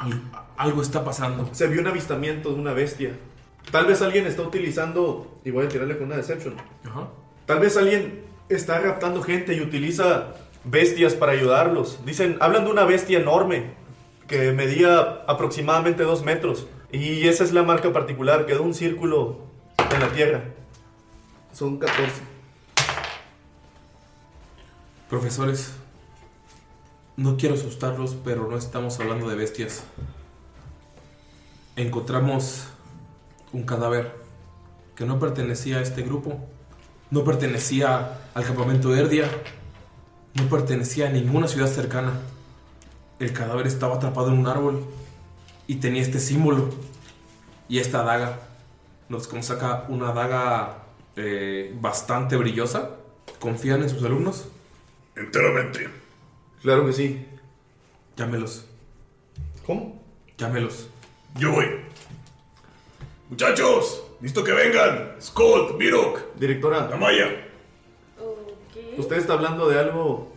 Al- algo está pasando. Se vio un avistamiento de una bestia. Tal vez alguien está utilizando. Y voy a tirarle con una deception. Ajá. Tal vez alguien está raptando gente y utiliza bestias para ayudarlos. Dicen, hablan de una bestia enorme que medía aproximadamente dos metros. Y esa es la marca particular, quedó un círculo en la tierra. Son 14. Profesores, no quiero asustarlos, pero no estamos hablando de bestias. Encontramos un cadáver que no pertenecía a este grupo, no pertenecía al campamento Herdia, no pertenecía a ninguna ciudad cercana. El cadáver estaba atrapado en un árbol y tenía este símbolo y esta daga. Nos como saca una daga eh, bastante brillosa. ¿Confían en sus alumnos? Enteramente. Claro que sí. Llámelos. ¿Cómo? Llámelos. Yo voy. Muchachos, listo que vengan. Scott, Mirok. Directora. Damaya. Usted está hablando de algo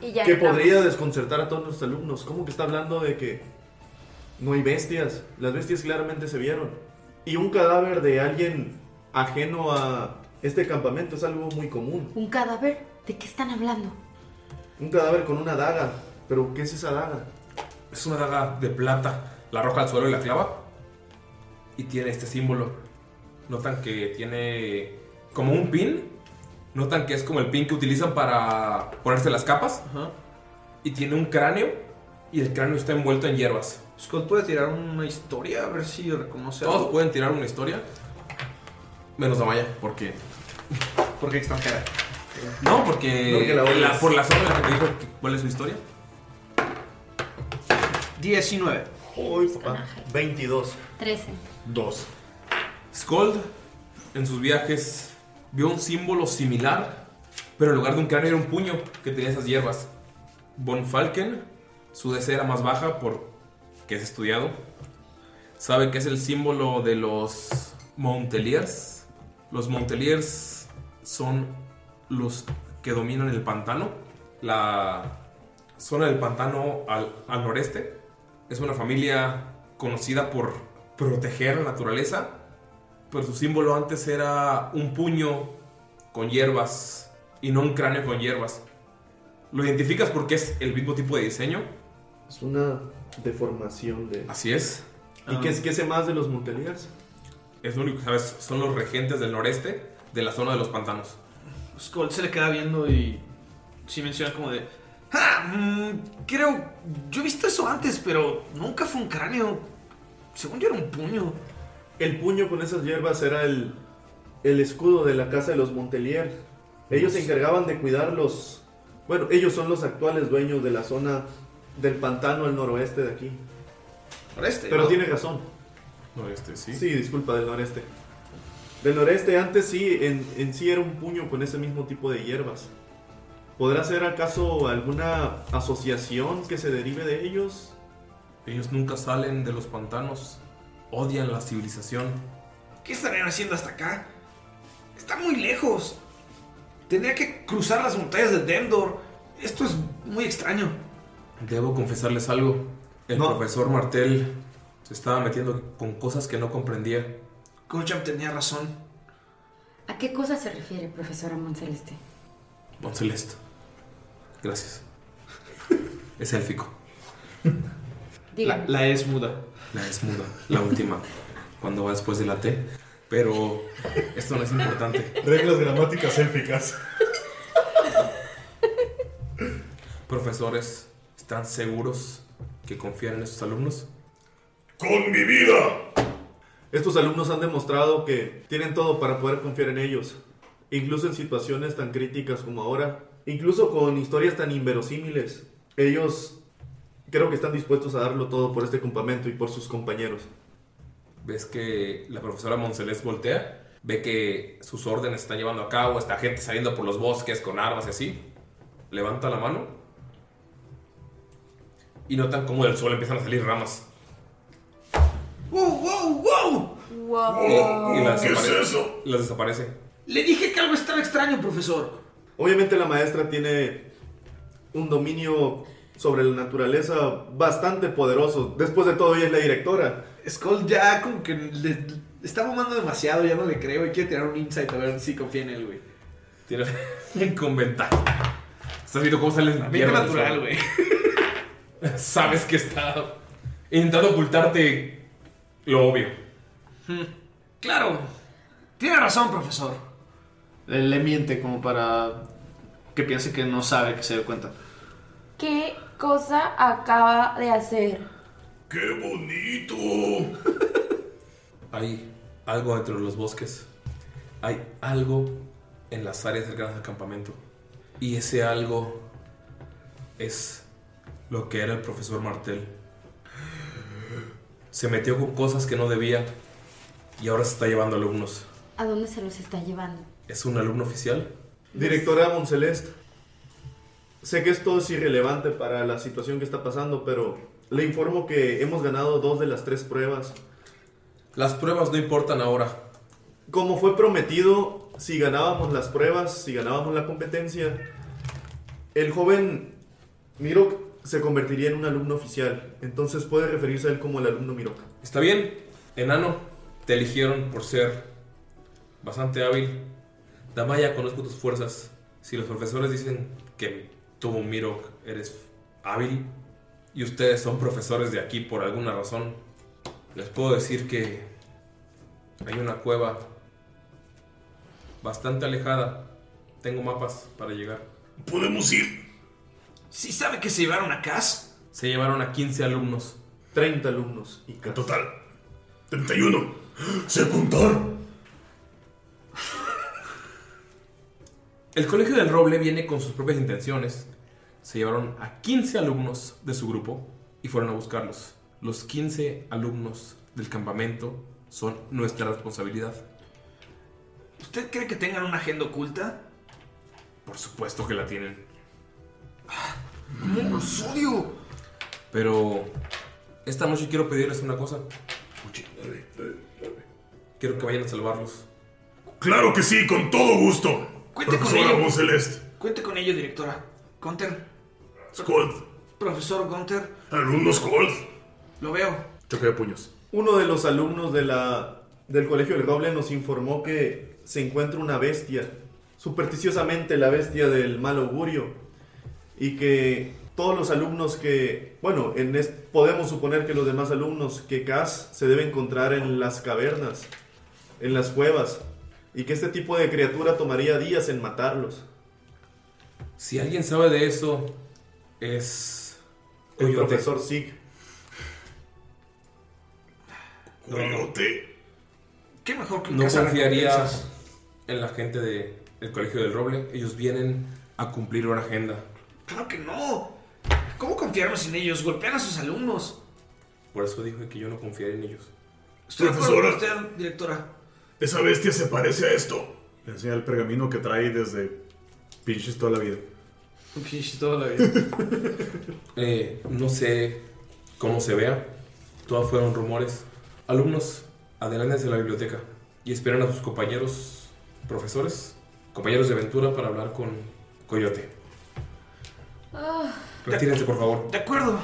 Y ya que entramos. podría desconcertar a todos nuestros alumnos. ¿Cómo que está hablando de que no hay bestias? Las bestias claramente se vieron. Y un cadáver de alguien ajeno a este campamento es algo muy común. ¿Un cadáver? ¿De qué están hablando? Un cadáver con una daga. ¿Pero qué es esa daga? Es una daga de plata. La arroja al suelo y la clava. Y tiene este símbolo. Notan que tiene como un pin. Notan que es como el pin que utilizan para ponerse las capas. Y tiene un cráneo. Y el cráneo está envuelto en hierbas. Scott Pues, puede tirar una historia a ver si reconoce Todos algo. pueden tirar una historia. Menos Amaya, porque. Porque extranjera. No, porque. No, que la en la- odias. por la zona en la que te dijo que- cuál es su historia. 19. Uy, papá. 22. 13. 2. Skold, en sus viajes, vio un símbolo similar, pero en lugar de un cráneo era un puño que tenía esas hierbas. Von Falken, su DC era más baja porque es estudiado. Sabe que es el símbolo de los Monteliers. Los Monteliers son los que dominan el pantano. La zona del pantano al, al noreste. Es una familia conocida por proteger la naturaleza, pero su símbolo antes era un puño con hierbas y no un cráneo con hierbas. Lo identificas porque es el mismo tipo de diseño. Es una deformación de. Así es. ¿Y qué, qué sé más de los Monteliers? Es lo único que sabes. Son los regentes del noreste de la zona de los pantanos. Skull Pues, se le queda viendo y sí menciona como de... Ah, mm, creo. Yo he visto eso antes, pero nunca fue un cráneo. Según yo era un puño. El puño con esas hierbas era el, el escudo de la casa de los Montelier. Ellos se encargaban de cuidar los... Bueno, ellos son los actuales dueños de la zona del pantano al noroeste de aquí. Noreste, Pero ¿no? tiene razón. Noreste, sí. Sí, disculpa, del noreste. Del noreste antes sí, en, en sí era un puño con ese mismo tipo de hierbas. ¿Podrá ser acaso alguna asociación que se derive de ellos? Ellos nunca salen de los pantanos. Odian la civilización. ¿Qué estarían haciendo hasta acá? Está muy lejos. Tendría que cruzar las montañas de Demdor. Esto es muy extraño. Debo confesarles algo. El No. profesor Martel se estaba metiendo con cosas que no comprendía. Cocham tenía razón. ¿A qué cosa se refiere, profesora Monceleste? Don Celeste. [LAUGHS] Gracias. Es élfico. Dígame. La es muda. La es muda. La última. cuando va después de la T. Pero esto no es importante. Reglas gramáticas élficas. Profesores, ¿están seguros que confían en estos alumnos? ¡Con mi vida! Estos alumnos han demostrado que tienen todo para poder confiar en ellos. Incluso en situaciones tan críticas como ahora. Incluso con historias tan inverosímiles. Ellos creo que están dispuestos a darlo todo por este campamento y por sus compañeros. ves que la profesora Moncelés voltea, ve que sus órdenes se están llevando a cabo, está gente saliendo por los bosques con armas y así. Levanta la mano y notan cómo del suelo empiezan a salir ramas. ¡Wow, wow, wow! Eh. Y, y las Oh. ¿Qué es desaparece- eso? Las desaparece. Le dije que algo estaba extraño, profesor. Obviamente la maestra tiene un dominio sobre la naturaleza bastante poderoso. Después de todo, ella es la directora. Skull ya como que le, está mamando demasiado, ya no le creo. Y quiere tirar un insight a ver si confía en él, güey. [LAUGHS] Tira con ventaja. Estás viendo cómo salen Veinte natural, güey. [LAUGHS] Sabes que está intentando ocultarte lo obvio. Hmm. Claro. Tiene razón, profesor. Le, le miente como para que piense que no sabe, que se dé cuenta. ¿Qué cosa acaba de hacer? ¡Qué bonito! Hay algo dentro de los bosques. Hay algo en las áreas cercanas al campamento. Y ese algo es lo que era el profesor Martel. Se metió con cosas que no debía y ahora se está llevando alumnos. ¿A dónde se los está llevando? ¿Es un alumno oficial? Directora Monceleste, sé que esto es irrelevante para la situación que está pasando, pero le informo que hemos ganado dos de las tres pruebas. Las pruebas no importan ahora. Como fue prometido, si ganábamos las pruebas, si ganábamos la competencia, el joven Mirok se convertiría en un alumno oficial. Entonces puede referirse a él como el alumno Mirok. Está bien, enano, te eligieron por ser bastante hábil. Damaya, conozco tus fuerzas. Si los profesores dicen que tú, Mirok, eres hábil y ustedes son profesores de aquí por alguna razón, les puedo decir que hay una cueva bastante alejada. Tengo mapas para llegar. ¿Podemos ir? ¿Sí sabe que se llevaron a Cass? Se llevaron a 15 alumnos. 30 alumnos. Y En total, 31. ¡Sé contar! El Colegio del Roble viene con sus propias intenciones. Se llevaron a 15 alumnos de su grupo y fueron a buscarlos. Los 15 alumnos del campamento son nuestra responsabilidad. ¿Usted cree que tengan una agenda oculta? Por supuesto que la tienen. ¡No los odio! Pero esta noche quiero pedirles una cosa. Quiero que vayan a salvarlos. Claro que sí, con todo gusto. Cuente con Profesora ello. Voz Celeste. Cuente con ello, directora. Gunter. Scold. Profesor Gunter. Ah. Alumnos Scold. Lo veo. Choque de puños. Uno de los alumnos de la, del Colegio del Roble nos informó que se encuentra una bestia, supersticiosamente la bestia del mal augurio, y que todos los alumnos que, bueno, en es- podemos suponer que los demás alumnos que Cass se debe encontrar en las cavernas, en las cuevas, y que este tipo de criatura tomaría días en matarlos. Si alguien sabe de eso, es El Coyote. profesor Sig. Coyote. ¿Qué mejor No confiaría en la gente del Colegio del Roble. Ellos vienen a cumplir una agenda. ¡Claro que no! ¿Cómo confiarnos en ellos? Golpean a sus alumnos. Por eso dije que yo no confiaría en ellos. Estoy de acuerdo Profesora. con usted, directora. Esa bestia se parece a esto. Le enseña el pergamino que trae desde pinches toda la vida. Pinches toda la vida. [LAUGHS] Eh, no sé cómo se vea. Todas fueron rumores. Alumnos, adelántense a la biblioteca y esperen a sus compañeros profesores, compañeros de aventura para hablar con Coyote. Ah, Retírense, por favor. De acuerdo.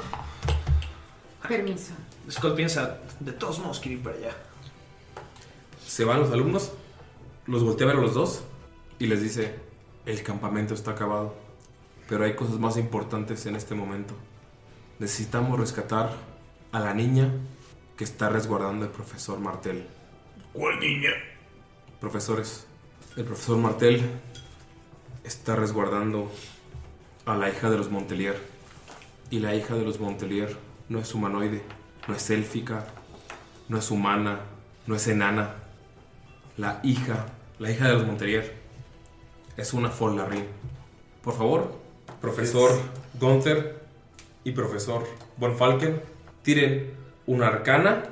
permiso. Scott piensa, de todos modos quiero ir para allá. Se van los alumnos, los voltea a ver a los dos y les dice, el campamento está acabado, pero hay cosas más importantes en este momento. Necesitamos rescatar a la niña que está resguardando el profesor Martel. ¿Cuál niña? Profesores, el profesor Martel está resguardando a la hija de los Montelier. Y la hija de los Montelier no es humanoide, no es élfica, no es humana, no es enana. La hija, la hija de los Montelier es una Forlarín. Por favor, profesor Gunther y profesor Von Falken, tiren una arcana.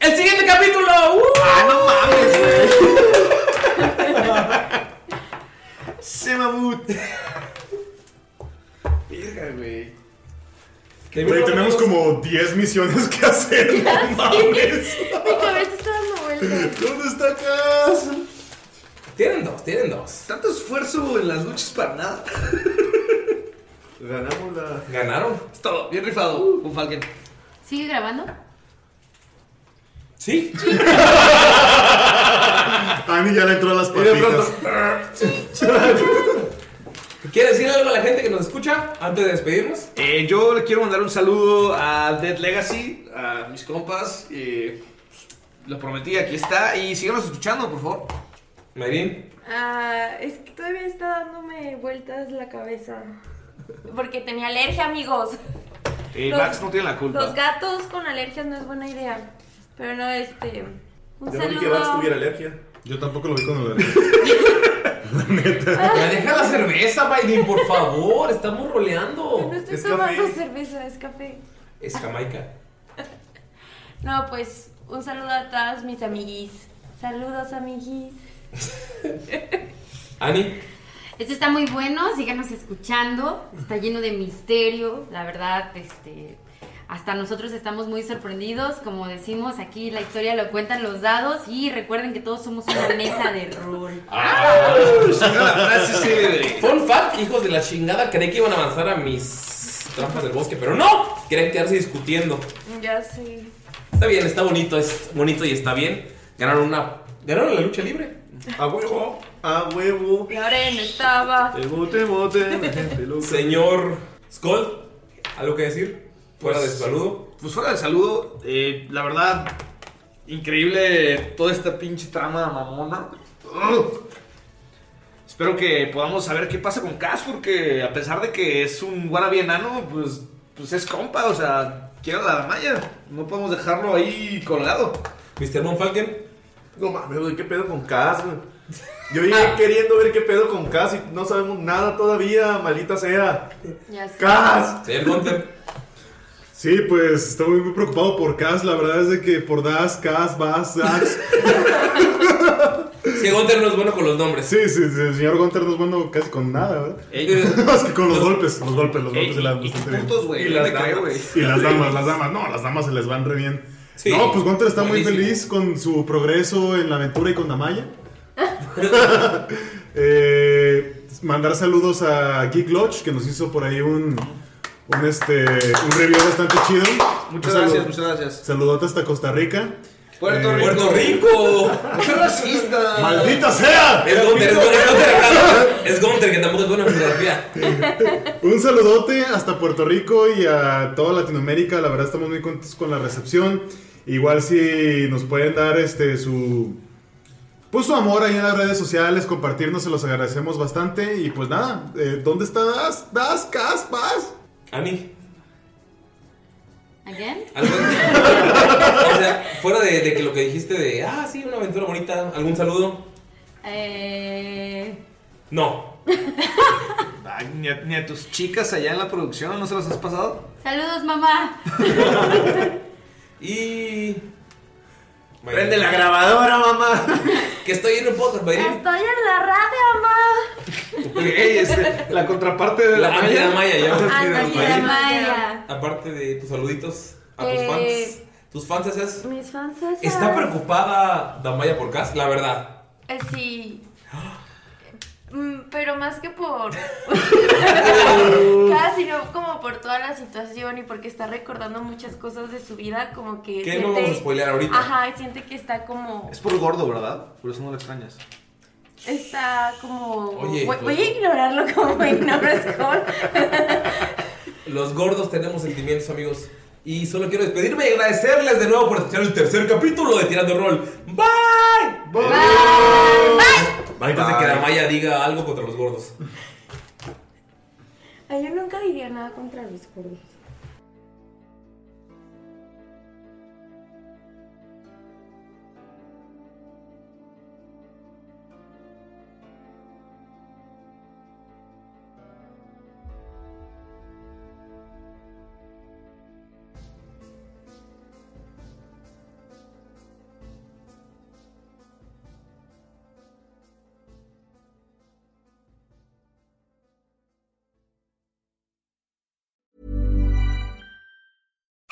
¡El siguiente capítulo! ¡Ah, no mames, Se mamut. Verga, güey. Güey, tenemos como 10 misiones que hacer. No mames. Mi cabeza está dando vueltas. ¿Dónde está casa? Tienen dos, tienen dos. Tanto esfuerzo en las luchas para nada. Ganamos la. Ganaron. Es todo. Bien rifado. Un Falken. ¿Sigue grabando? ¿Sí? Ani ya le entró a las Y de pronto- patitas. [LAUGHS] ¿Quieres decir algo a la gente que nos escucha antes de despedirnos? Eh, yo le quiero mandar un saludo a Dead Legacy, a mis compas. eh, lo prometí, aquí está. Y síganos escuchando, por favor. Marín. Ah, es que todavía está dándome vueltas la cabeza. Porque tenía alergia, amigos. Eh, Los- Max no tiene la culpa. Los gatos con alergias no es buena idea. Pero no, este. Un Yo no vi saludo. que Vax tuviera alergia. Yo tampoco lo vi con alergia. Ya deja la cerveza, Marín, por favor. Estamos roleando. No estoy tomando cerveza, es café. Es Jamaica. No, pues un saludo a todos mis amiguis. Saludos, amiguis. Ani. Este está muy bueno, síganos escuchando. Está lleno de misterio, la verdad, este. Hasta nosotros estamos muy sorprendidos, como decimos aquí, la historia lo cuentan los dados y recuerden que todos somos una mesa de rol. Ah, [LAUGHS] Fun fact, hijos de la chingada, creí que iban a avanzar a mis trampas del bosque, pero no. Querían quedarse discutiendo. Ya sé. Está bien, está bonito, es bonito y está bien. Ganaron una. Ganaron la lucha libre. A huevo. A huevo. Y ahora no estaba. Te bote, bote, la gente loca. Señor Skull, ¿algo que decir? Fuera de Pues- su saludo. Pues fuera del saludo, eh, la verdad, increíble toda esta pinche trama mamona. Ugh. Espero que podamos saber qué pasa con Cass, porque a pesar de que es un wannabe enano, pues, pues es compa, o sea, quiero la malla. No podemos dejarlo ahí colgado. Mr. Von Falken. No mames, güey, ¿qué pedo con Cas, güey? [LAUGHS] Yo llegué queriendo ver qué pedo con Cas y no sabemos nada todavía, maldita sea. Ya sé. ¡Cas! Señor Gunter. Sí, pues estoy muy, muy preocupado por Kaz. La verdad es de que por Das, Kaz, Bas, Dax. Si Gunter no es bueno con los nombres. Sí, sí, sí, el señor Gunter no es bueno casi con nada, ¿verdad? [LAUGHS] Más que con los, golpes, los golpes, los golpes se le dan bastante bien. puntos, güey, Y yo las te creo, damas, güey. y las damas, las damas, no, las damas se les van re bien. Sí. no, pues Gunter está muy Buenísimo. feliz con su progreso en la aventura y con [LAUGHS] Damaya. Eh, mandar saludos a Geek Lodge, que nos hizo por ahí un, un, este, un review bastante chido. Muchas Un gracias, saludo- muchas gracias. Saludote hasta Costa Rica. Puerto Eh, Rico. ¡Qué racista! ¡Maldita sea! Es Gunter, es Gunter, es Gunter, es Gunter, que tampoco es bueno en fotografía. Eh, Un saludote hasta Puerto Rico y a toda Latinoamérica. La verdad estamos muy contentos con la recepción. Igual si nos pueden dar este su pues su amor ahí en las redes sociales, compartirnos, se los agradecemos bastante. Y pues nada, eh, ¿dónde está Das? Das, Cas, Paz. Ani. ¿Again? Algo- o sea, fuera de, de que lo que dijiste de, ah, sí, una aventura bonita, ¿algún saludo? Eh, No. Ay, ni, a, ni a tus chicas allá en la producción, ¿no se las has pasado? saludos, mamá. Y. Prende la grabadora, mamá. que estoy en un podcast, Mayrin. Estoy en la radio, mamá. Ey, este, la contraparte de la, La Andy Maya. Damaya, Ah, ya. Andy Mayrin. Damaya. Aparte de tus saluditos a tus Eh, fans. Tus fans esas. Mis fans esas. ¿Está preocupada Damaya por Cas? La verdad. Eh, [GASPS] sí. Mm, Pero más que [LAUGHS] por. Casi no, como por toda la situación y porque está recordando muchas cosas de su vida, como que. Que no vamos a spoilear ahorita. Ajá, siente que está como. Es por gordo, ¿verdad? Por eso no la extrañas. Está como. Oye, voy, pues- voy a ignorarlo como [LAUGHS] ignoro a Skull. Los gordos tenemos sentimientos, amigos. Y solo quiero despedirme y agradecerles de nuevo por escuchar el tercer capítulo de Tirando Roll. ¡Bye! ¡Bye! ¡Bye! Antes de que Damaya diga algo contra los gordos. Ay, yo nunca diría nada contra los gordos.